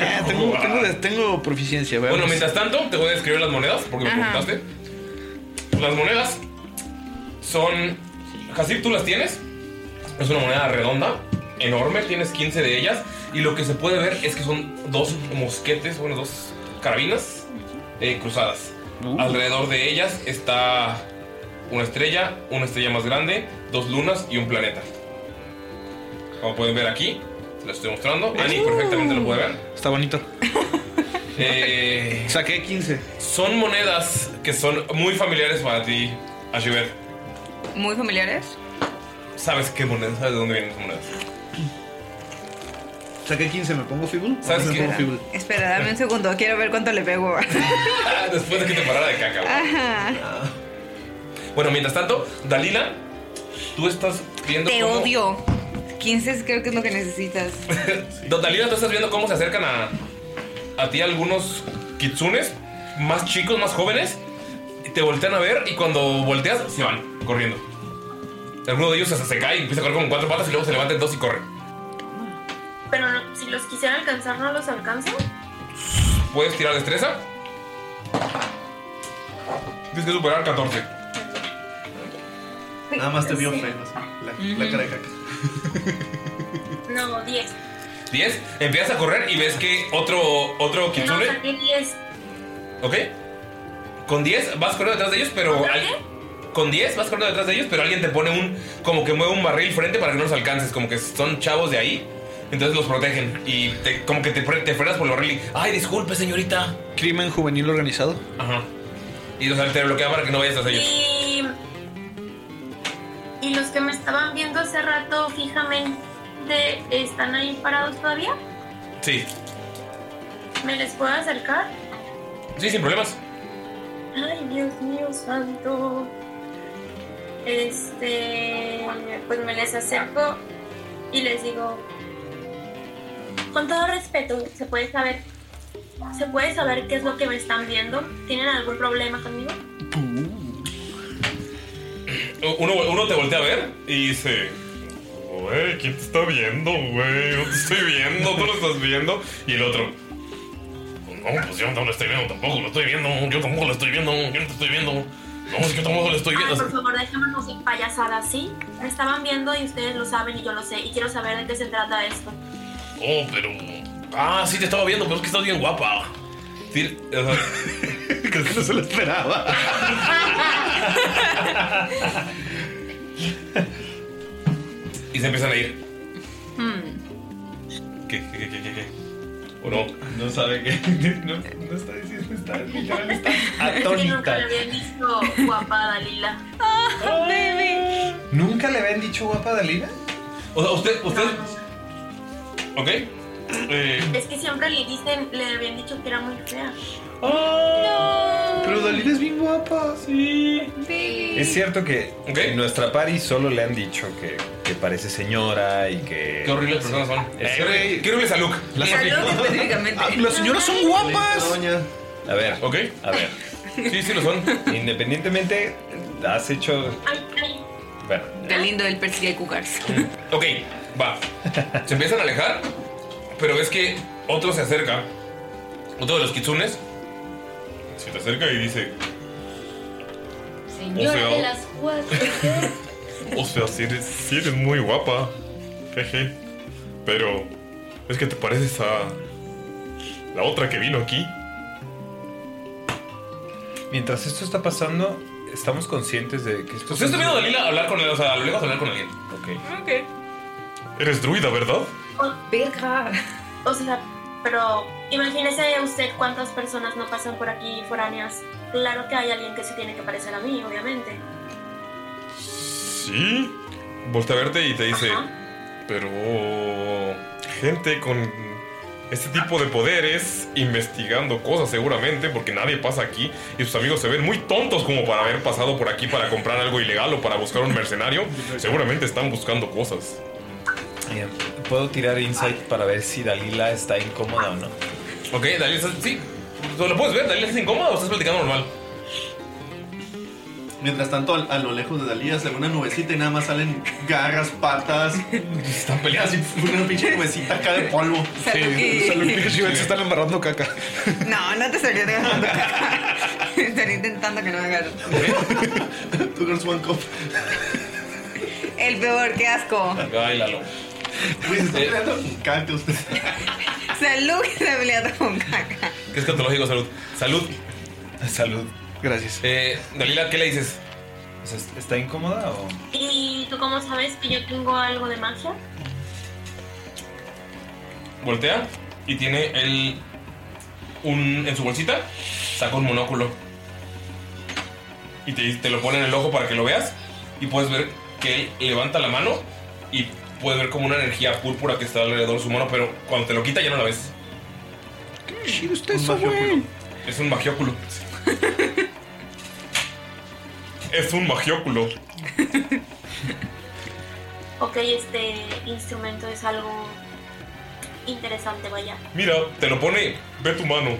Speaker 4: Ah,
Speaker 3: tengo, tengo, tengo proficiencia,
Speaker 1: Bueno, mientras tanto, te voy a describir las monedas, porque me
Speaker 5: Ajá.
Speaker 1: preguntaste. Las monedas son. Hasib, tú las tienes. Es una moneda redonda enorme, tienes 15 de ellas. Y lo que se puede ver es que son dos mosquetes, bueno, dos carabinas eh, cruzadas. Alrededor de ellas está una estrella, una estrella más grande, dos lunas y un planeta. Como pueden ver aquí, se lo estoy mostrando. Ani perfectamente lo puede ver.
Speaker 3: Está bonito.
Speaker 1: Saqué 15. Eh, Son monedas que son muy familiares para ti, Ashibet.
Speaker 5: ¿Muy familiares?
Speaker 1: ¿Sabes qué monedas? ¿Sabes de dónde vienen las monedas?
Speaker 3: Saqué 15, me pongo Fibul.
Speaker 1: ¿Sabes
Speaker 3: me
Speaker 1: qué?
Speaker 3: pongo Fibul.
Speaker 5: Espera, dame un segundo. Quiero ver cuánto le pego. (laughs)
Speaker 1: Ah, Después de que te parara de caca. güey.
Speaker 5: Ajá.
Speaker 1: Bueno, mientras tanto, Dalila, tú estás viendo
Speaker 5: Te
Speaker 1: cómo... (laughs)
Speaker 5: odio. 15 es- creo que es lo que necesitas.
Speaker 1: Da- Dalila, tú estás viendo cómo se acercan a, a ti algunos kitsunes, más chicos, más jóvenes, y te voltean a ver y cuando volteas se van corriendo. Alguno de ellos hasta se cae y empieza a correr con cuatro patas y luego se levanta en dos y corre.
Speaker 2: Pero no- si los quisiera alcanzar, ¿no los alcanzo?
Speaker 1: ¿Puedes tirar destreza? Tienes que superar 14.
Speaker 7: Nada más te vio feo,
Speaker 1: la,
Speaker 7: la cara de
Speaker 1: caca.
Speaker 2: No, 10.
Speaker 1: 10. Empiezas a correr y ves que otro, otro
Speaker 2: No,
Speaker 1: kitsune
Speaker 2: saqué 10.
Speaker 1: ¿Ok? Con 10 vas corriendo detrás de ellos, pero. al- Con 10 vas corriendo detrás de ellos, pero alguien te pone un. Como que mueve un barril frente para que no los alcances. Como que son chavos de ahí. Entonces los protegen. Y te- como que te, fre- te frenas por el barril y. ¡Ay, disculpe, señorita!
Speaker 3: Crimen juvenil organizado.
Speaker 1: Ajá. Y los te bloquea para que no vayas tras ellos.
Speaker 2: Y, y los que me estaban viendo hace rato fijamente están ahí parados todavía.
Speaker 1: Sí.
Speaker 2: ¿Me les puedo acercar?
Speaker 1: Sí, sin problemas.
Speaker 2: Ay, Dios mío santo. Este, pues me les acerco y les digo, con todo respeto, se puede saber, se puede saber qué es lo que me están viendo. ¿Tienen algún problema conmigo?
Speaker 1: Uno, uno te voltea a ver y dice. Güey, ¿quién te está viendo, güey? Yo te estoy viendo, tú lo estás viendo. Y el otro. No, pues yo no lo estoy viendo tampoco, lo estoy viendo. Yo tampoco lo estoy viendo, yo no te estoy viendo. No, es que yo tampoco lo estoy
Speaker 2: Ay,
Speaker 1: viendo.
Speaker 2: por favor, déjame sin payasadas, ¿sí? Me estaban viendo y ustedes lo saben y yo lo sé. Y quiero saber de qué se trata (laughs) esto.
Speaker 1: Oh, pero. Ah, sí te estaba viendo, pero es que estás bien guapa. Sí, o sea, (laughs) Creo que no se lo esperaba. y se empiezan a ir.
Speaker 5: Hmm.
Speaker 1: ¿Qué, qué, qué, qué, qué? ¿O no? No sabe qué. (laughs) No, está diciendo, está literal,
Speaker 4: (laughs)
Speaker 1: está
Speaker 2: Es que nunca le habían visto guapa a Dalila.
Speaker 1: ¿Nunca le habían dicho guapa a Dalila? O sea, usted, usted. ¿Ok? Eh,
Speaker 2: Es que siempre le dicen, le habían dicho que era muy fea.
Speaker 4: Pero Dalila es bien guapa, sí.
Speaker 2: Sí.
Speaker 4: Es cierto que en nuestra party solo le han dicho que, que parece señora y que.
Speaker 1: Qué horribles personas son.
Speaker 4: Es
Speaker 1: Eh,
Speaker 4: cierto.
Speaker 1: güey, qué horribles a Luke.
Speaker 4: Las- A Luke específicamente. Ah, las señoras son guapas. A ver.
Speaker 1: Ok.
Speaker 4: A ver.
Speaker 1: Sí, sí lo son.
Speaker 4: Independientemente, has hecho. Bueno.
Speaker 5: Galindo del Percy y (laughs) Cougars.
Speaker 1: Ok, va. Se empiezan a alejar, pero ves que otro se acerca. Otro de los kitsunes. Se te acerca y dice.
Speaker 6: Señora
Speaker 1: O sea,
Speaker 6: de las cuatro.
Speaker 10: O sea, si eres, sí eres muy guapa. Jeje. Pero es que te pareces a la otra que vino aquí.
Speaker 4: Mientras esto está pasando, estamos conscientes de que esto.
Speaker 1: Usted está Pues viendo a Dalila hablar con él, o sea, a lo lejos hablar con alguien.
Speaker 4: Ok.
Speaker 2: Ok.
Speaker 10: Eres druida, ¿verdad?
Speaker 2: O sea, pero imagínese usted cuántas personas no pasan por aquí foráneas. Claro que hay alguien que se tiene que parecer a mí, obviamente.
Speaker 10: Sí.
Speaker 1: Voltea a verte y te dice.
Speaker 10: Pero gente con este tipo de poderes investigando cosas seguramente porque nadie pasa aquí y sus amigos se ven muy tontos como para haber pasado por aquí para comprar algo ilegal o para buscar un mercenario. Seguramente están buscando cosas.
Speaker 4: Bien, Puedo tirar insight para ver si Dalila está incómoda o no.
Speaker 1: Ok, Dalila, estás- sí. ¿Lo puedes ver? ¿Dalila estás incómoda o estás platicando normal?
Speaker 7: Mientras tanto, al- a, lo lejos de Dalila se ve una nubecita y nada más salen garras, (laughs) patas.
Speaker 1: Están peleadas y
Speaker 7: una pinche nubecita acá de polvo.
Speaker 5: Saluki.
Speaker 3: Saluki y Shibet se están embarrando caca.
Speaker 5: No, no te estaría dejando. Estaría intentando que no me agarren.
Speaker 7: Two girls, one cup.
Speaker 5: El peor, qué asco.
Speaker 1: Ay, Lalo.
Speaker 7: Güey, se
Speaker 1: Eh,
Speaker 7: está peleando con caca usted.
Speaker 5: Salud (laughs) que se ha peleado con caca.
Speaker 1: ¿Qué es catológico? Salud. Salud.
Speaker 4: Salud.
Speaker 3: Gracias.
Speaker 1: Eh, Dalila, ¿qué le dices?
Speaker 4: ¿Está incómoda o.?
Speaker 2: ¿Y tú cómo sabes que yo tengo algo de magia?
Speaker 1: Voltea y tiene el. Un, en su bolsita saca un monóculo. Y te, te lo pone en el ojo para que lo veas. Y puedes ver que él levanta la mano y puedes ver como una energía púrpura que está alrededor de su mano, pero cuando te lo quita ya no la ves.
Speaker 3: Chido usted,
Speaker 1: Un
Speaker 3: eso, güey.
Speaker 1: Es un magióculo. es un magióculo.
Speaker 2: Ok, este instrumento es algo interesante, vaya.
Speaker 1: Mira, te lo pone, ve tu mano.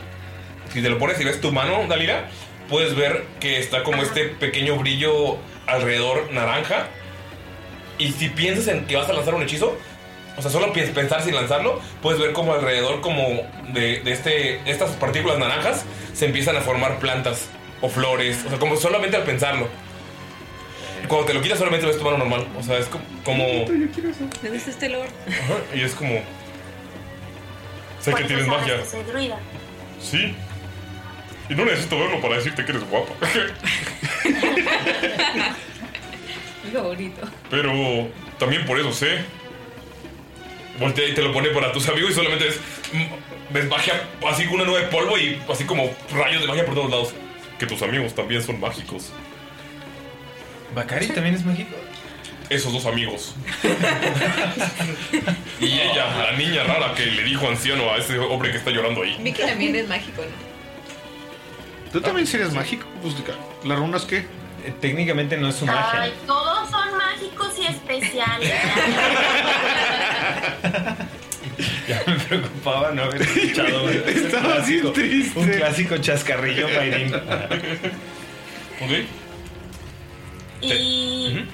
Speaker 1: Si te lo pones y ves tu mano, Dalila, puedes ver que está como este pequeño brillo alrededor naranja. Y si piensas en que vas a lanzar un hechizo, o sea, solo piens- pensar sin lanzarlo, puedes ver como alrededor como de, de este, de estas partículas naranjas se empiezan a formar plantas o flores. O sea, como solamente al pensarlo. Cuando te lo quitas solamente ves tu mano normal. O sea, es como... como
Speaker 5: Yo quiero eso. ¿Me (laughs) gusta este lord?
Speaker 1: Ajá, y es como... Sé que
Speaker 2: Por eso ¿eh?
Speaker 1: tienes
Speaker 2: sabes
Speaker 1: magia.
Speaker 2: que soy druida.
Speaker 10: Sí. Y no necesito verlo para decirte que eres guapa.
Speaker 5: Lo bonito.
Speaker 10: Pero también por eso sé.
Speaker 1: Voltea y te lo pone para tus amigos y solamente es. mm, Ves magia, así como una nube de polvo y así como rayos de magia por todos lados. Que tus amigos también son mágicos.
Speaker 4: ¿Bacari también es mágico?
Speaker 1: Esos dos amigos. (laughs) y ella, la niña rara que le dijo anciano a ese hombre que está llorando ahí.
Speaker 5: Vi que también es mágico, ¿no?
Speaker 4: Ah,
Speaker 3: Tú también si eres mágico. Pues, ¿Las runas qué?
Speaker 4: Eh, técnicamente no es su
Speaker 2: Ay, todos son mágicos y
Speaker 1: (laughs)
Speaker 2: especiales.
Speaker 4: Ya me preocupaba no
Speaker 3: (laughs)
Speaker 4: haber escuchado. un clásico- Un clásico chascarrillo, Mayrin.
Speaker 1: Ok.
Speaker 2: y
Speaker 4: Ujú.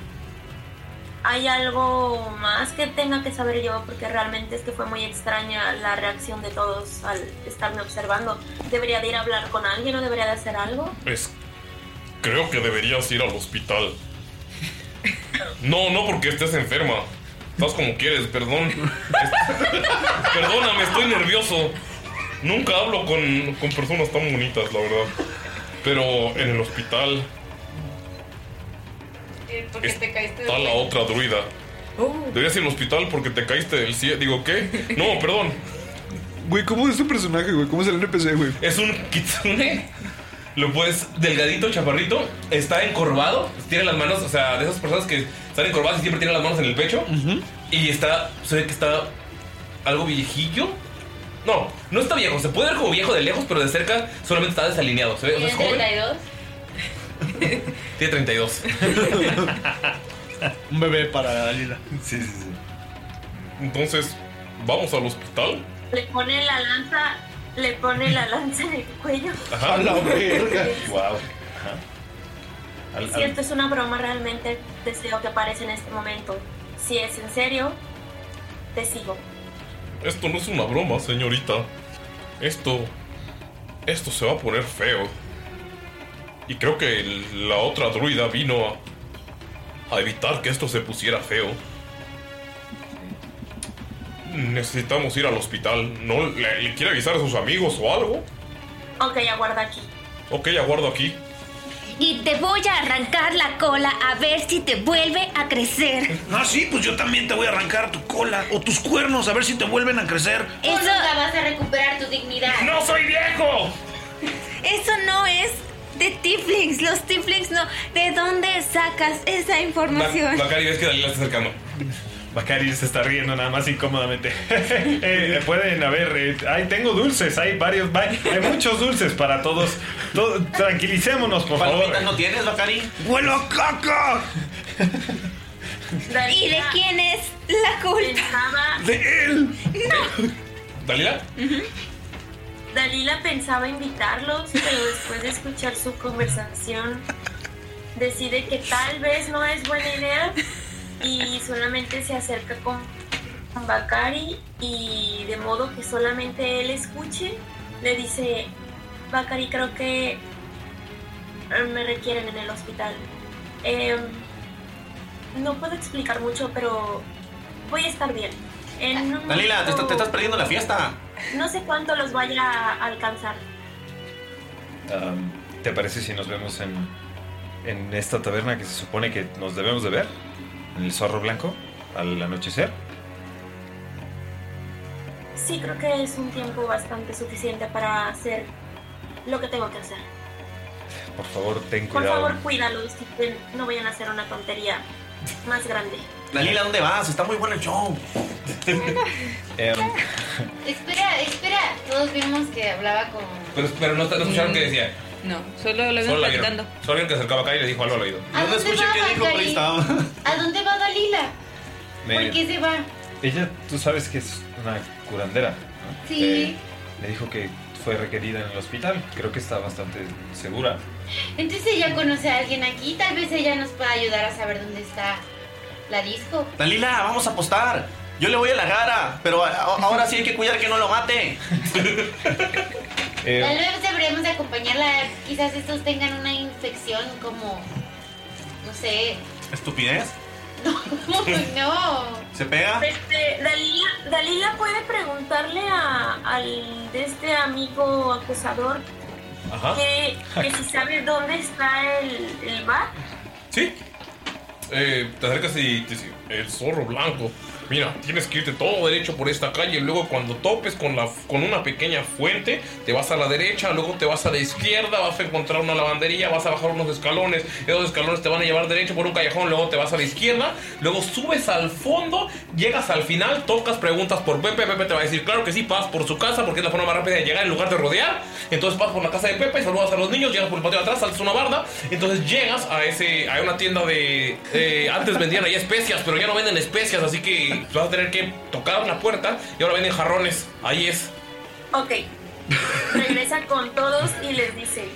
Speaker 2: hay algo más que tenga que saber yo, porque realmente es que fue muy extraña la reacción de todos al estarme observando. ¿Debería de ir a hablar con alguien o debería de hacer algo?
Speaker 10: Es. Creo que deberías ir al hospital. No, no porque estés enferma.
Speaker 1: Estás como quieres,
Speaker 10: (laughs)
Speaker 1: perdón. Es- Perdóname, estoy nervioso. Nunca hablo con, con personas tan bonitas, la verdad. Pero en el hospital
Speaker 6: Porque te caíste
Speaker 10: Está la otra druida.
Speaker 6: Oh.
Speaker 10: Deberías ir al hospital porque te caíste del cielo. Digo, ¿qué?
Speaker 1: "Oh,
Speaker 10: No, perdón.
Speaker 3: Güey, ¿cómo es tu personaje, güey? ¿Cómo es el NPC, güey?
Speaker 1: Es un kitsune. Lo puedes, delgadito, chaparrito, está encorvado, tiene las manos, o sea, de esas personas que están encorvadas y siempre tienen las manos en el pecho. Y está, se ve que está algo viejillo. No, no está viejo, se puede ver como viejo de lejos, pero de cerca solamente está desalineado. Se ve, o sea,
Speaker 6: ¿Tienes
Speaker 1: es joven,
Speaker 6: 32?
Speaker 1: tiene 32.
Speaker 3: Un bebé para Lila.
Speaker 1: Sí, sí, sí. Entonces, vamos al hospital.
Speaker 2: Le pone la lanza, le pone la lanza en el cuello.
Speaker 10: Ajá.
Speaker 4: Wow.
Speaker 2: Si esto es una broma, realmente deseo que pares en este momento. Si es en serio, te sigo.
Speaker 10: Esto no es una broma, señorita. Esto. Esto se va a poner feo. Y creo que el- la otra druida vino a, a evitar que esto se pusiera feo. Necesitamos ir al hospital. ¿No le, le quiere avisar a sus amigos o algo?
Speaker 2: Ok, aguarda aquí.
Speaker 10: Ok, aguardo aquí.
Speaker 9: Y te voy a arrancar la cola a ver si te vuelve a crecer.
Speaker 3: No, sí, pues yo también te voy a arrancar tu cola o tus cuernos a ver si te vuelven a crecer.
Speaker 6: Eso nunca vas a recuperar tu dignidad.
Speaker 10: ¡No soy viejo!
Speaker 6: Eso no es de Tiflings. Los Tiflings no. ¿De dónde sacas esa información?
Speaker 1: Bacari, ves que Dalila está acercando.
Speaker 4: Bacari se está riendo nada más incómodamente. (laughs) Eh, pueden haber. eh, ay, tengo dulces, hay varios. va- Hay muchos dulces para todos. To- tranquilicémonos, por favor.
Speaker 8: no tienes, Bacari?
Speaker 4: ¡Huelo a caca!
Speaker 6: ¿Y de quién es la
Speaker 2: culpa? (laughs)
Speaker 3: ¡De él!
Speaker 1: ¿Dalila?
Speaker 2: Dalila pensaba invitarlos, pero después de escuchar su conversación, decide que tal vez no es buena idea y solamente se acerca con con Bakari y de modo que solamente él escuche, le dice, Bakari, creo que eh, me requieren en el hospital. Em, no puedo explicar mucho, pero voy a estar bien. En un
Speaker 7: Dalila, te,
Speaker 2: momento-
Speaker 7: está- te estás perdiendo la fiesta.
Speaker 2: No sé cuánto los vaya a alcanzar.
Speaker 4: Am, ¿Te parece si nos vemos en, en esta taberna que se supone que nos debemos de ver? En el zorro blanco, al anochecer.
Speaker 2: Sí, creo que es un tiempo bastante suficiente para hacer lo que tengo que hacer.
Speaker 4: Por favor, ten
Speaker 2: Por
Speaker 4: cuidado.
Speaker 2: favor, cuídalos y que no vayan a hacer una tontería más grande.
Speaker 7: Dalila, ¿dónde vas? Está muy bueno el show.
Speaker 4: Em,
Speaker 6: Espera, espera. Todos vimos que hablaba con.
Speaker 1: Pero, pero no, no escucharon qué decía.
Speaker 5: No, solo lo
Speaker 1: Solo
Speaker 5: vimos
Speaker 1: la vieron.
Speaker 5: platicando.
Speaker 1: Solo alguien que se acercaba acá y le dijo algo al oído.
Speaker 6: ¿A dónde va, Bacari? ¿A dónde va Dalila?
Speaker 4: me-
Speaker 6: ¿Por qué se va?
Speaker 4: Ella, tú sabes que es una curandera. ¿no?
Speaker 6: Sí.
Speaker 4: Me dijo que fue requerida en el hospital. Creo que está bastante
Speaker 5: (laughs)
Speaker 4: segura. (laughs)
Speaker 6: Entonces ella conoce a alguien aquí. Tal vez ella nos pueda ayudar a saber dónde está la disco.
Speaker 7: Dalila, vamos a apostar. Yo le voy a la gara, pero a- a- ahora sí hay que cuidar que no lo mate. (laughs) Em,
Speaker 6: Tal vez deberíamos de acompañarla. Quizás estos tengan una infección como. No sé.
Speaker 7: ¿Estupidez?
Speaker 6: no.
Speaker 7: ¿Se pega?
Speaker 2: Este, Dalila, Dalila puede preguntarle a- al de este amigo acusador
Speaker 1: Ajá.
Speaker 2: que, que si sabe dónde está el, el bar.
Speaker 1: Sí. Eh, te acercas y te dice, el zorro blanco. Mira, tienes que irte todo derecho por esta calle. Luego cuando topes con, la, con una pequeña fuente, te vas a la derecha, luego te vas a la izquierda, vas a encontrar una lavandería, vas a bajar unos escalones. Esos escalones te van a llevar derecho por un callejón, luego te vas a la izquierda, luego subes al fondo, llegas al final, tocas preguntas por Pepe. Pepe te va a decir, claro que sí, vas por su casa porque es la forma más rápida de llegar en lugar de rodear. Entonces vas por la casa de Pepe, saludas a los niños, llegas por el patio de atrás, saltas una barda. Entonces llegas a ese a una tienda de. eh, antes vendían ahí especias, pero ya no venden especias, así que vas a tener que tocar una puerta y ahora venden jarrones. Ahí es.
Speaker 2: Ok. Regresa con todos y les dice,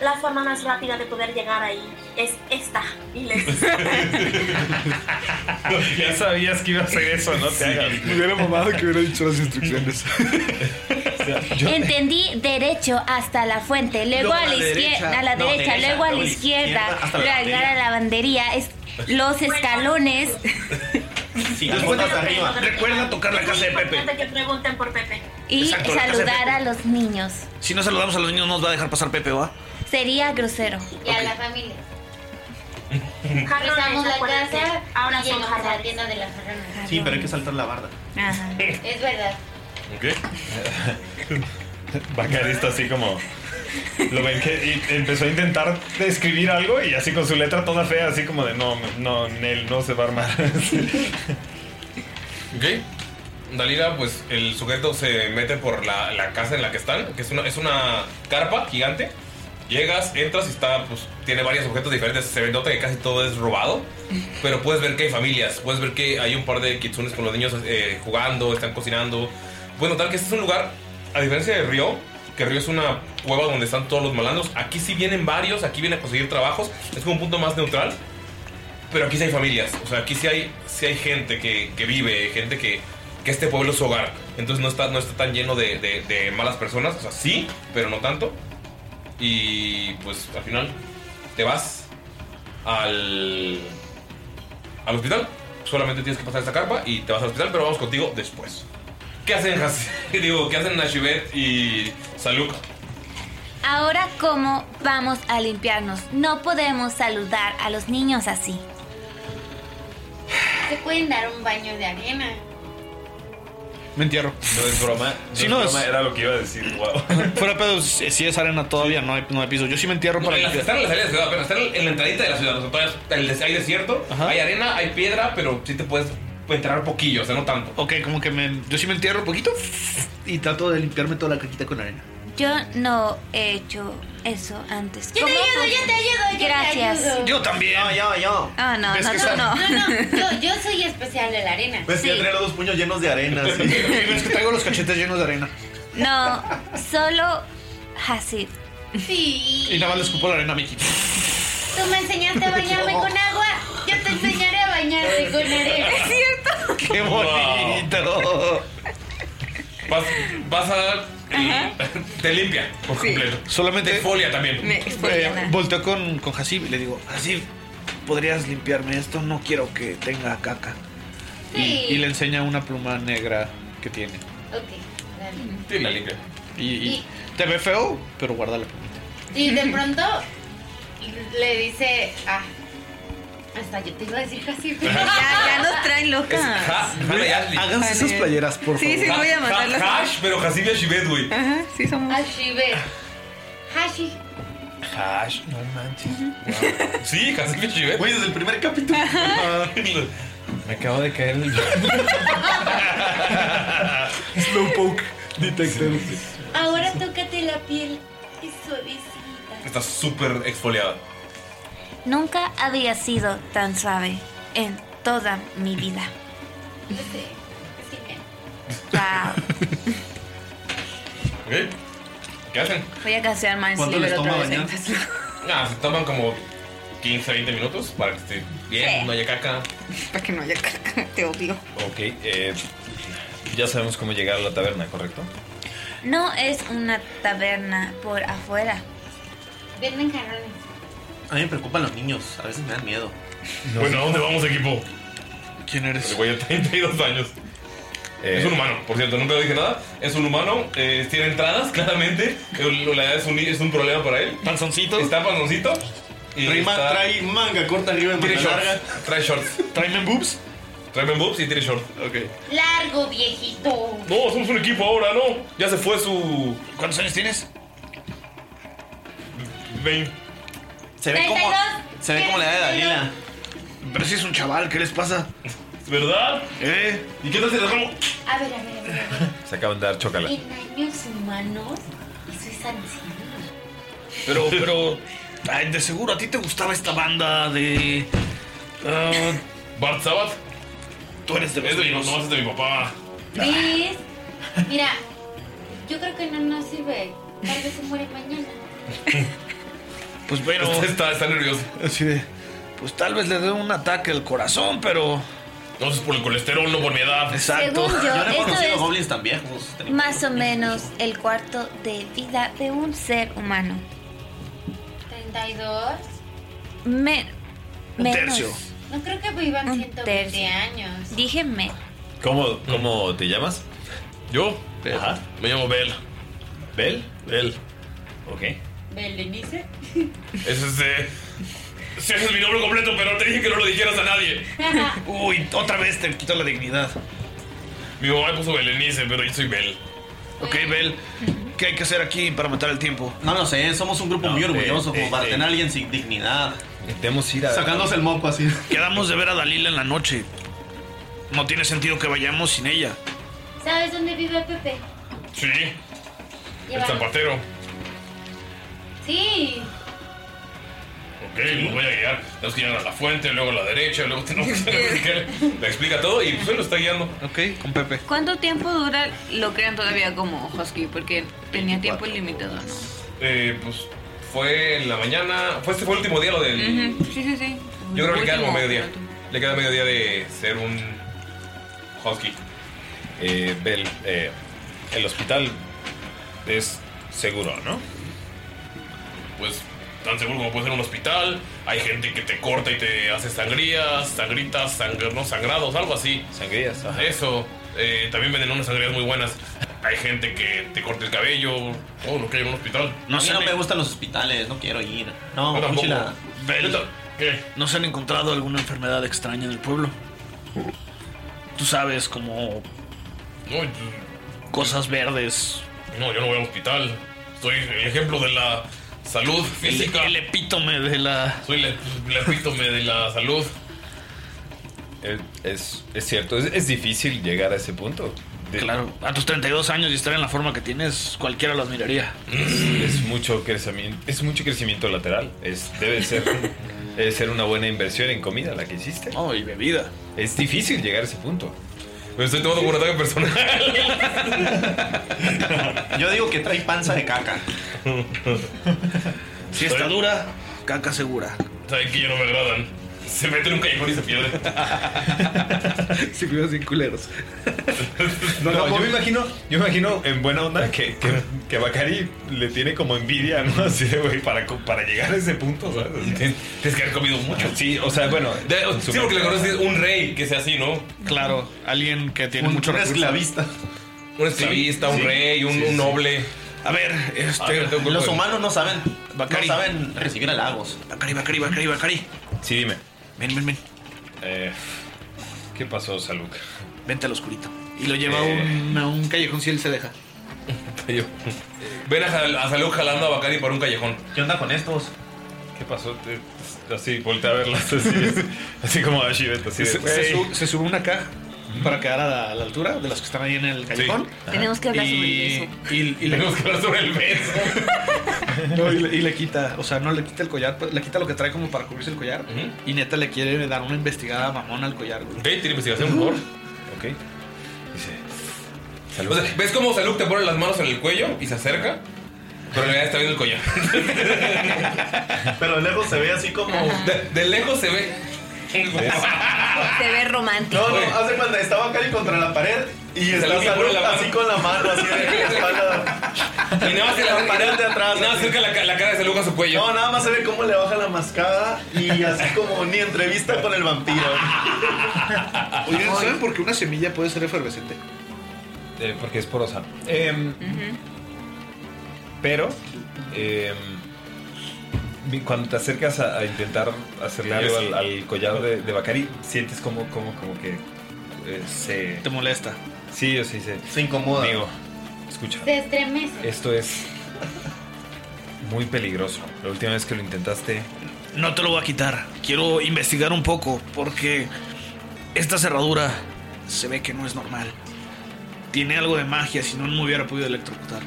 Speaker 2: la forma más rápida de poder llegar ahí es esta. Y les
Speaker 4: ya sabías que iba a hacer eso, no te hagas.
Speaker 11: Me hubiera mamado que hubiera dicho las instrucciones.
Speaker 9: Entendí derecho hasta la fuente, luego, a la izquierda, a la
Speaker 11: No,
Speaker 9: derecha,
Speaker 11: derecha,
Speaker 9: luego a la
Speaker 11: luego
Speaker 9: izquierda,
Speaker 11: izquierda, hasta la
Speaker 9: luego a la lavandería, Pues, es los escalones.
Speaker 7: Sí,
Speaker 3: las
Speaker 9: Bueno,
Speaker 3: botas hasta
Speaker 9: pero-
Speaker 3: arriba. Recuerda tocar la casa de Pepe.
Speaker 2: que pregunten por Pepe.
Speaker 9: Y
Speaker 3: Exacto, la casa de
Speaker 9: saludar a los niños.
Speaker 3: Si no saludamos a los niños, no nos va a dejar pasar Pepe, ¿va?
Speaker 9: Sería grosero.
Speaker 6: Y a la familia.
Speaker 2: Jarrones,
Speaker 6: Cruzamos la
Speaker 2: acuérdense.
Speaker 6: casa.
Speaker 2: Ahora
Speaker 6: y
Speaker 2: son
Speaker 6: llegamos a la
Speaker 2: jarrones.
Speaker 6: tienda de las jarrones.
Speaker 7: Sí, pero hay que saltar la barda.
Speaker 6: Ajá. (laughs) Es verdad.
Speaker 4: (laughs) Bacari está así como. Lo ven que y empezó a intentar escribir algo y así con su letra toda fea, así como de no, no, Nel, no se va a armar.
Speaker 3: (laughs)
Speaker 1: Ok. Dalila, pues el sujeto se mete por la, la casa en la que están, que es una, es una carpa gigante. Llegas, entras y está, pues tiene varios objetos diferentes. Se nota que casi todo es robado. Pero puedes ver que hay familias, puedes ver que hay un par de kitsunes con los niños eh, jugando, están cocinando. Puedes notar que este es un lugar, a diferencia de Río, que Río es una cueva donde están todos los malandros. Aquí sí vienen varios, aquí vienen a conseguir trabajos. Es como un punto más neutral. Pero aquí sí hay familias, o sea, aquí sí hay, sí hay gente que, que vive, gente que, que este pueblo es su hogar. Entonces no está, no está tan lleno de, de- de malas personas, o sea, sí, pero no tanto. Y pues al final te vas al, al hospital. Solamente tienes que pasar esta carpa y te vas al hospital, pero vamos contigo después. ¿Qué hacen, (laughs) Has- Digo, ¿qué hacen Nashivet y Saluk?
Speaker 9: Ahora, ¿cómo vamos a limpiarnos? No podemos saludar a los niños así.
Speaker 6: Se pueden dar un baño de arena.
Speaker 3: Me entierro.
Speaker 4: No es broma.
Speaker 3: Si
Speaker 4: no
Speaker 3: no
Speaker 4: es
Speaker 3: es-
Speaker 4: broma, era lo que iba a decir, wow.
Speaker 3: (laughs) Fuera pedo, si si es arena todavía, no, hay, no hay piso. Yo sí me entierro para
Speaker 1: En las-
Speaker 3: que-
Speaker 1: Están en la salida de la ciudad, apenas, están en la entradita de la ciudad. o sea, todavía el des- hay desierto, hay arena, hay piedra, pero sí te puedes pues, entrar poquillo, o sea, no tanto.
Speaker 3: Ok, como que me. Yo sí me entierro un poquito y trato de limpiarme toda la caquita con arena.
Speaker 9: Yo no he hecho eso antes.
Speaker 6: Yo te
Speaker 9: ¿Cómo
Speaker 6: ayudo,
Speaker 9: pos-
Speaker 6: yo te ayudo, yo te
Speaker 9: Gracias.
Speaker 6: ayudo.
Speaker 3: Yo también.
Speaker 7: Yo, yo, yo.
Speaker 9: Ah, no,
Speaker 7: ¿Ves
Speaker 9: no,
Speaker 7: que
Speaker 9: tú
Speaker 7: está-
Speaker 9: no. (laughs)
Speaker 6: No, yo, yo soy especial de la arena.
Speaker 3: Pues
Speaker 7: Ves que ya tenía los dos puños llenos de arena. Sí.
Speaker 3: (laughs) es que traigo los cachetes llenos de arena.
Speaker 9: No, solo Hasid.
Speaker 6: Sí.
Speaker 3: Y nada más le escupo la arena a Miki.
Speaker 6: Tú me enseñaste a
Speaker 9: Oh.
Speaker 6: bañarme con agua. Yo te enseñaré a bañarte con arena.
Speaker 1: Es
Speaker 6: cierto.
Speaker 3: (laughs) ¡Qué bonito!
Speaker 1: Vas, vas a. (laughs) Te limpia por completo.
Speaker 3: Solamente. Eh,
Speaker 1: folia también.
Speaker 5: Me exfoliana.
Speaker 3: volteo con, con Hasib y le digo: Hasib, ¿podrías limpiarme esto? No quiero que tenga caca. Y,
Speaker 6: Sí.
Speaker 3: y le enseña una pluma negra que tiene.
Speaker 6: Ok, dale.
Speaker 3: Y la limpia. Y,
Speaker 6: Y-
Speaker 3: te ve feo, pero guarda la pluma.
Speaker 6: Y de pronto le dice, ah, hasta yo te iba a decir casi.
Speaker 5: Ya nos traen locas.
Speaker 3: Háganse esas playeras, por favor.
Speaker 5: Sí, sí, voy a mandarlas.
Speaker 1: Hash, pero Hasibia Shibet, güey.
Speaker 5: Ajá, sí somos.
Speaker 6: Ashibet. Hashi.
Speaker 1: Hash, no manches. Wow. Sí, Hasibia Shibet. Güey, desde el primer capítulo.
Speaker 4: Me acabo de
Speaker 1: (laughs)
Speaker 4: caer el.
Speaker 12: Slowpoke Detector.
Speaker 6: Ahora tócate la piel. Es suavecita.
Speaker 1: Está súper exfoliada.
Speaker 9: Nunca había sido tan suave en toda mi vida.
Speaker 6: Yo sé. Es que me-
Speaker 9: Wow.
Speaker 1: ¿Ok? ¿Qué hacen?
Speaker 5: Voy a castear Mind
Speaker 1: ¿Cuánto les
Speaker 5: Sliver otra
Speaker 1: toma
Speaker 5: vez.
Speaker 1: bañar?
Speaker 5: entonces.
Speaker 1: Ah, se toman como 15, 20 minutos para que esté bien,
Speaker 5: Sí.
Speaker 1: no haya caca.
Speaker 5: (laughs) Para que no haya caca, te odio.
Speaker 4: (laughs) Ok, eh, ya sabemos cómo llegar a la taberna, ¿correcto?
Speaker 9: No es una taberna por afuera.
Speaker 6: Venden jarrones.
Speaker 7: A mí me preocupan los niños, a veces me dan miedo.
Speaker 1: Bueno, ¿a dónde vamos, equipo?
Speaker 3: ¿Quién eres?
Speaker 1: El güey de 32 años. Eh, Es un humano, por cierto, nunca le dije nada. Es un humano, eh, tiene entradas, (laughs) claramente. El- La edad es un, es un problema para él. Panzoncito. Está panzoncito. Y
Speaker 7: Trae ma- trae
Speaker 1: manga corta arriba
Speaker 7: y
Speaker 1: tiene
Speaker 7: manga
Speaker 1: shorts.
Speaker 7: larga.
Speaker 1: Trae shorts. Trae men boobs. Trae men boobs y tiene shorts. Ok.
Speaker 6: Largo, viejito.
Speaker 1: No, somos un equipo ahora, ¿no? Ya se fue su. ¿Cuántos años tienes? 20.
Speaker 3: Se ve como,
Speaker 6: 32.
Speaker 3: se ve como la edad de Dalila. Pero si es un chaval, ¿qué les pasa?
Speaker 1: ¿Verdad?
Speaker 3: ¿Eh?
Speaker 1: ¿Y qué tal si dejamos?
Speaker 6: A ver, a ver, a ver. a
Speaker 4: Se acaban de dar
Speaker 6: ver.
Speaker 4: chocala.
Speaker 6: En años humanos, eso es anciano.
Speaker 3: Pero, pero. ay, de seguro a ti te gustaba esta banda de. ah,
Speaker 1: Bart Sabbath.
Speaker 3: Tú eres de
Speaker 1: Es de mi mamá, es de mi papá.
Speaker 3: Ah.
Speaker 6: ¿Ves? Mira, yo creo que no nos sirve. Tal vez se muere mañana.
Speaker 3: Pues bueno. Está,
Speaker 1: nervioso.
Speaker 3: Así de. Pues tal vez le dé un ataque al corazón, pero.
Speaker 1: Entonces por el colesterol, no por mi edad.
Speaker 3: Exacto.
Speaker 9: Según yo, Yo no he esto conocido es-
Speaker 3: goblins tan viejos.
Speaker 9: Más o menos el cuarto de vida de un ser humano.
Speaker 6: 32.
Speaker 9: Me- menos.
Speaker 6: No creo que vivan 120 años.
Speaker 9: Dije me.
Speaker 4: ¿Cómo, cómo te llamas?
Speaker 1: ¿Yo?
Speaker 4: Ajá.
Speaker 1: Me llamo Bell.
Speaker 4: ¿Bel?
Speaker 1: Bell.
Speaker 4: Ok.
Speaker 6: ¿Belenice?
Speaker 1: Ese es eh, sí, ese es mi nombre completo, pero te dije que no lo dijeras a nadie.
Speaker 3: Uy, otra vez te quitó la dignidad.
Speaker 1: Mi mamá
Speaker 3: pues
Speaker 1: puso Belenice, pero yo soy Bel.
Speaker 3: Ok, Bel. ¿Qué hay que hacer aquí para matar el tiempo? eh,
Speaker 7: No lo sé, somos un grupo
Speaker 1: eh,
Speaker 7: muy orgulloso como para tener a alguien sin dignidad.
Speaker 4: Debemos ir
Speaker 7: Sacándose el moco así.
Speaker 3: Quedamos de ver a Dalila en la noche. No tiene sentido que vayamos sin ella.
Speaker 6: (laughs) ¿Sabes dónde vive Pepe?
Speaker 1: Sí, el
Speaker 6: Llévalo.
Speaker 1: zapatero.
Speaker 6: Sí.
Speaker 1: Ok, los voy a guiar. Tenemos que llegar a la fuente, luego a la derecha, luego tenemos
Speaker 10: (laughs)
Speaker 1: que hacer- Le explica todo y pues él lo está guiando.
Speaker 3: Ok, con Pepe.
Speaker 5: ¿Cuánto tiempo dura lo crean todavía como Husky? Porque tenía tiempo limitado, ¿no?
Speaker 1: Eh, pues fue en la mañana. Fue este fue el último día lo del.
Speaker 5: Ujú, Sí, sí, sí.
Speaker 1: Yo creo que le queda como
Speaker 5: Último.
Speaker 1: mediodía. Le queda mediodía de ser un husky.
Speaker 4: Eh, Bel, eh, el hospital es seguro, ¿no?
Speaker 1: Pues tan seguro como puede ser un hospital. Hay gente que te corta y te hace sangrías, sangritas, sangr- no, sangrados, algo así.
Speaker 4: Sangrías, ajá.
Speaker 1: Eso. Eh, también venden unas sangrías muy buenas. Hay gente que te corta el cabello. Todo lo que hay en un hospital.
Speaker 7: No sé, no me gustan los hospitales, no quiero ir. No,
Speaker 1: Yo tampoco.
Speaker 7: mochila.
Speaker 3: Bel,
Speaker 1: ¿Qué?
Speaker 3: ¿No se han encontrado alguna enfermedad extraña en el pueblo? Tú sabes, como
Speaker 1: No, yo- pues,
Speaker 3: cosas verdes.
Speaker 1: no, yo no voy al hospital. Soy el ejemplo de la salud física.
Speaker 3: El, el epítome de la.
Speaker 1: Soy el, el epítome de la salud.
Speaker 4: Eh, Es, es cierto, es, es difícil llegar a ese punto. De-
Speaker 3: Claro, a tus 32 años y estar en la forma que tienes, cualquiera lo admiraría.
Speaker 4: Es, es mucho crecimiento, es mucho crecimiento lateral. Es, debe ser, debe ser una buena inversión en comida la que hiciste.
Speaker 3: Oh, y bebida.
Speaker 4: Es difícil llegar a ese punto.
Speaker 1: Me estoy tomando por ataque personal.
Speaker 7: Yo digo que trae panza de
Speaker 1: (laughs)
Speaker 7: caca.
Speaker 3: Si está dura, caca segura.
Speaker 1: Saben que ya no me agradan. Se mete en un callejón y se pierde.
Speaker 3: (laughs) Sí, cuidado sin culeros.
Speaker 4: No,
Speaker 3: la
Speaker 4: yo
Speaker 3: moví.
Speaker 4: me imagino, yo me imagino en buena onda que, que, que Bacari le tiene como envidia, ¿no? Así de, güey, para, co- para llegar a ese punto, ¿sabes? Tienes
Speaker 1: que haber comido mucho.
Speaker 4: Sí, o sea, bueno.
Speaker 1: sí, porque le conoces un rey que sea así, ¿no?
Speaker 3: Claro, alguien que tiene
Speaker 1: Un-
Speaker 3: mucho
Speaker 1: un
Speaker 3: recurso.
Speaker 1: esclavista. Un esclavista, un rey, un- un noble.
Speaker 3: A ver, este,
Speaker 1: A ver, tengo un
Speaker 8: Los
Speaker 1: cuerpo de-
Speaker 8: humanos no saben.
Speaker 3: Bacari.
Speaker 8: No saben recibir halagos.
Speaker 3: Bacari, Bacari, Bacari, Bacari.
Speaker 4: Sí, dime. Eh,
Speaker 3: Ven, ven, ven.
Speaker 4: ¿Qué pasó, Saluk?
Speaker 3: Vente al oscurito. Y lo lleva
Speaker 4: Eh.
Speaker 3: a, un, a un callejón si él se deja.
Speaker 1: (laughs) Yo. Ven a, jal- a Salud jalando a Bacari por un callejón.
Speaker 8: ¿Qué onda con estos?
Speaker 4: ¿Qué pasó? Te- Así, voltea a verlas, así, así como a Shivet, así
Speaker 3: Se,
Speaker 4: de,
Speaker 3: se
Speaker 4: güey.
Speaker 3: su- se sube una caja para quedar a la, a la altura de las que están ahí en el callejón.
Speaker 4: Ajá. Tenemos que hablar sobre el
Speaker 3: Y, y le,
Speaker 4: Tenemos que hablar sobre el beso.
Speaker 3: (laughs) No, y, le, y le quita, o sea, no le quita el collar, pues, le quita lo que trae como para cubrirse el collar. Y neta le quiere dar una investigada mamona al collar, güey.
Speaker 1: Ok, tiene investigación, por favor.
Speaker 4: Ok. Dice.
Speaker 1: O sea, ¿Ves cómo Salud te pone las manos en el cuello y se acerca? Pero en realidad está viendo el collar.
Speaker 8: (laughs) Pero de lejos se ve así como.
Speaker 1: De, de lejos se ve.
Speaker 5: Se ve romántico.
Speaker 8: No, no, hace cuando estaba Cari contra la pared y
Speaker 1: Se
Speaker 8: estaba
Speaker 1: le pone la mano.
Speaker 8: así con la mano, así de la espalda.
Speaker 1: Y nada más que la
Speaker 8: pared de atrás.
Speaker 1: y nada más
Speaker 8: así.
Speaker 1: cerca la, ca- la cara de Salud a su cuello.
Speaker 8: No, nada más se ve cómo le baja la mascada y así como ni entrevista con el vampiro.
Speaker 3: Oigan, ¿saben por qué una semilla puede ser efervescente?
Speaker 4: Eh, porque es porosa. Em, Pero em, vi- cuando te acercas a, a intentar hacerle algo al, al collar de, de Bacari, sientes como, como, como que eh, se... Te
Speaker 3: molesta.
Speaker 4: Sí, o sí, se...
Speaker 8: Se incomoda.
Speaker 4: Amigo, escucha.
Speaker 6: Se estremece.
Speaker 4: Esto es muy peligroso. La última vez que lo intentaste...
Speaker 3: No te lo voy a quitar. Quiero investigar un poco porque esta cerradura se ve que no es normal. Tiene algo de magia, si no, no me hubiera podido electrocutar.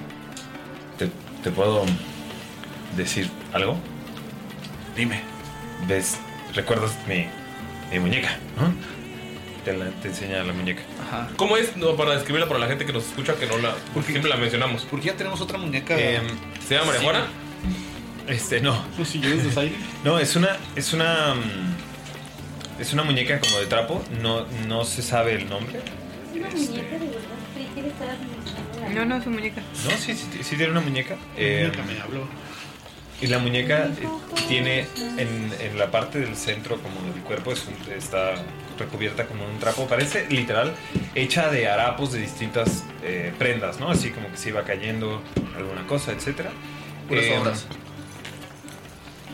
Speaker 4: ¿Te, te puedo decir algo?
Speaker 3: Dime.
Speaker 4: ¿Ves? ¿Recuerdas mi, mi muñeca? no? Te, la- te enseña la muñeca.
Speaker 3: Ajá.
Speaker 1: ¿Cómo es? No, para describirla para la gente que nos escucha que no la. Porque siempre la mencionamos.
Speaker 3: Porque ya tenemos otra muñeca.
Speaker 4: Em,
Speaker 1: ¿Se llama marihuana?
Speaker 4: Este, no. (laughs) No, es una. Es una. mm, Es una muñeca como de trapo. No, no se sabe el nombre.
Speaker 6: Una
Speaker 1: Este.
Speaker 6: muñeca de verdad, creí que le estabas mostrando la-
Speaker 5: No, no, su muñeca.
Speaker 4: No, sí, sí, sí tiene una muñeca. Em,
Speaker 3: Muñeca, me habló.
Speaker 4: Y la muñeca eh, tiene en, en la parte del centro como del cuerpo es un- está recubierta como un trapo, parece literal hecha de harapos de distintas eh, prendas, ¿no? Así como que se iba cayendo alguna cosa, etcétera.
Speaker 8: Puras
Speaker 4: Eh,
Speaker 8: obras.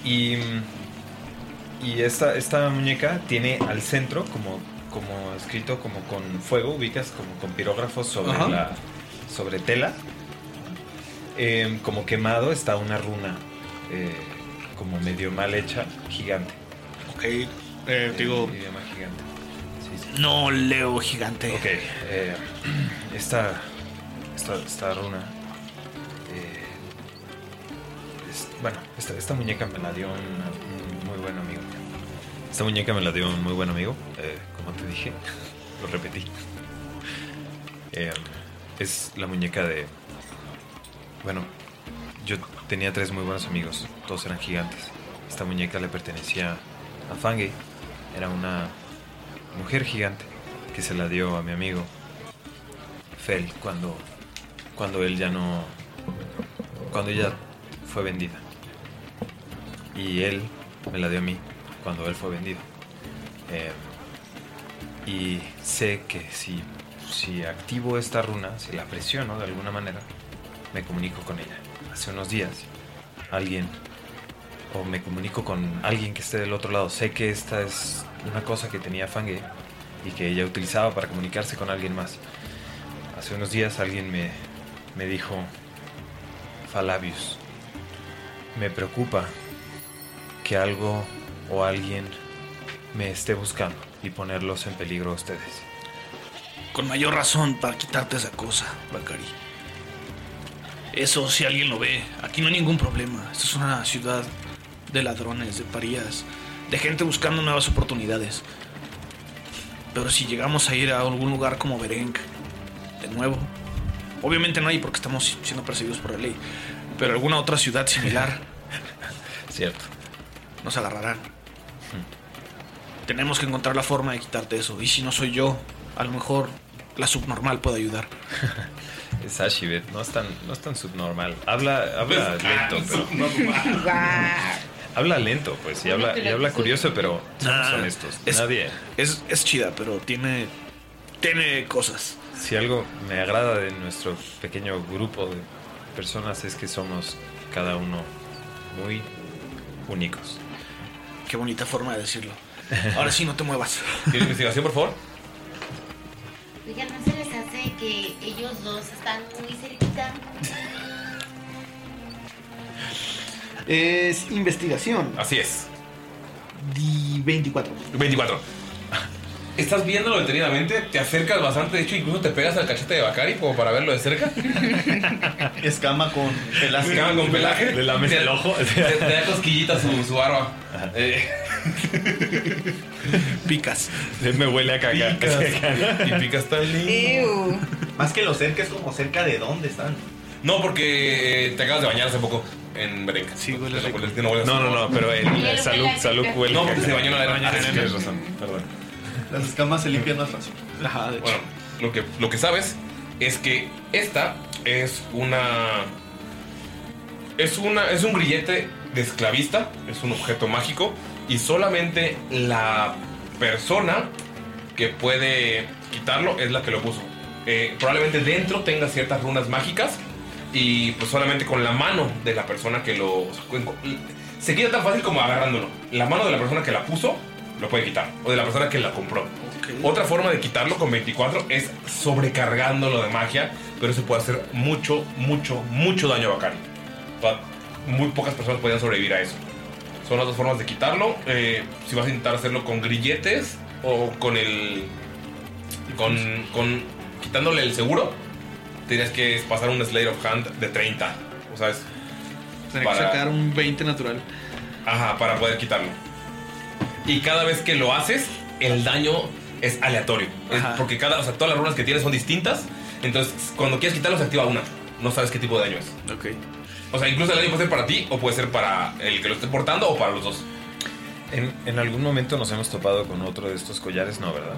Speaker 4: Y, y esta, esta muñeca tiene al centro como, como escrito como con fuego, ubicas como con pirógrafos sobre
Speaker 3: Ajá.
Speaker 4: la sobre tela. Eh, como quemado está una runa eh, como medio mal hecha, gigante.
Speaker 3: Ok, eh, digo.
Speaker 4: Idioma gigante. Sí, sí.
Speaker 3: No leo gigante.
Speaker 4: Ok, eh, (clears throat) esta, esta, esta runa. eh, es- bueno, esta, esta muñeca me la dio un, un muy buen amigo. Esta muñeca me la dio un muy buen amigo, eh, como te dije, lo repetí. Eh, es la muñeca de. Bueno, yo tenía tres muy buenos amigos, todos eran gigantes. Esta muñeca le pertenecía a Fangay, era una mujer gigante que se la dio a mi amigo Fel cuando, cuando él ya no. cuando ella fue vendida. Y él me la dio a mí cuando él fue vendido. Eh, y sé que si, si activo esta runa, si la presiono de alguna manera, me comunico con ella. Hace unos días, alguien, o me comunico con alguien que esté del otro lado. Sé que esta es una cosa que tenía Fange y que ella utilizaba para comunicarse con alguien más. Hace unos días alguien me, me dijo, Falabius, me preocupa que algo o alguien me esté buscando y ponerlos en peligro a ustedes.
Speaker 3: Con mayor razón para quitarte esa cosa, Bacari. Eso si alguien lo ve. Aquí no hay ningún problema. Esta es una ciudad de ladrones, de parías, de gente buscando nuevas oportunidades. Pero si llegamos a ir a algún lugar como Bereng, de nuevo, obviamente no hay porque estamos siendo perseguidos por la ley, pero alguna otra ciudad similar,
Speaker 4: Cierto.
Speaker 3: nos agarrarán. Tenemos que encontrar la forma de quitarte eso. Y si no soy yo, a lo mejor la subnormal puede ayudar.
Speaker 4: Es Ashibet, no es tan, no es tan subnormal. Habla, habla
Speaker 3: Es
Speaker 4: lento,
Speaker 3: tan
Speaker 4: pero.
Speaker 3: subnormal.
Speaker 4: Habla lento, pues, y habla, y habla curioso, pero somos
Speaker 3: Nah,
Speaker 4: honestos.
Speaker 3: Es,
Speaker 4: Nadie.
Speaker 3: Es, es chida, pero tiene. Tiene cosas.
Speaker 4: Si algo me agrada de nuestro pequeño grupo de personas es que somos cada uno muy únicos.
Speaker 3: Qué bonita forma de decirlo. Ahora sí, no te muevas.
Speaker 1: ¿Tienes investigación, por favor?
Speaker 6: Oigan, ¿no se les hace que ellos dos están muy cerquita?
Speaker 11: Es investigación.
Speaker 1: Así es.
Speaker 11: Di 24.
Speaker 1: 24. Estás viéndolo detenidamente, te acercas bastante, de hecho incluso te pegas al cachete de Bakari como para verlo de cerca.
Speaker 7: Escama con pelaje.
Speaker 1: Escama con pelaje.
Speaker 7: Le lames
Speaker 1: Te-
Speaker 7: el ojo.
Speaker 1: Te, te da cosquillitas su, su barba. Eh, (laughs)
Speaker 3: Picas.
Speaker 4: Me huele a cagar.
Speaker 1: (laughs) Y picas tan
Speaker 5: Ew.
Speaker 7: Más que lo cerca, es como cerca de dónde están.
Speaker 1: No, porque eh, te acabas de bañar hace poco en Breca. Sí, huele
Speaker 4: No, no, no, pero el- el Saluk- Saluk huele
Speaker 1: No,
Speaker 4: a
Speaker 1: porque se
Speaker 4: caca.
Speaker 1: bañó en la arena.
Speaker 4: Baña
Speaker 1: Ah,
Speaker 4: en la
Speaker 1: Tienes
Speaker 4: arena.
Speaker 1: razón, perdón.
Speaker 7: Las escamas se limpian más fácil. (laughs)
Speaker 1: Bueno, lo que, lo que sabes es que esta es una. Es una. Es un grillete de esclavista. Es un objeto mágico. Y solamente la persona que puede quitarlo es la que lo puso. Eh, probablemente dentro tenga ciertas runas mágicas. Y pues solamente con la mano de la persona que lo. o sea, con- con- se quita tan fácil como agarrándolo. La mano de la persona que la puso lo puede quitar. O de la persona que la compró. Otra forma de quitarlo con 24 es sobrecargándolo de magia. Pero eso puede hacer mucho, mucho, mucho daño a Bakari. Pa- Muy pocas personas podían sobrevivir a eso. Son las dos formas de quitarlo. Eh, si vas a intentar hacerlo con grilletes o con el. Con, con quitándole el seguro, tienes que pasar un Slayer of Hand de 30. O sea, es.
Speaker 3: Tendría que
Speaker 1: para-
Speaker 3: sacar un 20 natural.
Speaker 1: Ajá, para poder quitarlo. Y cada vez que lo haces, el daño es aleatorio. Es porque cada, o sea, todas las runas que tienes son distintas. Entonces, cuando quieres quitarlo, se activa una. No sabes qué tipo de daño es.
Speaker 3: Ok.
Speaker 1: O sea, incluso el daño puede ser para ti, o puede ser para el que lo esté portando, o para los dos.
Speaker 4: En, en algún momento nos hemos topado con otro de estos collares, ¿no, verdad?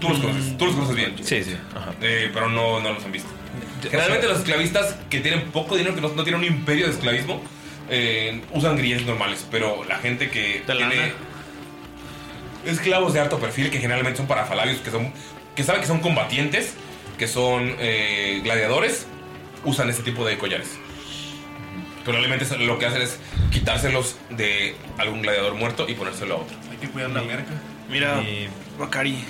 Speaker 1: Tú los conoces, tú los conoces bien.
Speaker 4: Sí, sí. Ajá.
Speaker 1: Eh, pero no, no los han visto. Generalmente los esclavistas que tienen poco dinero, que no, no tienen un imperio de esclavismo, eh, usan grilletes normales. Pero la gente que tiene esclavos de alto perfil, que generalmente son para falabios, que son que saben que son combatientes, que son eh, gladiadores, usan ese tipo de collares. Probablemente lo que hacen es quitárselos de algún gladiador muerto y ponérselo a otro.
Speaker 7: Hay que cuidar la merca.
Speaker 3: Mira, Bakari,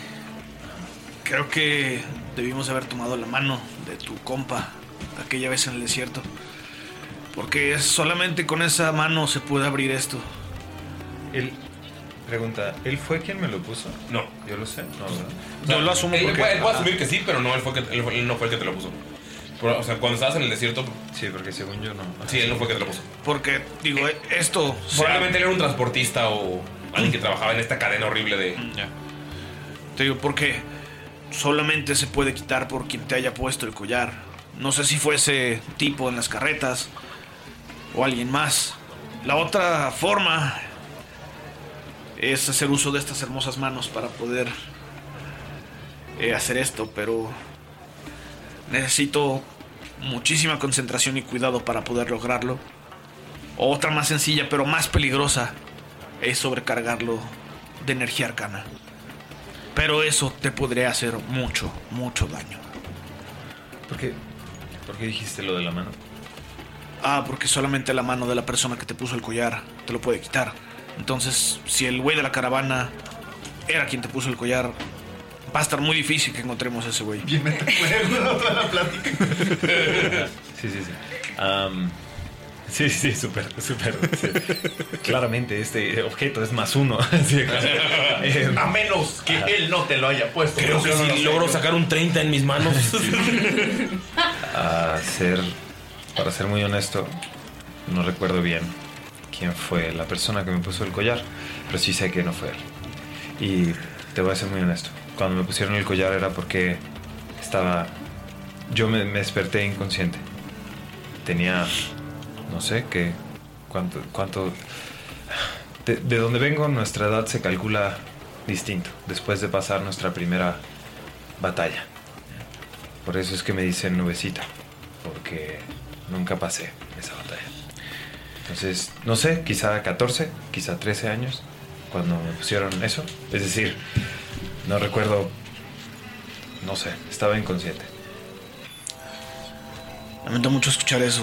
Speaker 3: creo que debimos haber tomado la mano de tu compa aquella vez en el desierto. Porque solamente con esa mano se puede abrir esto.
Speaker 4: Él pregunta, ¿él fue quien me lo puso?
Speaker 1: No.
Speaker 4: Yo lo sé. No, ¿verdad?
Speaker 1: O sea, Él, puede, él puede
Speaker 4: Ajá.
Speaker 1: asumir que sí, pero no él, fue que, él fue- él no fue el que te lo puso. Pero, o sea, cuando estabas en el desierto.
Speaker 4: Sí, porque según yo no.
Speaker 1: Sí, él no fue el que te lo puso.
Speaker 3: Porque, digo, esto.
Speaker 1: Probablemente él era un transportista o alguien que trabajaba en esta cadena horrible de.
Speaker 4: Mm,
Speaker 3: Mm, Te digo, porque solamente se puede quitar por quien te haya puesto el collar. No sé si fue ese tipo en las carretas o alguien más. La otra forma es hacer uso de estas hermosas manos para poder eh, hacer esto, pero necesito muchísima concentración y cuidado para poder lograrlo. Otra más sencilla, pero más peligrosa, es sobrecargarlo de energía arcana. Pero eso te podría hacer mucho, mucho daño.
Speaker 4: ¿Por qué? ¿Por qué dijiste lo de la mano?
Speaker 3: Ah, porque solamente la mano de la persona que te puso el collar te lo puede quitar. Entonces, si el güey de la caravana era quien te puso el collar, va a estar muy difícil que encontremos a ese güey.
Speaker 7: Bien, me recuerdo toda la
Speaker 1: (laughs)
Speaker 7: plática. (laughs)
Speaker 4: Sí, sí, sí. Am, sí, sí, sí, súper, súper.
Speaker 1: (laughs)
Speaker 4: sí. Claramente este objeto es más uno. (laughs)
Speaker 1: (laughs)
Speaker 4: Sí, eh,
Speaker 7: A menos que
Speaker 4: ajá.
Speaker 7: él no te lo haya puesto.
Speaker 1: Creo que si logro sacar un 30 en
Speaker 7: (laughs)
Speaker 1: mis manos.
Speaker 4: a ser, para ser muy honesto, no recuerdo bien quién fue la persona que me puso el collar, pero sí sé que no fue él. Y te voy a ser muy honesto. Cuando me pusieron el collar era porque estaba... Yo me, me desperté inconsciente. Tenía... No sé qué... ¿Cuánto... cuánto de, de donde vengo, nuestra edad se calcula distinto después de pasar nuestra primera batalla. Por eso es que me dicen nubecita, porque nunca pasé esa batalla. Entonces, no sé, quizá 14, quizá 13 años, cuando me pusieron eso. Es decir, no recuerdo, no sé, estaba inconsciente.
Speaker 13: Lamento mucho escuchar eso.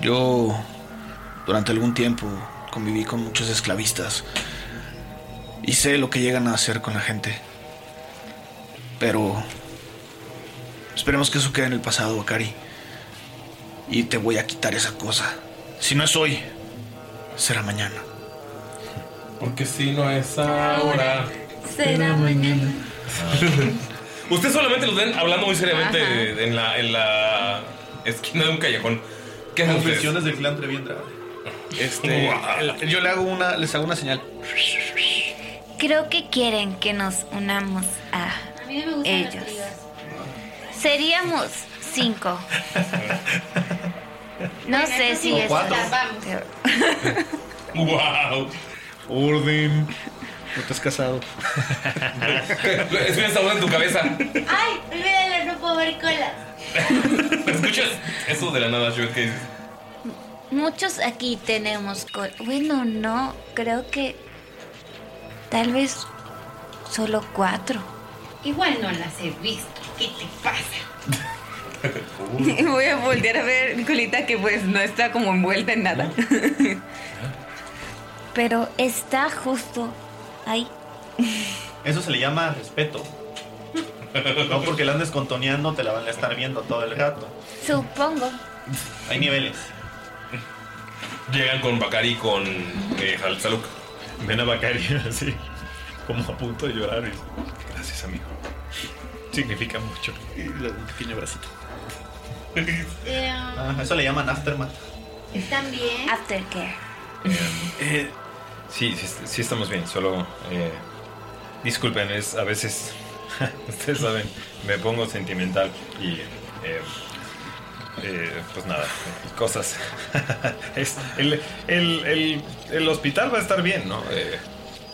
Speaker 13: Yo durante algún tiempo conviví con muchos esclavistas y sé lo que llegan a hacer con la gente. Pero esperemos que eso quede en el pasado, Akari. Y te voy a quitar esa cosa. Si no es hoy, será mañana.
Speaker 1: Porque si no es
Speaker 4: Ah.
Speaker 1: ahora.
Speaker 9: Será mañana.
Speaker 1: Ustedes solamente los ven hablando muy seriamente en la, en la esquina de un callejón. ¿Qué hacen ustedes?
Speaker 14: Confesiones del clan Treviendra.
Speaker 3: Este, el- yo le hago una, les hago una señal.
Speaker 9: Creo que quieren que nos unamos a ellos. Seríamos cinco. No sé si es...
Speaker 1: ¡Wow!
Speaker 3: Orden. No te has casado.
Speaker 1: (laughs) Es un sabor en tu cabeza.
Speaker 6: Ay, olvídalo, no puedo ver colas.
Speaker 1: ¿Escuchas eso de la nada, Shuet? ¿Qué dices?
Speaker 9: Muchos aquí tenemos col. Bueno, no, creo que tal vez solo cuatro.
Speaker 6: Igual no las he visto. ¿Qué te pasa?
Speaker 5: (laughs) Voy a voltear a ver Nicolita que pues no está como envuelta en nada.
Speaker 9: Pero está justo ahí.
Speaker 7: Eso se le llama respeto. No porque la andes contoneando, te la van a estar viendo todo el rato.
Speaker 9: Supongo.
Speaker 7: Hay niveles.
Speaker 1: Llegan con Bakari y con eh, Hal- Saluk.
Speaker 4: Ven a Bakari (laughs) así, como a punto de llorar. y, Gracias, amigo. Significa mucho.
Speaker 7: Y un pequeño
Speaker 4: (laughs)
Speaker 7: bracito. Ah, eso le llaman aftermath.
Speaker 6: Eh, um, ¿Están bien?
Speaker 9: Aftercare.
Speaker 4: Eh, Sí, sí, sí estamos bien, solo eh, disculpen, es a veces, (laughs) ustedes saben, me pongo sentimental y eh, eh, pues nada, cosas. (laughs) Es- el, el- el- el hospital va a estar bien, ¿no? Eh,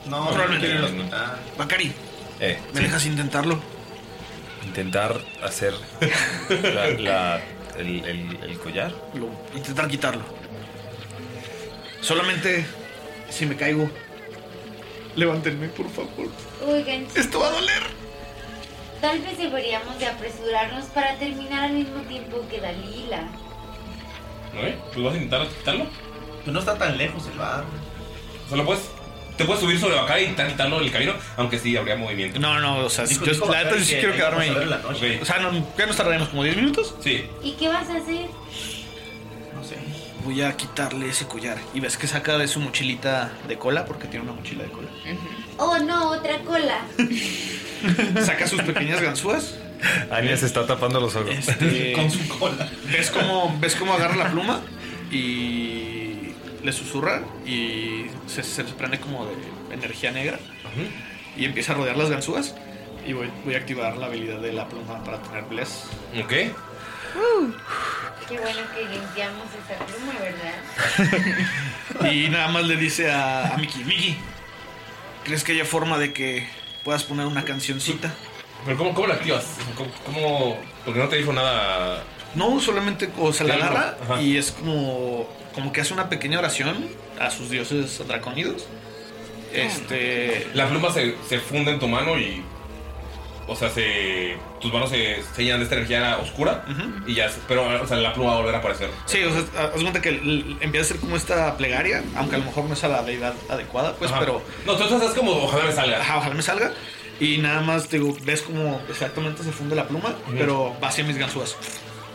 Speaker 7: No,
Speaker 4: probablemente
Speaker 7: no quiero
Speaker 4: no.
Speaker 3: Bacari,
Speaker 4: Eh,
Speaker 3: ¿me dejas intentarlo?
Speaker 4: intentar hacer la- la- el, el-
Speaker 3: (laughs)
Speaker 4: el collar.
Speaker 3: Lo- intentar quitarlo. Solamente si me caigo. Levántenme, por favor.
Speaker 6: Oigan,
Speaker 3: Esto va a doler.
Speaker 6: Tal vez deberíamos de apresurarnos para terminar al mismo tiempo que Dalila.
Speaker 1: ¿Eh? Pues vas a intentar quitarlo.
Speaker 7: Pues no está tan lejos el bar.
Speaker 1: Solo puedes. Te puedes subir sobre Bakari y intentar quitarlo del camino, aunque sí habría movimiento.
Speaker 3: No, no, o sea,
Speaker 1: Dijo-
Speaker 3: yo,
Speaker 1: dijo
Speaker 3: la neta
Speaker 1: Bacari
Speaker 3: yo sí
Speaker 1: que
Speaker 3: quiero quedarme ahí.
Speaker 1: vamos a ver la noche.
Speaker 3: O sea, no, ¿ya nos tardaremos como 10 minutos?
Speaker 1: Sí.
Speaker 6: ¿Y qué vas a hacer?
Speaker 3: No sé. Voy a quitarle ese collar. Y ves que saca de su mochilita de cola, porque tiene una mochila de cola.
Speaker 6: Oh, no, otra cola.
Speaker 3: Saca sus pequeñas ganzúas.
Speaker 4: Ania se está tapando los ojos.
Speaker 3: Este, Con su cola. ¿Ves cómo, ves cómo agarra la pluma? Y le susurra y se, se desprende como de energía negra. Y empieza a rodear las ganzúas. Y voy, voy a activar la habilidad de la pluma para tener bless.
Speaker 1: Ok.
Speaker 6: Qué bueno que limpiamos esa pluma, ¿verdad?
Speaker 3: Y nada más le dice a, a Miki, Miki, ¿crees que haya forma de que puedas poner una cancioncita?
Speaker 1: Pero ¿cómo, cómo la activas? ¿Cómo, cómo- Porque no te dijo nada.
Speaker 3: No, solamente, o sea, la
Speaker 1: Claro,
Speaker 3: agarra
Speaker 1: ajá.
Speaker 3: y es como, como que hace una pequeña oración a sus dioses draconidos. Este.
Speaker 1: La pluma Eh, se, se funde en tu mano y. O sea, se, tus manos se, se llenan de esta energía oscura. Y ya. se- Pero, o sea, la pluma va a volver a aparecer.
Speaker 3: Sí, o sea, haz cuenta que l- empieza a ser como esta plegaria, aunque a lo mejor no es a la deidad adecuada, pues,
Speaker 1: Ajá.
Speaker 3: pero.
Speaker 1: No, tú estás como, ojalá me salga.
Speaker 3: Ajá, ojalá me salga. Y nada más, digo, ves como exactamente se funde la pluma, pero va hacia mis ganzúas.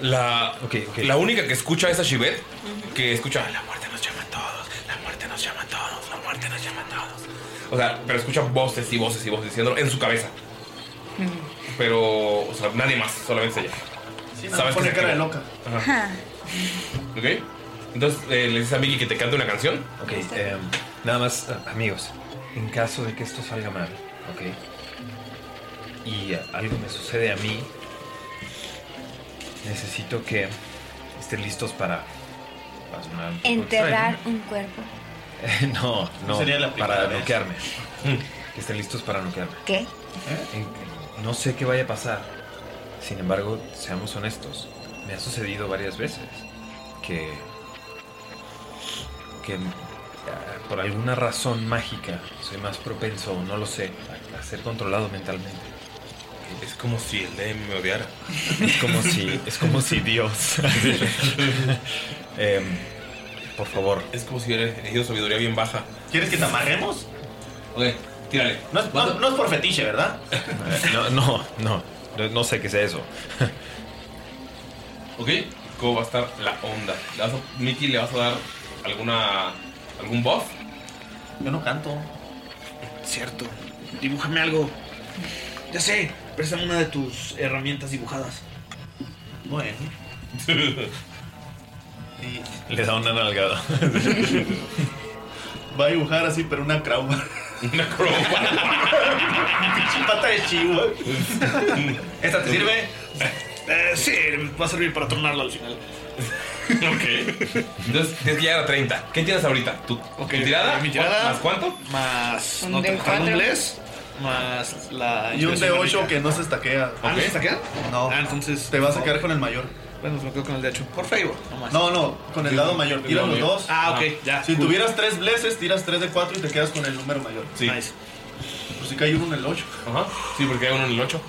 Speaker 1: La, la única que escucha es a Shivet, que escucha la muerte nos llama a todos, la muerte nos llama a todos, la muerte nos llama a todos. O sea, pero escucha voces y voces y voces diciéndolo en su cabeza. Pero, o sea, nadie más, solamente ella.
Speaker 14: Sí, nada, pone
Speaker 1: se
Speaker 14: cara de
Speaker 1: activó.
Speaker 14: loca.
Speaker 1: Ajá. Ok. Entonces eh, le dices a Miki que te cante una canción.
Speaker 4: Ok, em, nada más, eh, amigos, en caso de que esto salga mal, ok, y eh, algo me sucede a mí, necesito que estén listos para... para sonar un poco
Speaker 9: Enterrar
Speaker 4: extraño. (laughs)
Speaker 9: un cuerpo.
Speaker 4: Eh, no, no,
Speaker 7: Sería la primera
Speaker 4: para
Speaker 7: vez.
Speaker 4: bloquearme. (laughs) que estén listos para noquearme.
Speaker 5: ¿Qué?
Speaker 4: Eh, No sé qué vaya a pasar. Sin embargo, seamos honestos. Me ha sucedido varias veces que. que eh, por alguna razón mágica soy más propenso, no lo sé, a, a ser controlado mentalmente.
Speaker 1: Es como si el DM me odiara.
Speaker 4: Es como si, es como
Speaker 1: (laughs)
Speaker 4: si Dios. Em, por favor.
Speaker 1: Es como si hubiera elegido sabiduría bien baja.
Speaker 15: ¿Quieres que te amarremos?
Speaker 1: Ok, tírale.
Speaker 15: No es, no- no es por fetiche, ¿verdad?
Speaker 4: No, no, no, no, no sé qué sea eso.
Speaker 1: (laughs) Ok, ¿cómo va a estar la onda? ¿Le vas a- Mickey, ¿le vas a dar alguna algún buff?
Speaker 15: Yo no canto.
Speaker 3: Cierto. Dibújame algo. Ya sé, préstame una de tus herramientas dibujadas.
Speaker 1: (laughs)
Speaker 15: Bueno.
Speaker 4: Le da una nalgada.
Speaker 7: Va a dibujar así, pero una crowbar.
Speaker 1: Una crowbar.
Speaker 15: Pata de chivo.
Speaker 3: ¿Esta te sirve? Eh, sí, va a servir para tornarla al final.
Speaker 1: ok. Entonces, tienes que llegar a 30. ¿Qué tienes ahorita? ¿Tu tu
Speaker 15: eh,
Speaker 1: tirada?
Speaker 3: mi tirada.
Speaker 1: ¿Más cuánto?
Speaker 3: Más.
Speaker 1: Un
Speaker 3: No
Speaker 1: de
Speaker 3: tengo tengo
Speaker 1: cuatro.
Speaker 3: inglés. Más la.
Speaker 7: Y un de 8 que no se estaquea.
Speaker 3: ¿Ah, no se estaquea?
Speaker 7: No.
Speaker 3: Ah, entonces.
Speaker 7: Te vas a quedar con el mayor.
Speaker 3: Bueno, pues me quedo con el de 8. Por favor, nomás.
Speaker 7: No, no, con el lado mayor. Tira los dos.
Speaker 3: Ah, ok, ya.
Speaker 7: Si
Speaker 3: Cool.
Speaker 7: tuvieras tres blesses, tiras tres de cuatro y te quedas con el número mayor.
Speaker 1: Sí.
Speaker 7: Pues sí cayó uno en el 8.
Speaker 1: Ajá. Sí, porque hay uno en el 8.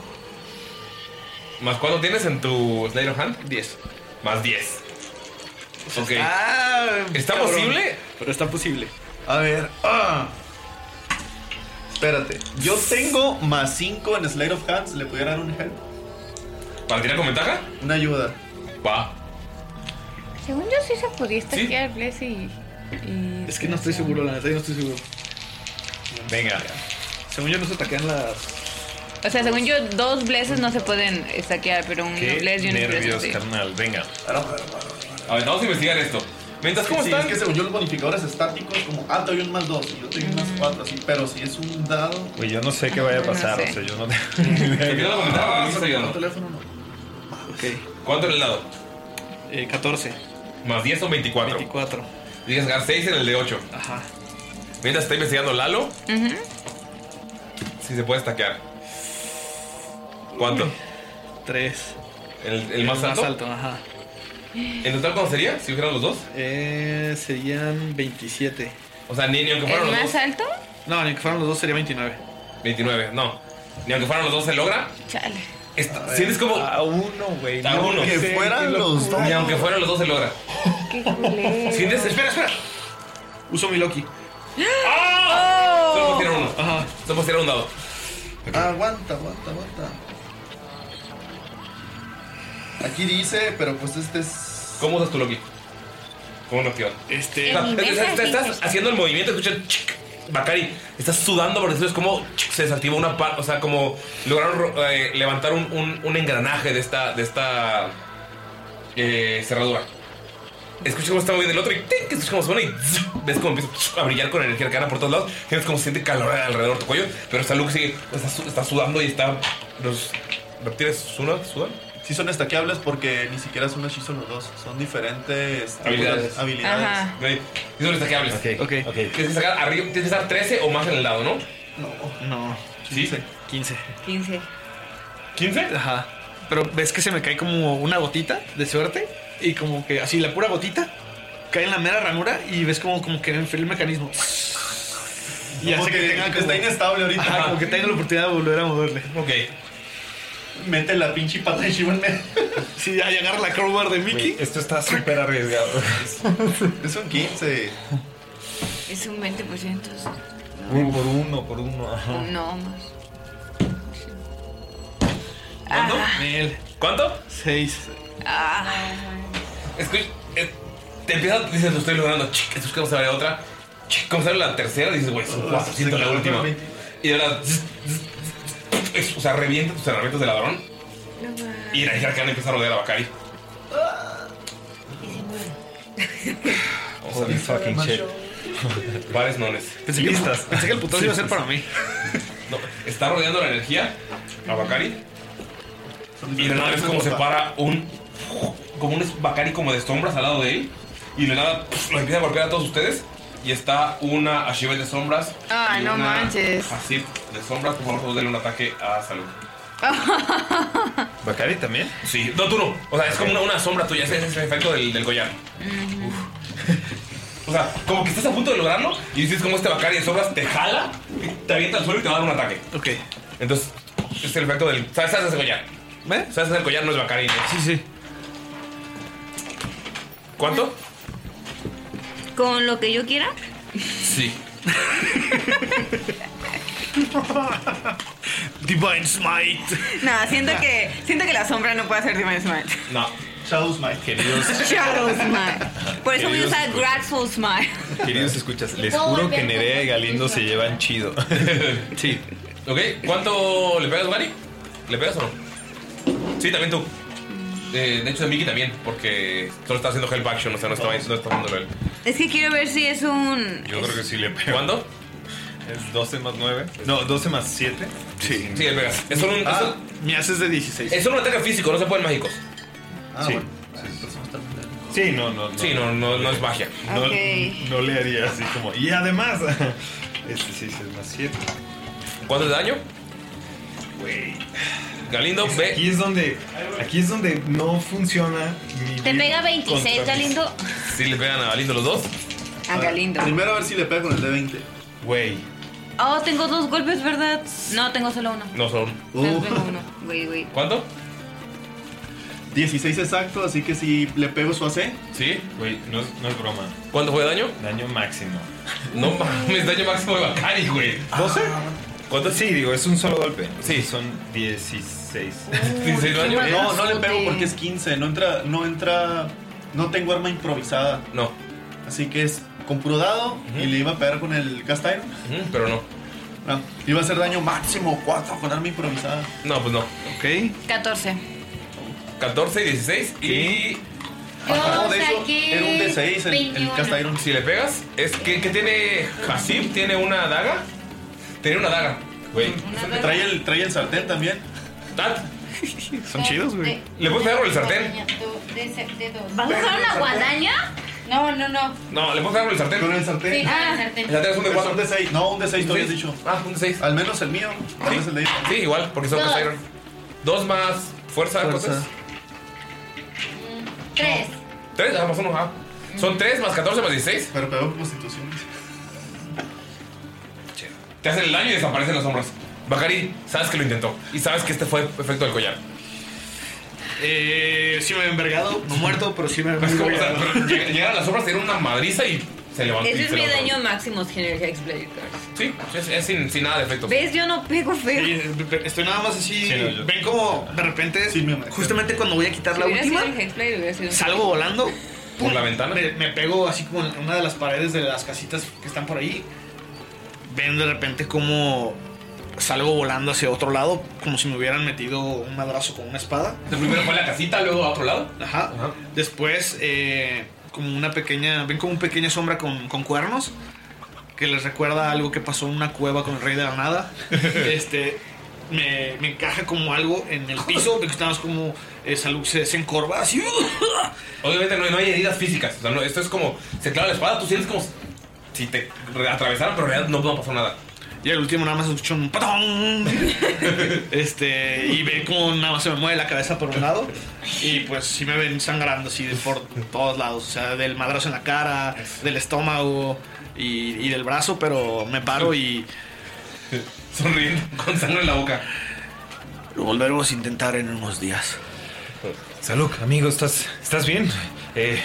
Speaker 1: ¿Más cuánto tienes en tu Slayer of Hand?
Speaker 3: 10.
Speaker 1: Más 10.
Speaker 15: Pues
Speaker 1: Ok.
Speaker 3: Ah,
Speaker 1: ¿Está
Speaker 3: cabrón.
Speaker 1: posible?
Speaker 3: Pero está posible.
Speaker 7: A ver. ah. Espérate. Yo tengo más 5 en Slate of Hands. ¿Le pudiera dar un help?
Speaker 1: ¿Para tirar con ventaja?
Speaker 7: Una ayuda.
Speaker 1: Va.
Speaker 5: Según yo sí se podía estaquear Bless y...
Speaker 3: Es que no estoy seguro, la neta, yo no estoy seguro.
Speaker 4: Venga.
Speaker 3: Según yo, no se taquean las.
Speaker 5: O sea, según yo, dos blesses no se pueden estaquear, pero un bless y un bless. sí.
Speaker 4: carnal. Venga.
Speaker 1: A ver, vamos a investigar esto. Mientras, ¿cómo
Speaker 7: sí,
Speaker 1: están?
Speaker 7: Es que según yo, los bonificadores estáticos, como, ah, te doy un más 2 y yo te doy un más 4, así. Pero si es un dado.
Speaker 4: Güey, yo no sé qué vaya a
Speaker 7: No
Speaker 4: pasar.
Speaker 7: sé.
Speaker 4: O sea,
Speaker 1: (laughs)
Speaker 4: yo no tengo ni
Speaker 1: Te pido la
Speaker 4: idea.
Speaker 1: ventaja porque me
Speaker 7: Ah,
Speaker 1: estás
Speaker 7: con
Speaker 1: ayudando.
Speaker 7: el teléfono no.
Speaker 1: ¿Cuánto en el lado?
Speaker 3: Eh, 14.
Speaker 1: Más 10 son 24.
Speaker 3: 24.
Speaker 1: Tienes que ganar 6 en el de 8.
Speaker 3: Ajá.
Speaker 1: Mientras está investigando Lalo,
Speaker 5: Ujú.
Speaker 16: Mm-hmm.
Speaker 1: si se puede stackear. ¿Cuánto?
Speaker 3: 3.
Speaker 1: ¿El, el más alto?
Speaker 3: ajá.
Speaker 1: ¿En total cuánto sería? Si hubieran los dos.
Speaker 3: Eh, serían 27.
Speaker 1: O sea, ni, ni aunque fueran
Speaker 5: ¿El
Speaker 1: los
Speaker 5: más
Speaker 1: dos.
Speaker 5: alto?
Speaker 3: No, ni que fueran los dos sería 29.
Speaker 1: 29, no. Ni aunque fueran los dos se logra.
Speaker 5: Chale.
Speaker 1: Está- sientes como. A
Speaker 4: uno, güey.
Speaker 1: A
Speaker 3: No,
Speaker 1: uno.
Speaker 3: que
Speaker 1: Sí,
Speaker 3: fueran
Speaker 1: qué
Speaker 3: los
Speaker 1: locura.
Speaker 3: dos.
Speaker 1: Ni aunque fueran los dos se logra.
Speaker 5: (laughs) Qué culero.
Speaker 1: Sientes. Espera, espera.
Speaker 3: Uso mi Loki.
Speaker 5: ¡Ah! Oh.
Speaker 1: Solo puedes tirar uno. Ajá. Solo puedes tirar un dado.
Speaker 7: Ah, Aguanta, aguanta, aguanta. Aquí dice, pero pues este es.
Speaker 1: ¿Cómo usas tu Loki? ¿Cómo lo activas?
Speaker 3: Este.
Speaker 7: En mi mesa
Speaker 1: estás,
Speaker 7: sí
Speaker 1: estás haciendo el movimiento, escucha. chic, Bakari, estás sudando porque eso es como chic, se desactiva una parte. O sea, como lograron ro- eh, levantar un, un- un engranaje de esta, de esta eh, cerradura. Escuchas cómo está moviendo el otro y ¡ting! escuchas cómo suena y ¡zzz! ves cómo empieza ¡zzz! a brillar con energía arcana por todos lados. Sientes como se siente calor alrededor de tu cuello, pero esta luz sigue, está, su- está sudando y está. Los reptiles sudan, sudan.
Speaker 7: Sí son estaqueables porque ni siquiera son hechizo los dos. Son diferentes tipos de
Speaker 1: Habilidades.
Speaker 7: habilidades.
Speaker 1: Ok, Y son estaqueables.
Speaker 7: Ok, ok.
Speaker 1: Tienes que sacar arriba, tienes que sacar 13 o más en el lado, ¿no?
Speaker 7: No.
Speaker 3: No.
Speaker 1: ¿Sí?
Speaker 3: 15.
Speaker 5: 15.
Speaker 1: ¿15?
Speaker 3: Ajá. Pero ves que se me cae como una gotita de suerte. Y como que así, la pura gotita cae en la mera ranura. Y ves como, como que enfría el mecanismo. Y
Speaker 7: Como
Speaker 3: hace que,
Speaker 7: que-
Speaker 3: tenga
Speaker 7: que
Speaker 3: como-
Speaker 7: está inestable ahorita.
Speaker 3: Ajá, como que tenga la oportunidad de volver a moverle.
Speaker 1: Ok.
Speaker 7: Mete la pinche pata de Shiva en medio.
Speaker 3: Sí, ahí agarra la crowbar de Mickey.
Speaker 4: esto está súper arriesgado.
Speaker 7: (laughs) Es un 15.
Speaker 5: Es un 20%.
Speaker 4: Uy, por uno, por uno. ajá.
Speaker 3: Ah.
Speaker 5: No, más.
Speaker 1: ¿Cuánto? ¿Cuánto?
Speaker 3: 6.
Speaker 5: Ah. (laughs)
Speaker 1: Escucha, eh, te empiezas, dices, lo estoy logrando, chic, escuchas cómo se abre otra, chic, cómo se abre la tercera, dices, güey, son
Speaker 7: Oh,
Speaker 1: 400
Speaker 7: se
Speaker 1: la
Speaker 7: quedó
Speaker 1: última.
Speaker 7: con veinte.
Speaker 1: Y de verdad, zzz, zzz, zzz, zzz, o sea, revienta tus herramientas de ladrón
Speaker 5: No más.
Speaker 1: y la hija arcana empieza a rodear a Bakari. Vamos a ver.
Speaker 4: fucking
Speaker 1: (laughs)
Speaker 4: shit.
Speaker 1: Bares nones.
Speaker 3: Pensé que- pensé que el putazo iba a ser para mí.
Speaker 1: (laughs) No, está rodeando la energía a Bakari. Y de nada ves como se para un. Como un Bakari como de sombras al lado de él. Y de nada pf, lo empieza a golpear a todos ustedes. y está una Ashibet de sombras.
Speaker 5: Ah,
Speaker 1: y
Speaker 5: no
Speaker 1: una
Speaker 5: manches.
Speaker 1: Hasib de sombras. Por favor, todos denle un ataque a salud.
Speaker 4: ¿Bacari también?
Speaker 1: Sí, no, tú no. O sea, es como una, una sombra tuya, ese es el efecto del, del collar. O sea, como que estás a punto de lograrlo y dices como este Bacari de sombras te jala, te avienta al suelo y te va a dar un ataque.
Speaker 3: Ok.
Speaker 1: Entonces, es el efecto del. ¿Sabes? ¿Sabes hacer collar? ¿Eh? ¿Sabes hacer collar? No es Bacari.
Speaker 3: Sí, sí.
Speaker 1: ¿Cuánto?
Speaker 5: Con lo que yo quiera.
Speaker 1: Sí.
Speaker 3: Divine Smite.
Speaker 5: Nada, siento que, siento que la sombra no puede hacer
Speaker 3: (laughs)
Speaker 5: Divine Smite.
Speaker 1: No.
Speaker 8: Shadow Smite.
Speaker 4: Queridos.
Speaker 5: (laughs) Shadow Smite. Por eso voy a
Speaker 4: Queridos
Speaker 5: usar Grateful Smite.
Speaker 4: Queridos escuchas, les juro que Nerea y Galindo se llevan chido.
Speaker 1: (laughs) sí. Ok, ¿cuánto le pegas, Gary? ¿Le pegas o no? Sí, también tú. Eh, de hecho, de Mickey también, porque solo está haciendo help action, o sea, no está, no está haciéndolo él.
Speaker 5: Es que quiero ver si es un.
Speaker 4: Yo creo que sí le pego.
Speaker 1: ¿Cuándo?
Speaker 4: Es 12 más 9. No, 12 más 7.
Speaker 3: Sí.
Speaker 1: Sí, le pegas. Es solo un.
Speaker 4: Ah,
Speaker 3: me haces de 16.
Speaker 1: Es solo un ataque físico, no se pueden mágicos.
Speaker 4: sí. Ah, Sí, no, no, no.
Speaker 1: Sí, no, no, no es magia.
Speaker 4: No,
Speaker 5: Ok.
Speaker 4: no le haría así como. Y además. (laughs) Este sí es más 7.
Speaker 1: ¿Cuánto de daño?
Speaker 4: Güey.
Speaker 1: Galindo, ve.
Speaker 4: Aquí es donde. Aquí es donde no funciona mi.
Speaker 9: Te pega 26,
Speaker 4: Contra
Speaker 9: Galindo.
Speaker 1: Sí, le pegan a Galindo los dos.
Speaker 5: A Galindo.
Speaker 7: Primero a ver si le pega con el D20.
Speaker 4: Güey.
Speaker 5: Oh, tengo dos golpes, ¿verdad? No, tengo solo uno.
Speaker 1: No son.
Speaker 7: Uh.
Speaker 3: Uh.
Speaker 5: Solo tengo uno. Güey, güey.
Speaker 1: ¿Cuánto?
Speaker 7: 16 exacto, así que si le pego su AC.
Speaker 1: Sí.
Speaker 4: Güey, no, es- no es broma.
Speaker 1: ¿Cuánto fue de daño?
Speaker 4: Daño máximo.
Speaker 1: No mames, daño máximo de Bacari, güey.
Speaker 4: ¿12? ¿Cuánto? Sí, digo, es un solo golpe. Sí. Son 16.
Speaker 1: (laughs)
Speaker 7: ¿16 daño? No, no le pego porque es 15. No entra, no entra. No tengo arma improvisada.
Speaker 1: No.
Speaker 7: Así que es con puro dado y le iba a pegar con el cast iron.
Speaker 1: pero no.
Speaker 7: No, iba a hacer daño máximo 4 con arma improvisada.
Speaker 1: No, pues no.
Speaker 3: Ok.
Speaker 5: 14.
Speaker 1: 14 y 16 y.
Speaker 6: Yo saqué
Speaker 1: Si le pegas, es que, que tiene. Hasib tiene una daga. Tiene una daga. Güey.
Speaker 7: Pues, Trae el, trae el sartén también.
Speaker 4: Son chidos, güey.
Speaker 1: ¿Le puedes pegar con el sartén?
Speaker 6: De, de, de dos.
Speaker 9: ¿Vas a usar una guadaña?
Speaker 6: No, no, no.
Speaker 1: No, le puedes pegar con el sartén.
Speaker 7: Con el sartén.
Speaker 6: Sí, ah, sartén.
Speaker 1: El sartén es un de
Speaker 7: Pero
Speaker 1: 4.
Speaker 7: son de 6. No, un de 6 tú habías dicho.
Speaker 1: Ah, un de 6.
Speaker 7: Al menos el mío. Tal vez el de ellos.
Speaker 1: Sí, igual, porque son
Speaker 6: Dos.
Speaker 1: cast iron. Dos más fuerza, ¿cuántas?
Speaker 6: Tres.
Speaker 1: Tres, ah, más uno, ah. Son tres más 14 más 16.
Speaker 7: Pero pegó con constitución.
Speaker 1: Te hacen el daño y desaparecen las sombras. Bacari, sabes que lo intentó. Y sabes que este fue efecto del collar.
Speaker 3: Eh, sí me había envergado. No muerto, pero sí me había
Speaker 1: Es como, o sea,
Speaker 3: envergado.
Speaker 1: pero lleg- llegaron las sombras, dieron una madriza y se
Speaker 3: Ah,
Speaker 1: levantó.
Speaker 5: Ese
Speaker 1: y
Speaker 5: es
Speaker 1: se
Speaker 5: mi
Speaker 1: levantó.
Speaker 5: daño máximo, General Exploiter.
Speaker 1: Sí, es, es sin, sin nada de efecto.
Speaker 5: ¿Ves? Yo no pego feo.
Speaker 3: Y, eh, Estoy nada más así. Ven como de repente, justamente cuando voy a quitar la
Speaker 5: Si hubiera sido
Speaker 3: última,
Speaker 5: el Hexblade, hubiera sido un-
Speaker 3: salgo volando.
Speaker 1: Por la ventana.
Speaker 3: Me, me pego así como en una de las paredes de las casitas que están por ahí. Ven de repente como salgo volando hacia otro lado, como si me hubieran metido un madrazo con una espada.
Speaker 1: El primero fue a la casita, luego a otro lado.
Speaker 3: Ajá. Después, eh, como una pequeña. Ven como una pequeña sombra con, con cuernos. Que les recuerda algo que pasó en una cueva con el rey de la
Speaker 1: (laughs)
Speaker 3: nada. este. Me, me encaja como algo en el piso. Ven que estamos como. eh, Esa luz se desencorva así.
Speaker 1: Obviamente no, no hay heridas físicas. O sea, no, esto es como, se clava la espada, tú sientes como si te re- atravesaran, pero en realidad no, no pasó nada.
Speaker 3: Y al último nada más escucho un
Speaker 1: (laughs)
Speaker 3: patón. este. Y ve como nada más se me mueve la cabeza por un lado. Y pues sí me ven sangrando así de por todos lados. O sea, del madrazo en la cara, del estómago y, y del brazo. Pero me paro y.
Speaker 1: (laughs) Sonriendo, con sangre en la boca.
Speaker 11: Lo volveremos a intentar en unos días.
Speaker 4: Salud, amigo, ¿estás, estás bien? Eh,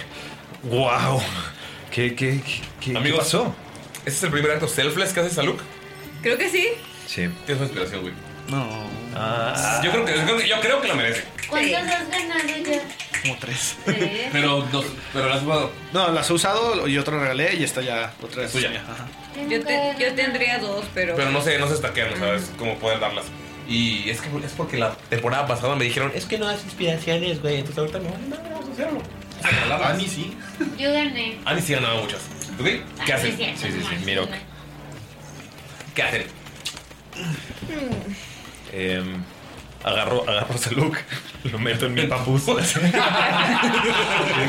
Speaker 4: wow. ¿Qué, qué, qué,
Speaker 1: Amigos,
Speaker 4: qué pasó?
Speaker 1: ¿Este es el primer acto selfless que hace Saluk?
Speaker 5: Creo que sí.
Speaker 4: Sí.
Speaker 1: Tienes una inspiración, güey.
Speaker 3: No.
Speaker 4: Ah.
Speaker 1: Yo, creo que, yo creo que- yo creo que la merece.
Speaker 6: ¿Cuántos has ganado ya?
Speaker 3: Como tres.
Speaker 6: Tres.
Speaker 1: Pero, dos, pero la has jugado.
Speaker 3: No, las he usado y otra regalé y esta ya otra es
Speaker 1: Tuya.
Speaker 3: Ajá.
Speaker 5: Yo, te- yo tendría dos, pero.
Speaker 1: Pero no se, no se estaquean, o sea, es como poder darlas. Y es que es porque la temporada pasada me dijeron, es que no das inspiraciones, güey. Entonces ahorita no, no, vamos a hacerlo.
Speaker 4: Ah,
Speaker 1: Ani sí.
Speaker 6: Yo gané. Ah,
Speaker 1: Ani sí ganaba muchas. ¿Ok?
Speaker 5: Ah,
Speaker 1: ¿Qué hacen?
Speaker 6: Sí, sí, sí,
Speaker 1: miro. ¿Qué hacen?
Speaker 4: Em, Agarro, agarro ese look, (laughs) lo meto en mi
Speaker 1: (laughs)
Speaker 4: papus.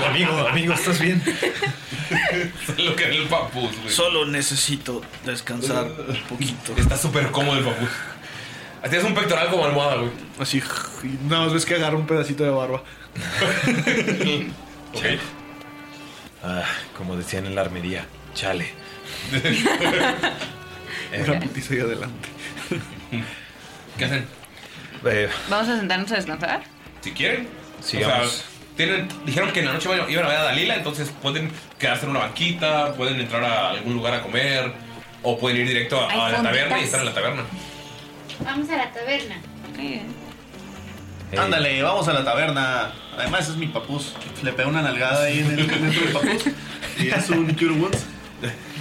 Speaker 4: amigo, amigo, ¿estás bien?
Speaker 1: (laughs) Lo que era el papus, güey.
Speaker 11: Solo necesito descansar un poquito.
Speaker 1: Está súper cómodo el papus. Tienes un pectoral como almohada, güey.
Speaker 3: Así, y nada más ves que agarra un pedacito de
Speaker 1: (laughs)
Speaker 3: barba.
Speaker 4: Ok. Ah, como decían en la armería,
Speaker 1: (laughs)
Speaker 4: chale. Eh,
Speaker 3: Una putiza ahí adelante.
Speaker 1: ¿Qué hacen?
Speaker 4: eh,
Speaker 5: ¿Vamos a sentarnos a descansar?
Speaker 1: Si quieren.
Speaker 4: Sigamos.
Speaker 1: O sea, tienen- dijeron que en la noche iban iban a ver a Dalila, entonces pueden quedarse en una banquita, pueden entrar a algún lugar a comer, o pueden ir directo a,
Speaker 6: Hay
Speaker 1: a la taberna
Speaker 6: fonditas.
Speaker 1: y estar en la taberna.
Speaker 6: Vamos a la taberna.
Speaker 7: Ándale, vamos a la taberna. Además, es mi papús. Le pego una nalgada ahí en el dentro del papús. Y es un Cure Wounds.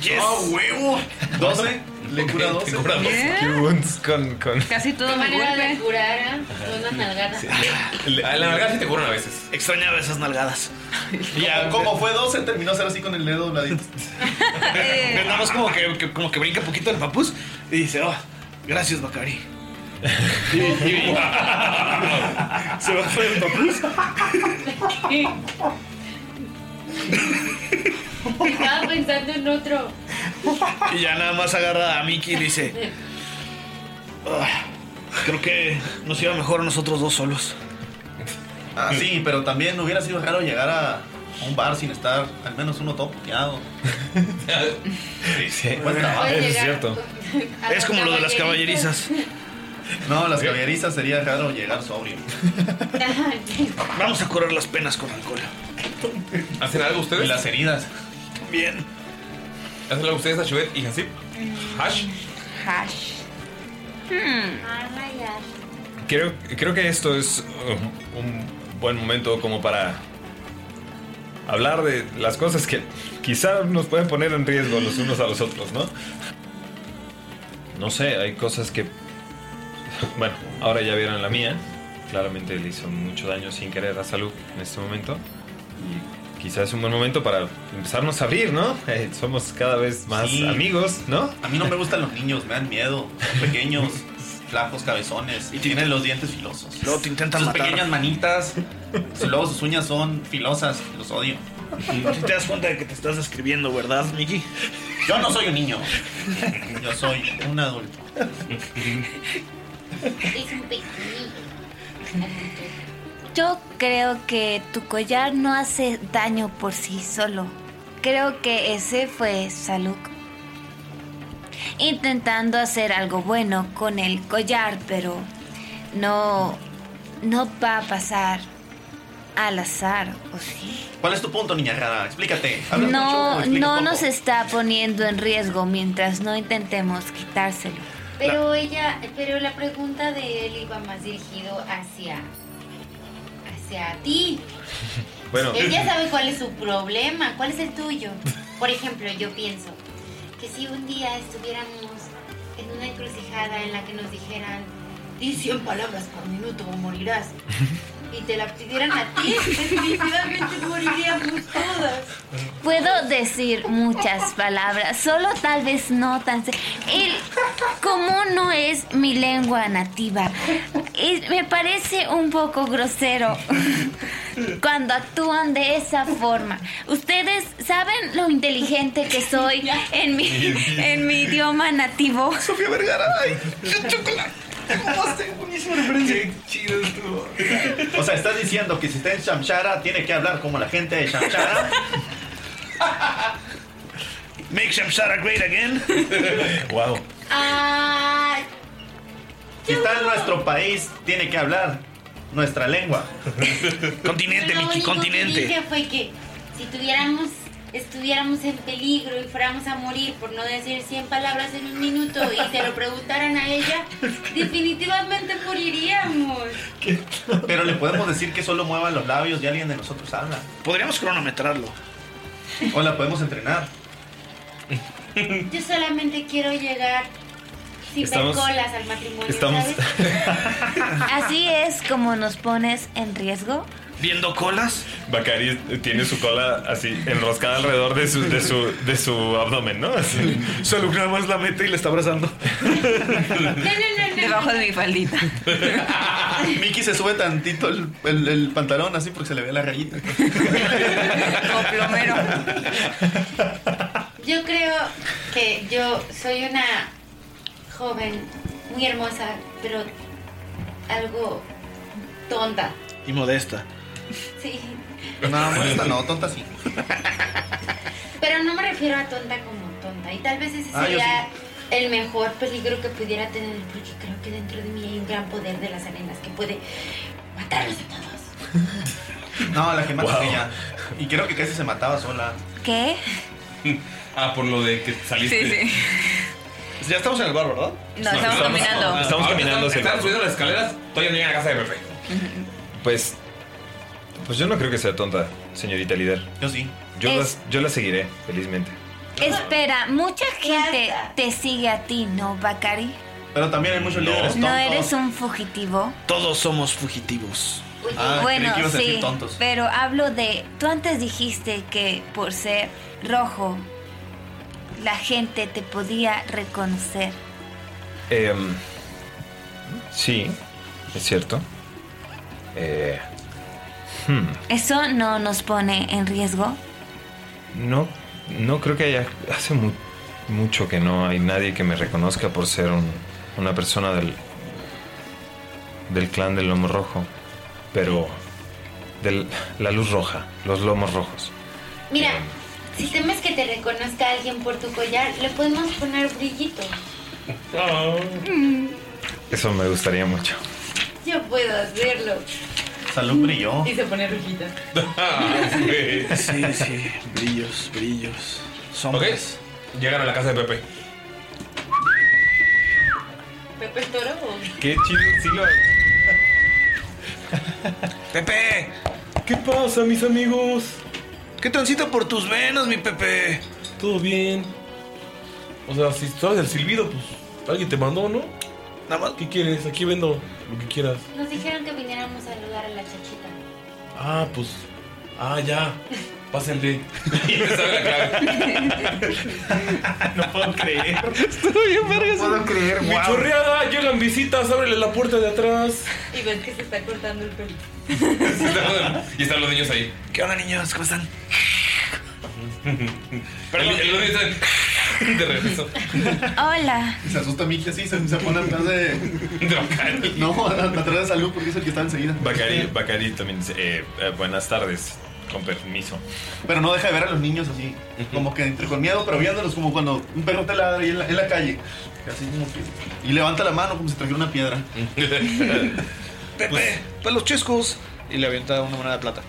Speaker 4: ¡Yes!
Speaker 7: ¡Oh, huevo! 12. Le cura 12.
Speaker 5: Bien.
Speaker 4: Cure wounds con, con...
Speaker 5: Casi todo
Speaker 6: ¿Qué
Speaker 5: me
Speaker 6: manera
Speaker 5: golpe.
Speaker 6: de curar ah? Con una nalgada.
Speaker 4: La,
Speaker 1: nalgada sí te curan a veces.
Speaker 11: Extrañaba esas nalgadas.
Speaker 7: Ya, como fue 12, terminó a ser así con el dedo
Speaker 6: (laughs)
Speaker 7: dobladito.
Speaker 11: Nada más como que, que- como que brinca poquito el papús y dice, oh, gracias, (laughs) Bacari. (laughs)
Speaker 3: Se va a hacer el papus.
Speaker 6: (laughs) Estaba pensando en otro.
Speaker 11: Y ya nada más agarra a Mickey y le dice, "Ah, creo que nos iba mejor a nosotros dos solos.
Speaker 7: Ah, sí, pero también hubiera sido raro llegar a a un bar sin estar al menos uno
Speaker 1: (laughs)
Speaker 7: topeado.
Speaker 4: Sí,
Speaker 7: Buen trabajo.
Speaker 6: Puedes llegar a
Speaker 7: Es como lo de las
Speaker 6: caballerizas.
Speaker 7: No, las caballerizas sería raro llegar sobrio.
Speaker 11: Vamos a curar las penas con alcohol.
Speaker 1: ¿Hacen algo ustedes?
Speaker 7: Las heridas.
Speaker 11: Bien.
Speaker 1: ¿Hacen algo ustedes, Ashubet y Hasib? Hash.
Speaker 5: Hash.
Speaker 6: Ah,
Speaker 5: Hmm.
Speaker 4: Creo, creo que esto es um, un buen momento como para hablar de las cosas que quizá nos pueden poner en riesgo los unos a los otros, ¿no? No sé, hay cosas que... (laughs) Bueno, ahora ya vieron la mía. Claramente le hizo mucho daño sin querer a Salud en este momento. Y quizá es un buen momento para empezarnos a abrir, ¿no? (laughs) Eh, somos cada vez más
Speaker 7: Sí.
Speaker 4: amigos, ¿no?
Speaker 7: A mí no me gustan los niños, me dan miedo. Pequeños, flacos, cabezones. Y tienen los dientes filosos.
Speaker 11: Luego te intentan
Speaker 7: sus
Speaker 11: matar.
Speaker 7: pequeñas manitas. su- Luego sus uñas son filosas. Los odio.
Speaker 11: Si te das cuenta de que te estás describiendo, ¿verdad, Mickey?
Speaker 7: Yo no soy un niño. Yo soy un adulto.
Speaker 8: (laughs)
Speaker 6: Es un pequeño.
Speaker 9: (laughs) Yo creo que tu collar no hace daño por sí solo. Creo que ese fue Saluk. Intentando hacer algo bueno con el collar, pero no, no va a pasar al azar, ¿o sí?
Speaker 7: ¿Cuál es tu punto, niña rara? Explícate. ¿Hablas mucho o
Speaker 9: No,
Speaker 7: explica
Speaker 9: no
Speaker 7: poco?
Speaker 9: nos está poniendo en riesgo mientras no intentemos quitárselo.
Speaker 6: Pero ella, pero la pregunta de él iba más dirigido hacia hacia ti.
Speaker 4: Bueno,
Speaker 6: Él
Speaker 7: (clears throat)
Speaker 6: ya sabe cuál es su problema, cuál es el tuyo. Por ejemplo, yo pienso que si un día estuviéramos en una encrucijada en la que nos dijeran di 100 palabras por minuto o morirás y te la pidieran a ti, definitivamente moriríamos todas.
Speaker 9: Puedo decir muchas palabras, solo tal vez no tan... se- El como no es mi lengua nativa, es- me parece un poco grosero (laughs) cuando actúan de esa forma. Ustedes saben lo inteligente que soy en mi, en mi idioma nativo.
Speaker 11: Sofía Vergara, Buenísima referencia. Qué
Speaker 7: chido estuvo. (laughs) O sea, estás diciendo que si está en Shamshara, tiene que hablar como la gente de Shamshara.
Speaker 11: (laughs) Make Shamshara great
Speaker 7: (laughs)
Speaker 11: again.
Speaker 4: wow.
Speaker 6: Ah,
Speaker 7: Si está en nuestro país, tiene que hablar nuestra lengua.
Speaker 11: (laughs) Continente,
Speaker 6: Lo único Que dije fue que si tuviéramos, estuviéramos en peligro y fuéramos a morir por no decir 100 palabras en un minuto y se lo preguntaran a ella, definitivamente moriríamos.
Speaker 7: Pero le podemos decir que solo muevan los labios y alguien de nosotros habla.
Speaker 11: Podríamos cronometrarlo.
Speaker 7: O la podemos entrenar.
Speaker 6: Yo solamente quiero llegar sin
Speaker 4: Estamos-
Speaker 6: ver colas al matrimonio.
Speaker 4: Estamos...
Speaker 6: ¿sabes?
Speaker 9: Así es como nos pones en riesgo.
Speaker 11: ¿Viendo colas?
Speaker 4: Bacari tiene su cola así enroscada alrededor de su, de su, de su abdomen, ¿no?
Speaker 7: (laughs)
Speaker 4: Así.
Speaker 3: Saluk nada más la mete y le está abrazando.
Speaker 6: No, no, no, no.
Speaker 5: Debajo de mi faldita.
Speaker 7: (laughs) Mickey se sube tantito el, el- el pantalón así porque se le ve la rayita.
Speaker 6: Yo creo que yo soy una joven muy hermosa, pero algo tonta.
Speaker 11: Y modesta.
Speaker 6: Sí.
Speaker 11: No, modesta no, tonta sí.
Speaker 6: Pero no me refiero a tonta como tonta. Y tal vez ese
Speaker 11: Ah, yo
Speaker 6: sería el mejor peligro que pudiera tener, porque creo que dentro de mí hay un gran poder de las arenas que puede matarlos a todos.
Speaker 7: No, la gema es ella. Y creo que casi se mataba sola.
Speaker 9: ¿Qué?
Speaker 1: Ah, por lo de que saliste.
Speaker 5: Sí, sí.
Speaker 1: Ya estamos en el bar, ¿verdad?
Speaker 5: No, estamos caminando.
Speaker 4: Estamos caminando hacia
Speaker 1: Estamos
Speaker 4: el bar.
Speaker 1: subiendo las escaleras, todavía no llegan a casa de Pepe.
Speaker 4: Pues. Pues yo no creo que sea tonta, señorita líder.
Speaker 7: Yo sí.
Speaker 4: Yo,
Speaker 9: Es-
Speaker 4: las- yo la seguiré, felizmente.
Speaker 9: Espera, mucha gente te sigue a ti, ¿no, Bakari?
Speaker 7: Pero también hay muchos líderes
Speaker 9: ¿No
Speaker 7: tontos.
Speaker 9: eres un fugitivo?
Speaker 11: Todos somos fugitivos.
Speaker 3: Ah,
Speaker 9: bueno, sí, pero hablo de... Tú antes dijiste que por ser rojo, la gente te podía reconocer.
Speaker 4: Em, sí, es cierto. Eh, hmm,
Speaker 9: ¿Eso no nos pone en riesgo?
Speaker 4: no, no creo que haya. Hace mu- mucho que no hay nadie que me reconozca por ser un- una persona del. del clan del lomo rojo. Pero. de la luz roja, los lomos rojos.
Speaker 6: Mira, si temes que te reconozca alguien por tu collar, le podemos poner brillito.
Speaker 7: Oh.
Speaker 6: Mm,
Speaker 4: Eso me gustaría mucho.
Speaker 6: yo puedo hacerlo.
Speaker 4: Salud
Speaker 7: (laughs)
Speaker 11: Oh.
Speaker 4: brilló.
Speaker 6: Y se pone rojita.
Speaker 11: Sí, sí, brillos, brillos. Sombras.
Speaker 1: Llegan a la casa de Pepe.
Speaker 6: ¿Pepe el toro?
Speaker 4: Qué chido, sí lo.
Speaker 11: (laughs) Pepe, ¿qué pasa, mis amigos? ¿Qué transita por tus venas, mi Pepe?
Speaker 10: Todo bien. O sea, si sabes el silbido, pues alguien te mandó, ¿no?
Speaker 11: Nada más.
Speaker 10: ¿Qué quieres? Aquí vendo lo que quieras.
Speaker 6: Nos dijeron que viniéramos a saludar a la chachita.
Speaker 10: Ah, pues. Ah, ya.
Speaker 1: (laughs)
Speaker 10: Pásenle. y me sale la clave. no puedo creer. Estoy bien, vergas. No puedo creer,
Speaker 11: guau.
Speaker 10: Chorreada, llegan visitas, ábrele la puerta de atrás.
Speaker 6: Y ves que se está cortando el pelo.
Speaker 1: (laughs) y están los niños ahí.
Speaker 11: ¿Qué onda, niños? ¿Cómo están?
Speaker 1: Perdón, el, el niño está (laughs) de regreso.
Speaker 9: Hola.
Speaker 7: Y se asusta Mickey así, se, se pone atrás
Speaker 1: (laughs)
Speaker 7: de.
Speaker 1: de Bacari.
Speaker 7: No, a- atrás de salud porque es el que está enseguida.
Speaker 4: Bacari, Bacari también dice: eh, eh, Buenas tardes, con permiso.
Speaker 7: Pero no deja de ver a los niños así, como que entre con miedo, pero viéndolos como cuando un perro te ladra ahí en la, en la calle. Así como que- Y levanta la mano como si trajera una piedra.
Speaker 3: Pepe, pues los chescos. Y le avienta una moneda de plata.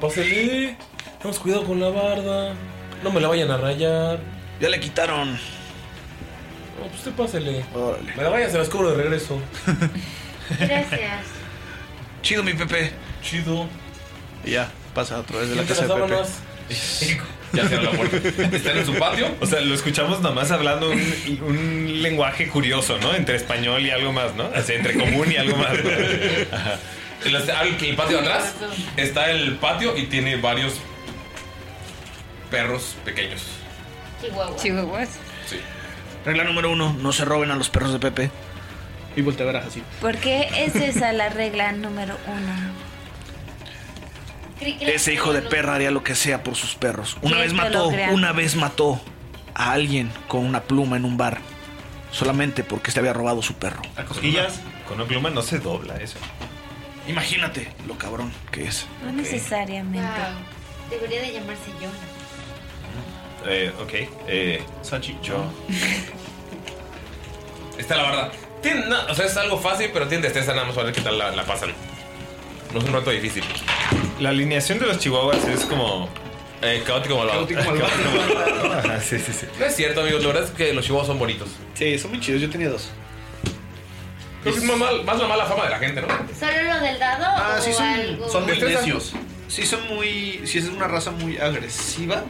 Speaker 10: Pásale. Tenemos cuidado con la barda. No me la vayan a rayar.
Speaker 11: Ya le quitaron.
Speaker 10: No, pues usted pásele. Me la vayan, se las cobro de regreso.
Speaker 6: Gracias.
Speaker 11: Chido, mi Pepe.
Speaker 10: Chido.
Speaker 11: Y ya, pasa a través de la
Speaker 10: Entre
Speaker 11: casa
Speaker 10: las
Speaker 11: de Pepe.
Speaker 10: sábanas.
Speaker 4: Ya se la puerta. ¿Están en su patio? O sea, lo escuchamos nomás hablando un, un lenguaje curioso, ¿no? Entre español y algo más, ¿no? O sea, entre común y algo más. ¿no? Ajá.
Speaker 1: El, el- el patio de atrás está el patio y tiene varios perros pequeños.
Speaker 6: Chihuahua.
Speaker 5: Chihuahuas.
Speaker 1: Sí.
Speaker 11: Regla número uno, no se roben a los perros de Pepe. Y voltea a ver así.
Speaker 9: ¿Por qué es esa la regla número uno?
Speaker 11: Ese hijo de perra haría lo que sea por sus perros. Una
Speaker 9: Sí,
Speaker 11: vez
Speaker 9: te
Speaker 11: mató,
Speaker 9: lo creo.
Speaker 11: una vez mató a alguien con una pluma en un bar. Solamente porque se había robado su perro. ¿A
Speaker 4: cosquillas? Ah, Con una pluma no se dobla eso.
Speaker 11: Imagínate lo cabrón que es.
Speaker 9: No necesariamente.
Speaker 6: Debería de llamarse Jonah.
Speaker 4: Eh, ok. Eh,
Speaker 1: (laughs)
Speaker 4: Yo.
Speaker 1: Está la barda. Tiene na- o sea, es algo fácil, pero tiene destreza nada más para ver qué tal la, la pasan. No es un rato difícil.
Speaker 4: La alineación de los chihuahuas es como.
Speaker 1: Eh, (laughs) caótico malvado.
Speaker 4: Ajá, sí, sí, sí.
Speaker 1: No es cierto, amigos. La verdad es que los chihuahuas son bonitos.
Speaker 3: Sí, son muy chidos. Yo tenía dos.
Speaker 1: Creo que es más, mal- más la mala fama de la gente, ¿no?
Speaker 6: ¿Solo lo del dado
Speaker 3: Ah,
Speaker 6: o
Speaker 3: sí, son,
Speaker 6: algo?
Speaker 3: son muy
Speaker 1: Destreza.
Speaker 3: necios. Sí, son muy. Sí, es una raza muy agresiva.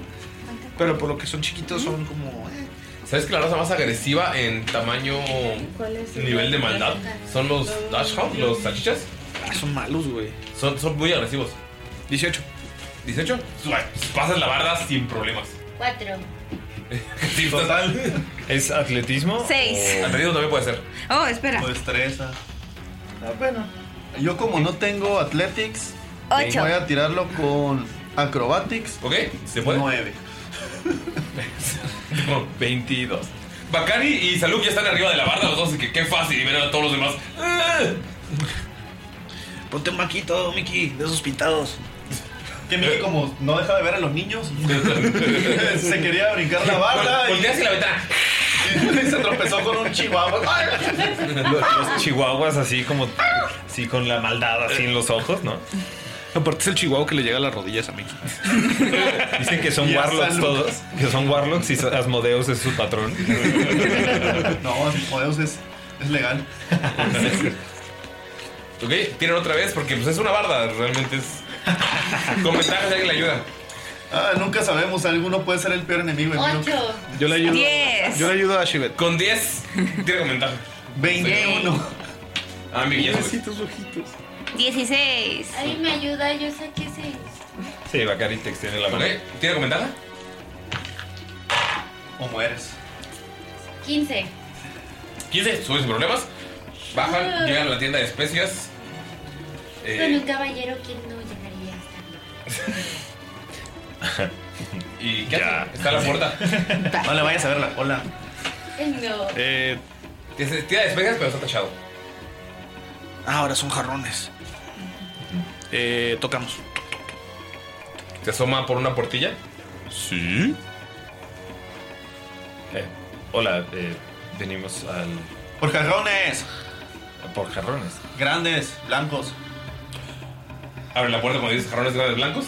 Speaker 3: Pero por lo que son chiquitos, son como. eh,
Speaker 1: ¿Sabes que la raza más agresiva en tamaño (laughs)
Speaker 3: ¿Cuál es el
Speaker 1: nivel de
Speaker 3: más
Speaker 1: maldad son los Dashhound, los salchichas?
Speaker 3: Ah, Son malos, güey.
Speaker 1: Son, son muy agresivos.
Speaker 3: 18.
Speaker 1: ¿18? Ay, Pasas la barda sin problemas. (laughs)
Speaker 6: Cuatro.
Speaker 4: ¿Es atletismo?
Speaker 5: Seis.
Speaker 1: Atletismo también puede ser.
Speaker 5: Oh, espera.
Speaker 1: destreza.
Speaker 7: Ah,
Speaker 8: bueno.
Speaker 7: Yo como no tengo Athletics,
Speaker 8: Ocho.
Speaker 7: voy a tirarlo con Acrobatics.
Speaker 1: Ok, se puede. (laughs)
Speaker 7: 9.
Speaker 4: 22.
Speaker 1: Bakari y Saluk ya están arriba de la barda los dos, así que qué fácil y ven a todos los demás.
Speaker 3: Eh.
Speaker 11: Ponte un maquito, Mickey, de esos pintados.
Speaker 7: Que
Speaker 3: Eh.
Speaker 7: Mickey como no deja de ver a los niños, (laughs) se quería brincar la barda.
Speaker 1: Vol- voltea hacia la ventana.
Speaker 8: (laughs)
Speaker 7: Y se tropezó con un chihuahua.
Speaker 4: Los, los chihuahuas así como. Así con la maldad así en los ojos, ¿no?
Speaker 3: Aparte es el chihuahua que le llega a las rodillas a Mickey.
Speaker 4: Dicen que son
Speaker 3: Y a
Speaker 4: warlocks
Speaker 3: San
Speaker 4: todos.
Speaker 3: Lucas.
Speaker 4: Que son warlocks y Asmodeus es su patrón.
Speaker 7: No, Asmodeus es, es legal.
Speaker 1: Ok, tienen otra vez porque pues, es una barda,
Speaker 3: (laughs)
Speaker 1: realmente es. Con ventaja si alguien le ayuda.
Speaker 7: Ah, nunca sabemos, alguno puede ser el peor enemigo. en mí.
Speaker 6: Ocho.
Speaker 3: Yo le ayudo.
Speaker 6: Diez.
Speaker 3: Yo le ayudo a Shivet.
Speaker 1: Con 10 tiene con ventaja.
Speaker 7: 21.
Speaker 1: Ah, mi guía.
Speaker 7: ojitos.
Speaker 6: 16. Ay, me ayuda, yo saqué seis.
Speaker 4: Sí, Bacari te extiende la mano.
Speaker 1: ¿Tiene con ventaja?
Speaker 7: O mueres.
Speaker 6: 15.
Speaker 1: 15, sube sin problemas. Bajan,
Speaker 6: Ah.
Speaker 1: llegan a la tienda de especias.
Speaker 6: Con
Speaker 1: Eh,
Speaker 6: un caballero que no llegaría hasta
Speaker 1: (laughs) ¿Y qué hacen? Está la puerta. No le vayas a verla. Hola.
Speaker 6: No.
Speaker 1: Eh. Tienda de especias, pero está tachado.
Speaker 11: Ah, ahora son jarrones.
Speaker 1: Eh, tocamos. ¿Te asoma por una puertilla?
Speaker 4: Sí. hola, eh, venimos al.
Speaker 7: Por jarrones.
Speaker 4: Por jarrones.
Speaker 7: Grandes, blancos.
Speaker 1: Abre la puerta cuando dices jarrones grandes blancos.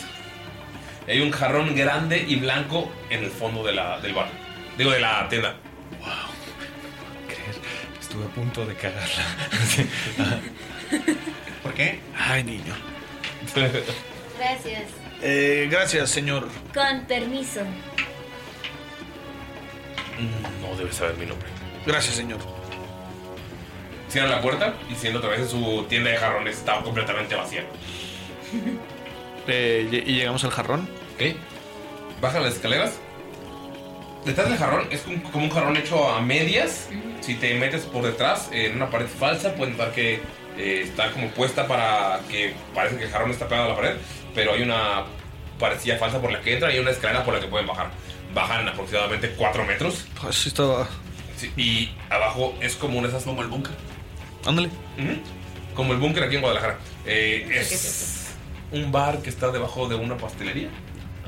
Speaker 1: Y hay un jarrón grande y blanco en el fondo de la, del bar. Digo, de la tienda.
Speaker 4: Estuve a punto de cagarla. Sí.
Speaker 7: ¿Por qué?
Speaker 11: Ay,
Speaker 7: (laughs)
Speaker 11: niño.
Speaker 6: Gracias.
Speaker 11: Eh, gracias, señor.
Speaker 6: Con permiso.
Speaker 1: No debe saber mi nombre.
Speaker 11: Gracias, señor.
Speaker 1: Cierra la puerta y siendo otra vez en su tienda de jarrones. Estaba completamente vacía.
Speaker 3: Eh, lle- y llegamos al jarrón.
Speaker 1: ¿Qué? Bajan las escaleras. Detrás del jarrón es un- como un jarrón hecho a medias. Si te metes por detrás en una pared falsa, puedes notar que eh, está como puesta para que parece que el jarrón está pegado a la pared, pero hay una parecía falsa por la que entran y hay una escalera por la que pueden bajar. Bajan aproximadamente 4 metros
Speaker 3: Pues sí estaba.
Speaker 1: sí, y abajo es como una de esas. Como el búnker.
Speaker 3: Ándale.
Speaker 1: Como el búnker aquí en Guadalajara. Eh, es un bar que está debajo de una pastelería.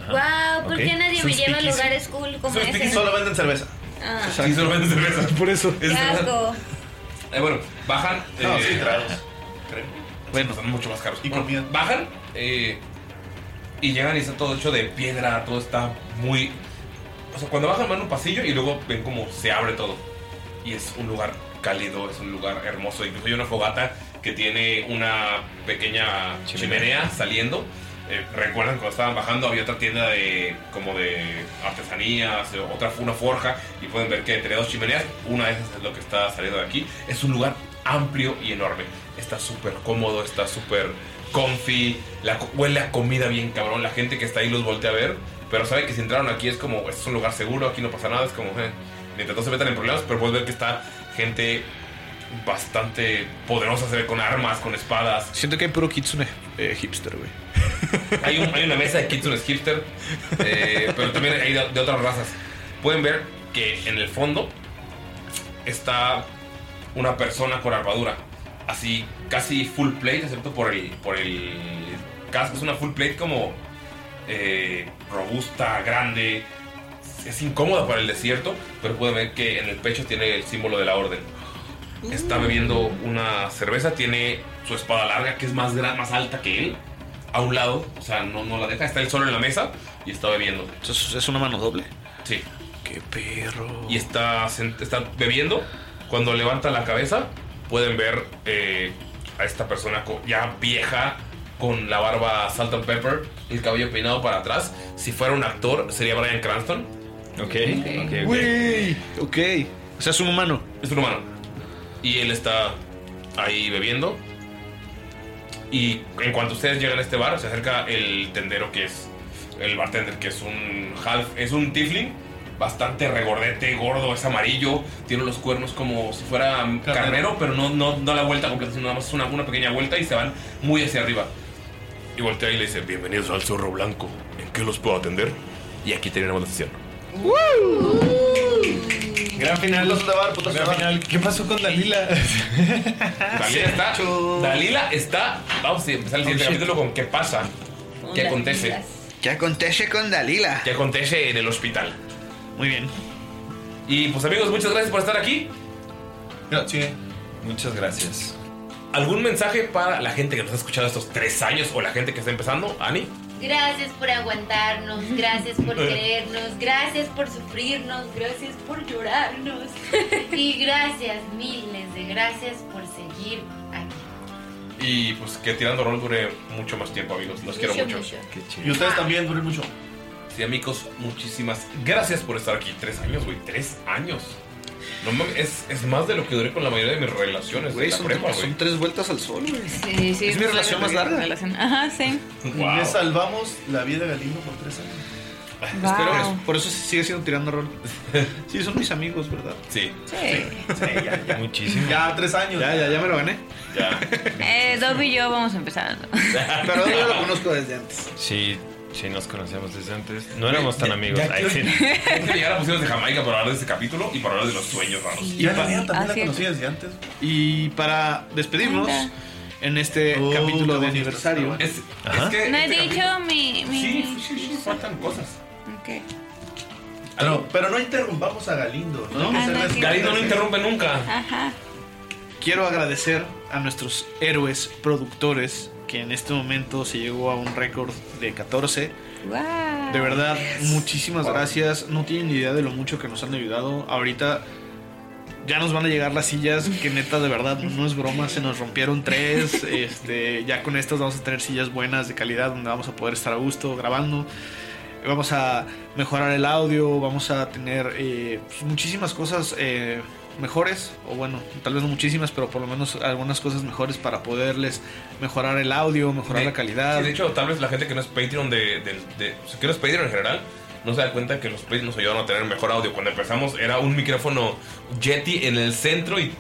Speaker 6: Wow, ¿por qué nadie me lleva a
Speaker 1: Suspiquis.
Speaker 6: lugares cool como
Speaker 1: Suspiquis
Speaker 6: ese?
Speaker 1: solo venden cerveza.
Speaker 6: Ah,
Speaker 1: Sí, solo venden cerveza. Por eso.
Speaker 6: qué asco.
Speaker 1: Eh, bueno, bajan.
Speaker 7: No,
Speaker 1: eh,
Speaker 7: sí, tragos.
Speaker 1: Bueno, son mucho más caros. Y comida. Bajan eh, y llegan y está todo hecho de piedra, todo está muy. O sea, cuando bajan van a un pasillo y luego ven como se abre todo. Y es un lugar cálido, es un lugar hermoso. Incluso hay una fogata que tiene una pequeña chimenea saliendo. Eh, Recuerdan cuando estaban bajando había otra tienda de como de artesanías, eh, otra fue una forja y pueden ver que entre dos chimeneas una de esas es lo que está saliendo de aquí. Es un lugar amplio y enorme. Está súper cómodo, está súper comfy, la, co- huele a comida bien cabrón. La gente que está ahí los voltea a ver, pero sabe que si entraron aquí es como, este es un lugar seguro, aquí no pasa nada, es como, eh, mientras no se metan en problemas, pero puedes ver que está gente bastante poderosa, se ve con armas, con espadas.
Speaker 3: Siento que hay puro kitsune eh, hipster, güey.
Speaker 1: Hay, un- hay una mesa de kitsunes hipster, eh, pero también hay de, de otras razas. Pueden ver que en el fondo está una persona con armadura, así casi full plate, excepto por el, por el casco. Es una full plate como eh, robusta, grande. Es incómoda para el desierto, pero pueden ver que en el pecho tiene el símbolo de la orden. Está bebiendo una cerveza, tiene su espada larga que es más, gran- más alta que él a un lado, o sea, no, no la deja, está él solo en la mesa y está bebiendo.
Speaker 3: Entonces es una mano doble.
Speaker 1: Sí.
Speaker 3: Qué perro.
Speaker 1: Y está, sent- está bebiendo. Cuando levanta la cabeza, pueden ver eh, a esta persona co- ya vieja, con la barba salt and pepper, el cabello peinado para atrás. Si fuera un actor, sería Brian Cranston. Ok, ok,
Speaker 3: Güey. Ok. O sea, es un humano.
Speaker 1: Es un humano. Y él está ahí bebiendo. Y en cuanto ustedes llegan a este bar, se acerca el tendero que es el bartender, que es un half, es un tifling bastante regordete, gordo, es amarillo, tiene los cuernos como si fuera carnero, pero no, no da la vuelta completa, sino nada más es una, una pequeña vuelta y se van muy hacia arriba.
Speaker 10: Y voltea y le dice, bienvenidos al Zorro Blanco. ¿En qué los puedo atender? Y aquí terminamos la sesión.
Speaker 17: Gran final. Gran final. ¿Qué pasó con
Speaker 7: (laughs)
Speaker 17: Dalila?
Speaker 1: Dalila está, Dalila está, vamos a empezar el siguiente
Speaker 17: Oh, shit.
Speaker 1: capítulo con qué pasa, qué acontece,
Speaker 3: ¿Qué acontece con Dalila?
Speaker 1: qué acontece en el hospital. Muy bien. Y pues amigos, muchas gracias por estar aquí. Gracias.
Speaker 4: Muchas gracias.
Speaker 1: ¿Algún mensaje para la gente que nos ha escuchado estos tres años o la gente que está empezando, Ani?
Speaker 6: Gracias por aguantarnos,
Speaker 3: (laughs)
Speaker 6: gracias por
Speaker 3: Eh.
Speaker 6: querernos, gracias por sufrirnos, gracias
Speaker 9: (laughs)
Speaker 6: por llorarnos. Y gracias, miles de gracias por seguir aquí.
Speaker 1: Y pues que tirando rol dure mucho más tiempo, amigos. Los quiero
Speaker 6: Mucho,
Speaker 1: mucho.
Speaker 6: mucho. Qué
Speaker 7: chido. Y ustedes
Speaker 1: también duren mucho. Sí, amigos, muchísimas gracias por estar aquí. Tres años, güey. Tres años. No mames, es, es más de lo que duré con la mayoría de mis relaciones.
Speaker 3: Güey,
Speaker 1: de la
Speaker 3: son,
Speaker 1: prepa, güey.
Speaker 3: son tres vueltas al sol, güey.
Speaker 5: Sí, sí. pues,
Speaker 3: Es mi relación más larga.
Speaker 5: Relación. Ajá, sí.
Speaker 1: Wow.
Speaker 7: Le salvamos la vida a Galindo por tres años.
Speaker 5: Wow.
Speaker 3: Espero eso. Por eso sigue siendo tirando rol. (laughs) Sí, son mis amigos, ¿verdad?
Speaker 1: Sí.
Speaker 5: Sí.
Speaker 3: ya, ya.
Speaker 1: Muchísimo.
Speaker 3: Ya, tres años. Ya, ya, ya me lo gané.
Speaker 1: Ya.
Speaker 5: Eh, Dob y yo vamos a empezar.
Speaker 3: Pero yo lo conozco desde antes.
Speaker 4: (laughs) Sí, sí, nos conocíamos desde antes. No éramos tan amigos.
Speaker 1: Ya
Speaker 4: Ay,
Speaker 1: quiero,
Speaker 4: sí.
Speaker 1: (laughs) ya quiero llegar a funciones de Jamaica para hablar de este capítulo y para hablar de los sueños raros.
Speaker 3: Y a Daniela también la conocí
Speaker 7: desde antes.
Speaker 3: Y para despedirnos
Speaker 5: Anda.
Speaker 3: en este capítulo de aniversario. ¿Ah?
Speaker 1: Ajá.
Speaker 5: No he dicho mi. mi sí,
Speaker 1: sí, sí, faltan cosas.
Speaker 5: Ok.
Speaker 7: Pero, pero no interrumpamos a Galindo.
Speaker 3: No,
Speaker 7: Vamos a hacer
Speaker 3: no,
Speaker 7: las-
Speaker 3: sí. Galindo no interrumpe
Speaker 1: nunca.
Speaker 5: Ajá.
Speaker 3: Quiero agradecer a nuestros héroes productores que en este momento se llegó a un récord de 14.
Speaker 5: Wow.
Speaker 3: De verdad, muchísimas gracias. No tienen ni idea de lo mucho que nos han ayudado. Ahorita ya nos van a llegar las sillas, que neta, de verdad, no es broma. Se nos rompieron
Speaker 1: (laughs)
Speaker 3: tres. Este, ya con estas vamos a tener sillas buenas de calidad donde vamos a poder estar a gusto grabando. Vamos a mejorar el audio, vamos a tener eh, pues, muchísimas cosas eh, mejores, o bueno, tal vez no muchísimas, pero por lo menos algunas cosas mejores para poderles mejorar el audio, mejorar
Speaker 1: De-
Speaker 3: la calidad.
Speaker 1: sí, de hecho, tal vez la gente que no es Patreon de. de, de- o sea, que no es Patreon en general. No se da cuenta que los Patreons nos ayudaron a tener mejor audio. Cuando empezamos era un micrófono Yeti en el centro y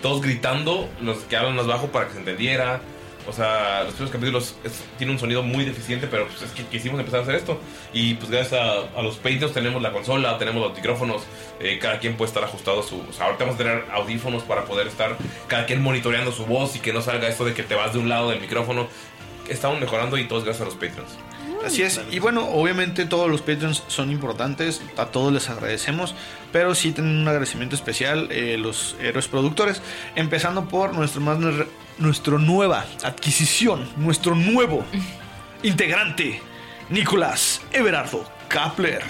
Speaker 1: todos gritando, los que hablan más bajo para que se entendiera. O sea, los primeros capítulos es- tiene un sonido muy deficiente, pero pues es que quisimos empezar a hacer esto. Y pues gracias a, a los Patreons tenemos la consola, tenemos los micrófonos, eh, cada quien puede estar ajustado a su... O sea, ahorita vamos a tener audífonos para poder estar cada quien monitoreando su voz y que no salga esto de que te vas de un lado del micrófono. Estamos mejorando y todos gracias a los Patreons.
Speaker 3: Así es. Y bueno, obviamente todos los Patreons son importantes. A todos les agradecemos. Pero sí tienen un agradecimiento especial eh, los héroes productores. Empezando por nuestro más nuestra nueva adquisición. Nuestro nuevo integrante. Nicolás Everardo Kapler.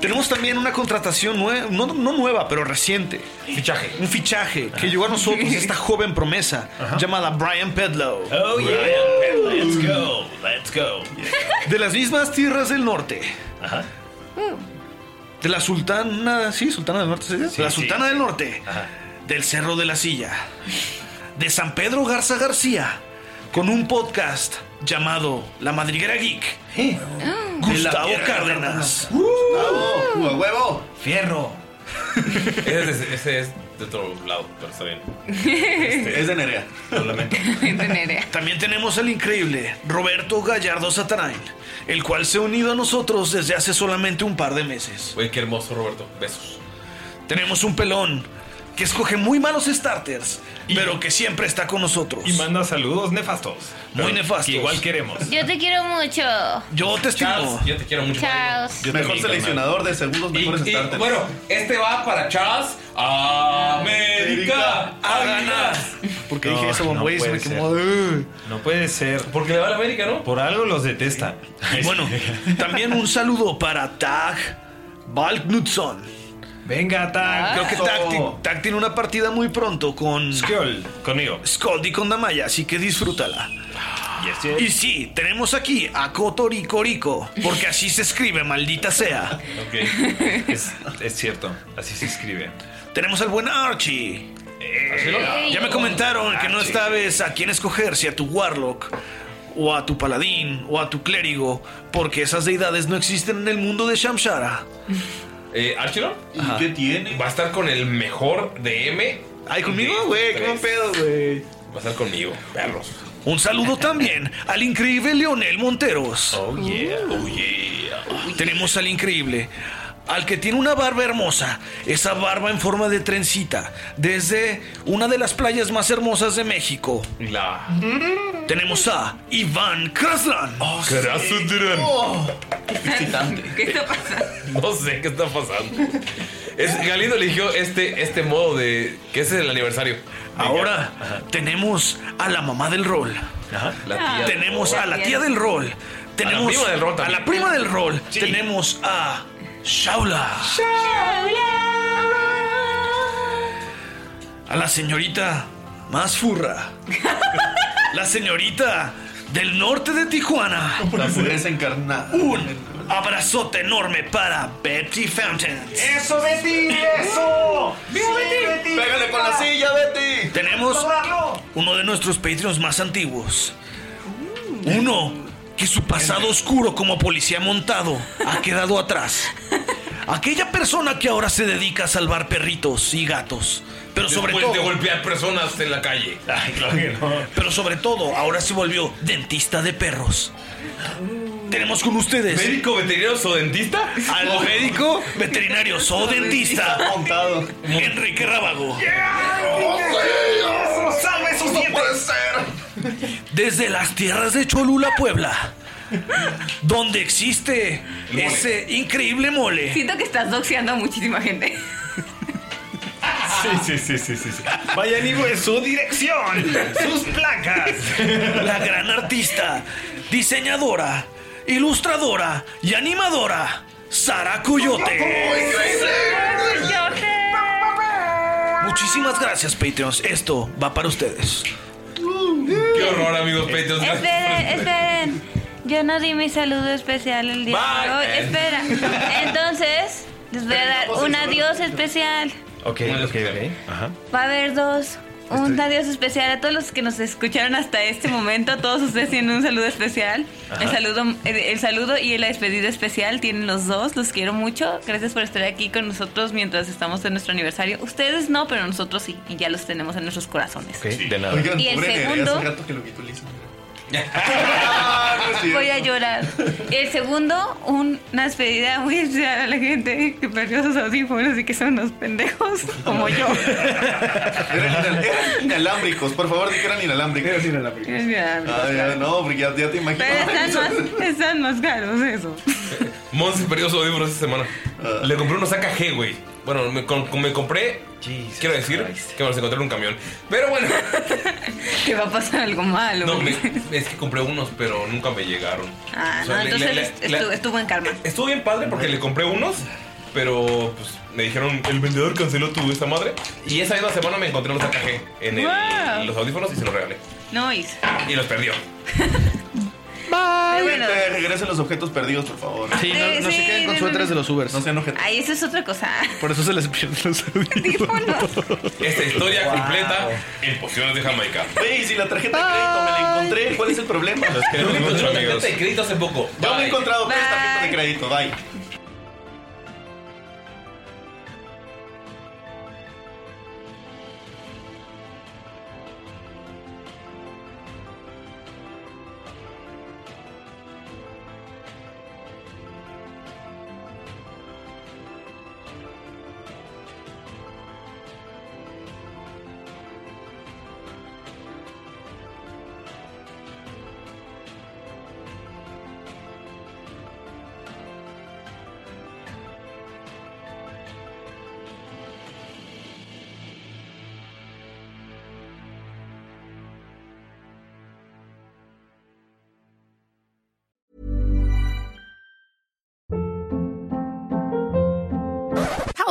Speaker 3: Tenemos también una contratación nueva, no, no nueva, pero reciente.
Speaker 1: Fichaje.
Speaker 3: Un fichaje que llegó a nosotros, esta joven promesa, llamada Brian Pedlow. Oh,
Speaker 4: yeah. Let's go, let's go.
Speaker 3: De las mismas tierras del norte. Mm.
Speaker 4: Ajá.
Speaker 3: De la sultana, sí, sultana del norte, ¿sí? De la
Speaker 4: sí.
Speaker 3: sultana del norte. Del Cerro de la Silla. De San Pedro Garza García. Con un podcast llamado La Madriguera Geek. Gustavo
Speaker 7: De la-
Speaker 3: Cárdenas.
Speaker 7: ¡Bravo! ¡A huevo!
Speaker 3: ¡Fierro!
Speaker 1: Ese es, ese es de otro lado, pero está bien.
Speaker 5: (laughs)
Speaker 1: Este,
Speaker 3: Es de Nerea.
Speaker 5: ¿eh?
Speaker 3: También tenemos al increíble Roberto Gallardo Satarain, el cual se ha unido a nosotros desde hace solamente un par de meses.
Speaker 1: Güey, qué hermoso, Roberto. Besos.
Speaker 3: Tenemos un pelón que escoge muy malos starters, pero que siempre está con nosotros. Y manda saludos nefastos. Muy nefastos. igual queremos.
Speaker 9: Yo te quiero mucho.
Speaker 3: Yo te estimo.
Speaker 1: yo te quiero mucho.
Speaker 9: Chao.
Speaker 7: Mejor seleccionador de segundos, mejores
Speaker 1: Y-
Speaker 7: starters.
Speaker 1: Bueno, este va para Charles. América, a ganar.
Speaker 3: Porque
Speaker 4: dije eso,
Speaker 3: güey, se me quemó.
Speaker 4: No puede ser.
Speaker 1: Porque le va a la América, ¿no?
Speaker 4: Por algo los detesta.
Speaker 3: (laughs) Bueno, también un saludo para Tag Valknudson. Venga, Tag. Creo que Tag, ti- Tag tiene una partida muy pronto con. Skull, conmigo. Skull y con Damaya, así que disfrútala. Y sí, tenemos aquí a Cotorico Rico, porque así se escribe, maldita sea.
Speaker 4: Ok. Es, es cierto. Así se escribe.
Speaker 3: Tenemos al buen Archie. Eh,
Speaker 4: Archie.
Speaker 3: ya me comentaron que no sabes a quién escoger, si a tu Warlock o a tu paladín o a tu clérigo, porque esas deidades no existen en el mundo de Shamshara.
Speaker 1: Eh, ¿Archilon?
Speaker 3: ¿Y qué
Speaker 1: tiene? Va a estar con el mejor DM.
Speaker 3: Ay, conmigo, güey, qué buen pedo, güey.
Speaker 1: Va a estar conmigo, perros.
Speaker 3: Un saludo también al increíble Leonel Monteros.
Speaker 1: Oh, yeah. Oh,
Speaker 3: Tenemos al increíble, al que tiene una barba hermosa, esa barba en forma de trencita, desde una de las playas más hermosas de México.
Speaker 1: La.
Speaker 3: Tenemos a Iván Kraslan.
Speaker 1: Krasudran.
Speaker 3: Oh.
Speaker 18: ¿Qué está pasando?
Speaker 1: (laughs) No sé qué está pasando. Es, Galindo eligió este, este modo de. que es el aniversario.
Speaker 3: Ahora tenemos a la mamá del rol.
Speaker 1: La tía.
Speaker 3: Tenemos a la tía del rol. Tenemos
Speaker 1: prima del rol
Speaker 3: a
Speaker 1: también.
Speaker 3: la prima del rol.
Speaker 1: Sí.
Speaker 3: Tenemos a Shaula. A la señorita más furra. la señorita del norte de Tijuana.
Speaker 7: La pureza encarnada.
Speaker 3: Un abrazote enorme para Betty Fountain.
Speaker 7: ¡Eso, Betty! ¡Eso! ¡Viva Betty! Ah. ¡Pégale con la silla, Betty!
Speaker 3: Tenemos uno de nuestros Patreons más antiguos. Uno que su pasado oscuro como policía montado ha quedado atrás. Aquella persona que ahora se dedica a salvar perritos y gatos. Pero sobre
Speaker 1: Después
Speaker 3: todo.
Speaker 1: de golpear personas en la calle.
Speaker 3: Pero sobre todo, ahora se volvió dentista de perros. Tenemos con ustedes.
Speaker 1: ¿Médico veterinario o dentista?
Speaker 3: Al médico (laughs) veterinario o dentista. Enrique Rábago.
Speaker 7: ¡Salve sus dientes! puede ser!
Speaker 3: desde las tierras de Cholula, Puebla, donde existe ese increíble mole.
Speaker 18: Siento que estás doxeando a muchísima gente.
Speaker 3: Sí, sí, sí, sí, sí. Vayan y en su dirección, sus placas. La gran artista, diseñadora, ilustradora y animadora, Sara Coyote.
Speaker 5: Ah.
Speaker 3: Muchísimas gracias, Patreons. Esto va para ustedes.
Speaker 1: Qué horror, amigos Patreons.
Speaker 5: Esperen, esperen. Yo no di mi saludo especial el día de
Speaker 1: Bye.
Speaker 5: hoy. Espera. Entonces, les voy a dar un adiós especial.
Speaker 4: Ok, ok, ok. Ajá.
Speaker 5: Va a haber dos. Un adiós especial a todos los que nos escucharon hasta este momento. Todos ustedes tienen un saludo especial.
Speaker 4: Ajá.
Speaker 5: El saludo, el, el saludo y la despedida especial tienen los dos. Los quiero mucho. Gracias por estar aquí con nosotros mientras estamos en nuestro aniversario. Ustedes no, pero nosotros sí. Y ya los tenemos en nuestros corazones.
Speaker 4: Ok, de nada.
Speaker 7: Oigan,
Speaker 5: Y el
Speaker 7: pobre Nerea,
Speaker 5: segundo-
Speaker 7: hace rato que lo quitó listo.
Speaker 1: Ah,
Speaker 5: Voy a llorar. El segundo, un- una despedida muy especial a la gente que perdió sus audífonos y que son unos pendejos como yo.
Speaker 7: (laughs) Eran, inal- eran inalámbricos, por favor, di que eran inalámbricos. Eran inalámbricos.
Speaker 5: Es miserable.
Speaker 7: Ah, ya, no, porque ya, ya te imagino.
Speaker 5: Pero están más, están más caros eso.
Speaker 1: Monse perdió su audífono esta semana. Le compré unos AKG, güey. Bueno, me, com- me compré. quiero decir que me los encontré en un camión. Pero bueno.
Speaker 5: Que va a pasar algo malo.
Speaker 1: No, me- es que compré unos, pero nunca me llegaron.
Speaker 5: Ah,
Speaker 1: O sea,
Speaker 5: no,
Speaker 1: le-
Speaker 5: entonces
Speaker 1: le-
Speaker 5: est-
Speaker 1: le- e,
Speaker 5: estuvo, estuvo en karma.
Speaker 1: Estuvo bien padre porque le compré unos, pero pues me dijeron, el vendedor canceló tu esta madre. Y esa misma semana me encontré unos AKG en el-
Speaker 5: Wow.
Speaker 1: en los audífonos y se los regalé.
Speaker 5: Noise.
Speaker 1: Y los perdió.
Speaker 5: Bye. Bueno,
Speaker 7: Gente, regresen los objetos perdidos, por favor.
Speaker 5: Sí, no- no Sí, se queden con sí, suéteres no, no. de
Speaker 7: los
Speaker 3: Ubers.
Speaker 7: No sean objetos.
Speaker 5: ahí eso es otra cosa.
Speaker 3: Por eso se les pierden
Speaker 5: (laughs)
Speaker 3: los
Speaker 1: Esta historia completa en Pociones de Jamaica.
Speaker 7: Güey, si la tarjeta de crédito me la encontré, ¿cuál es el problema?
Speaker 1: Los queremos
Speaker 7: Yo me encontré
Speaker 1: mucho,
Speaker 7: una
Speaker 1: amigos.
Speaker 7: tarjeta de
Speaker 1: crédito hace poco.
Speaker 7: Yo me he encontrado tres
Speaker 1: Bye.
Speaker 7: tarjetas de crédito, bye.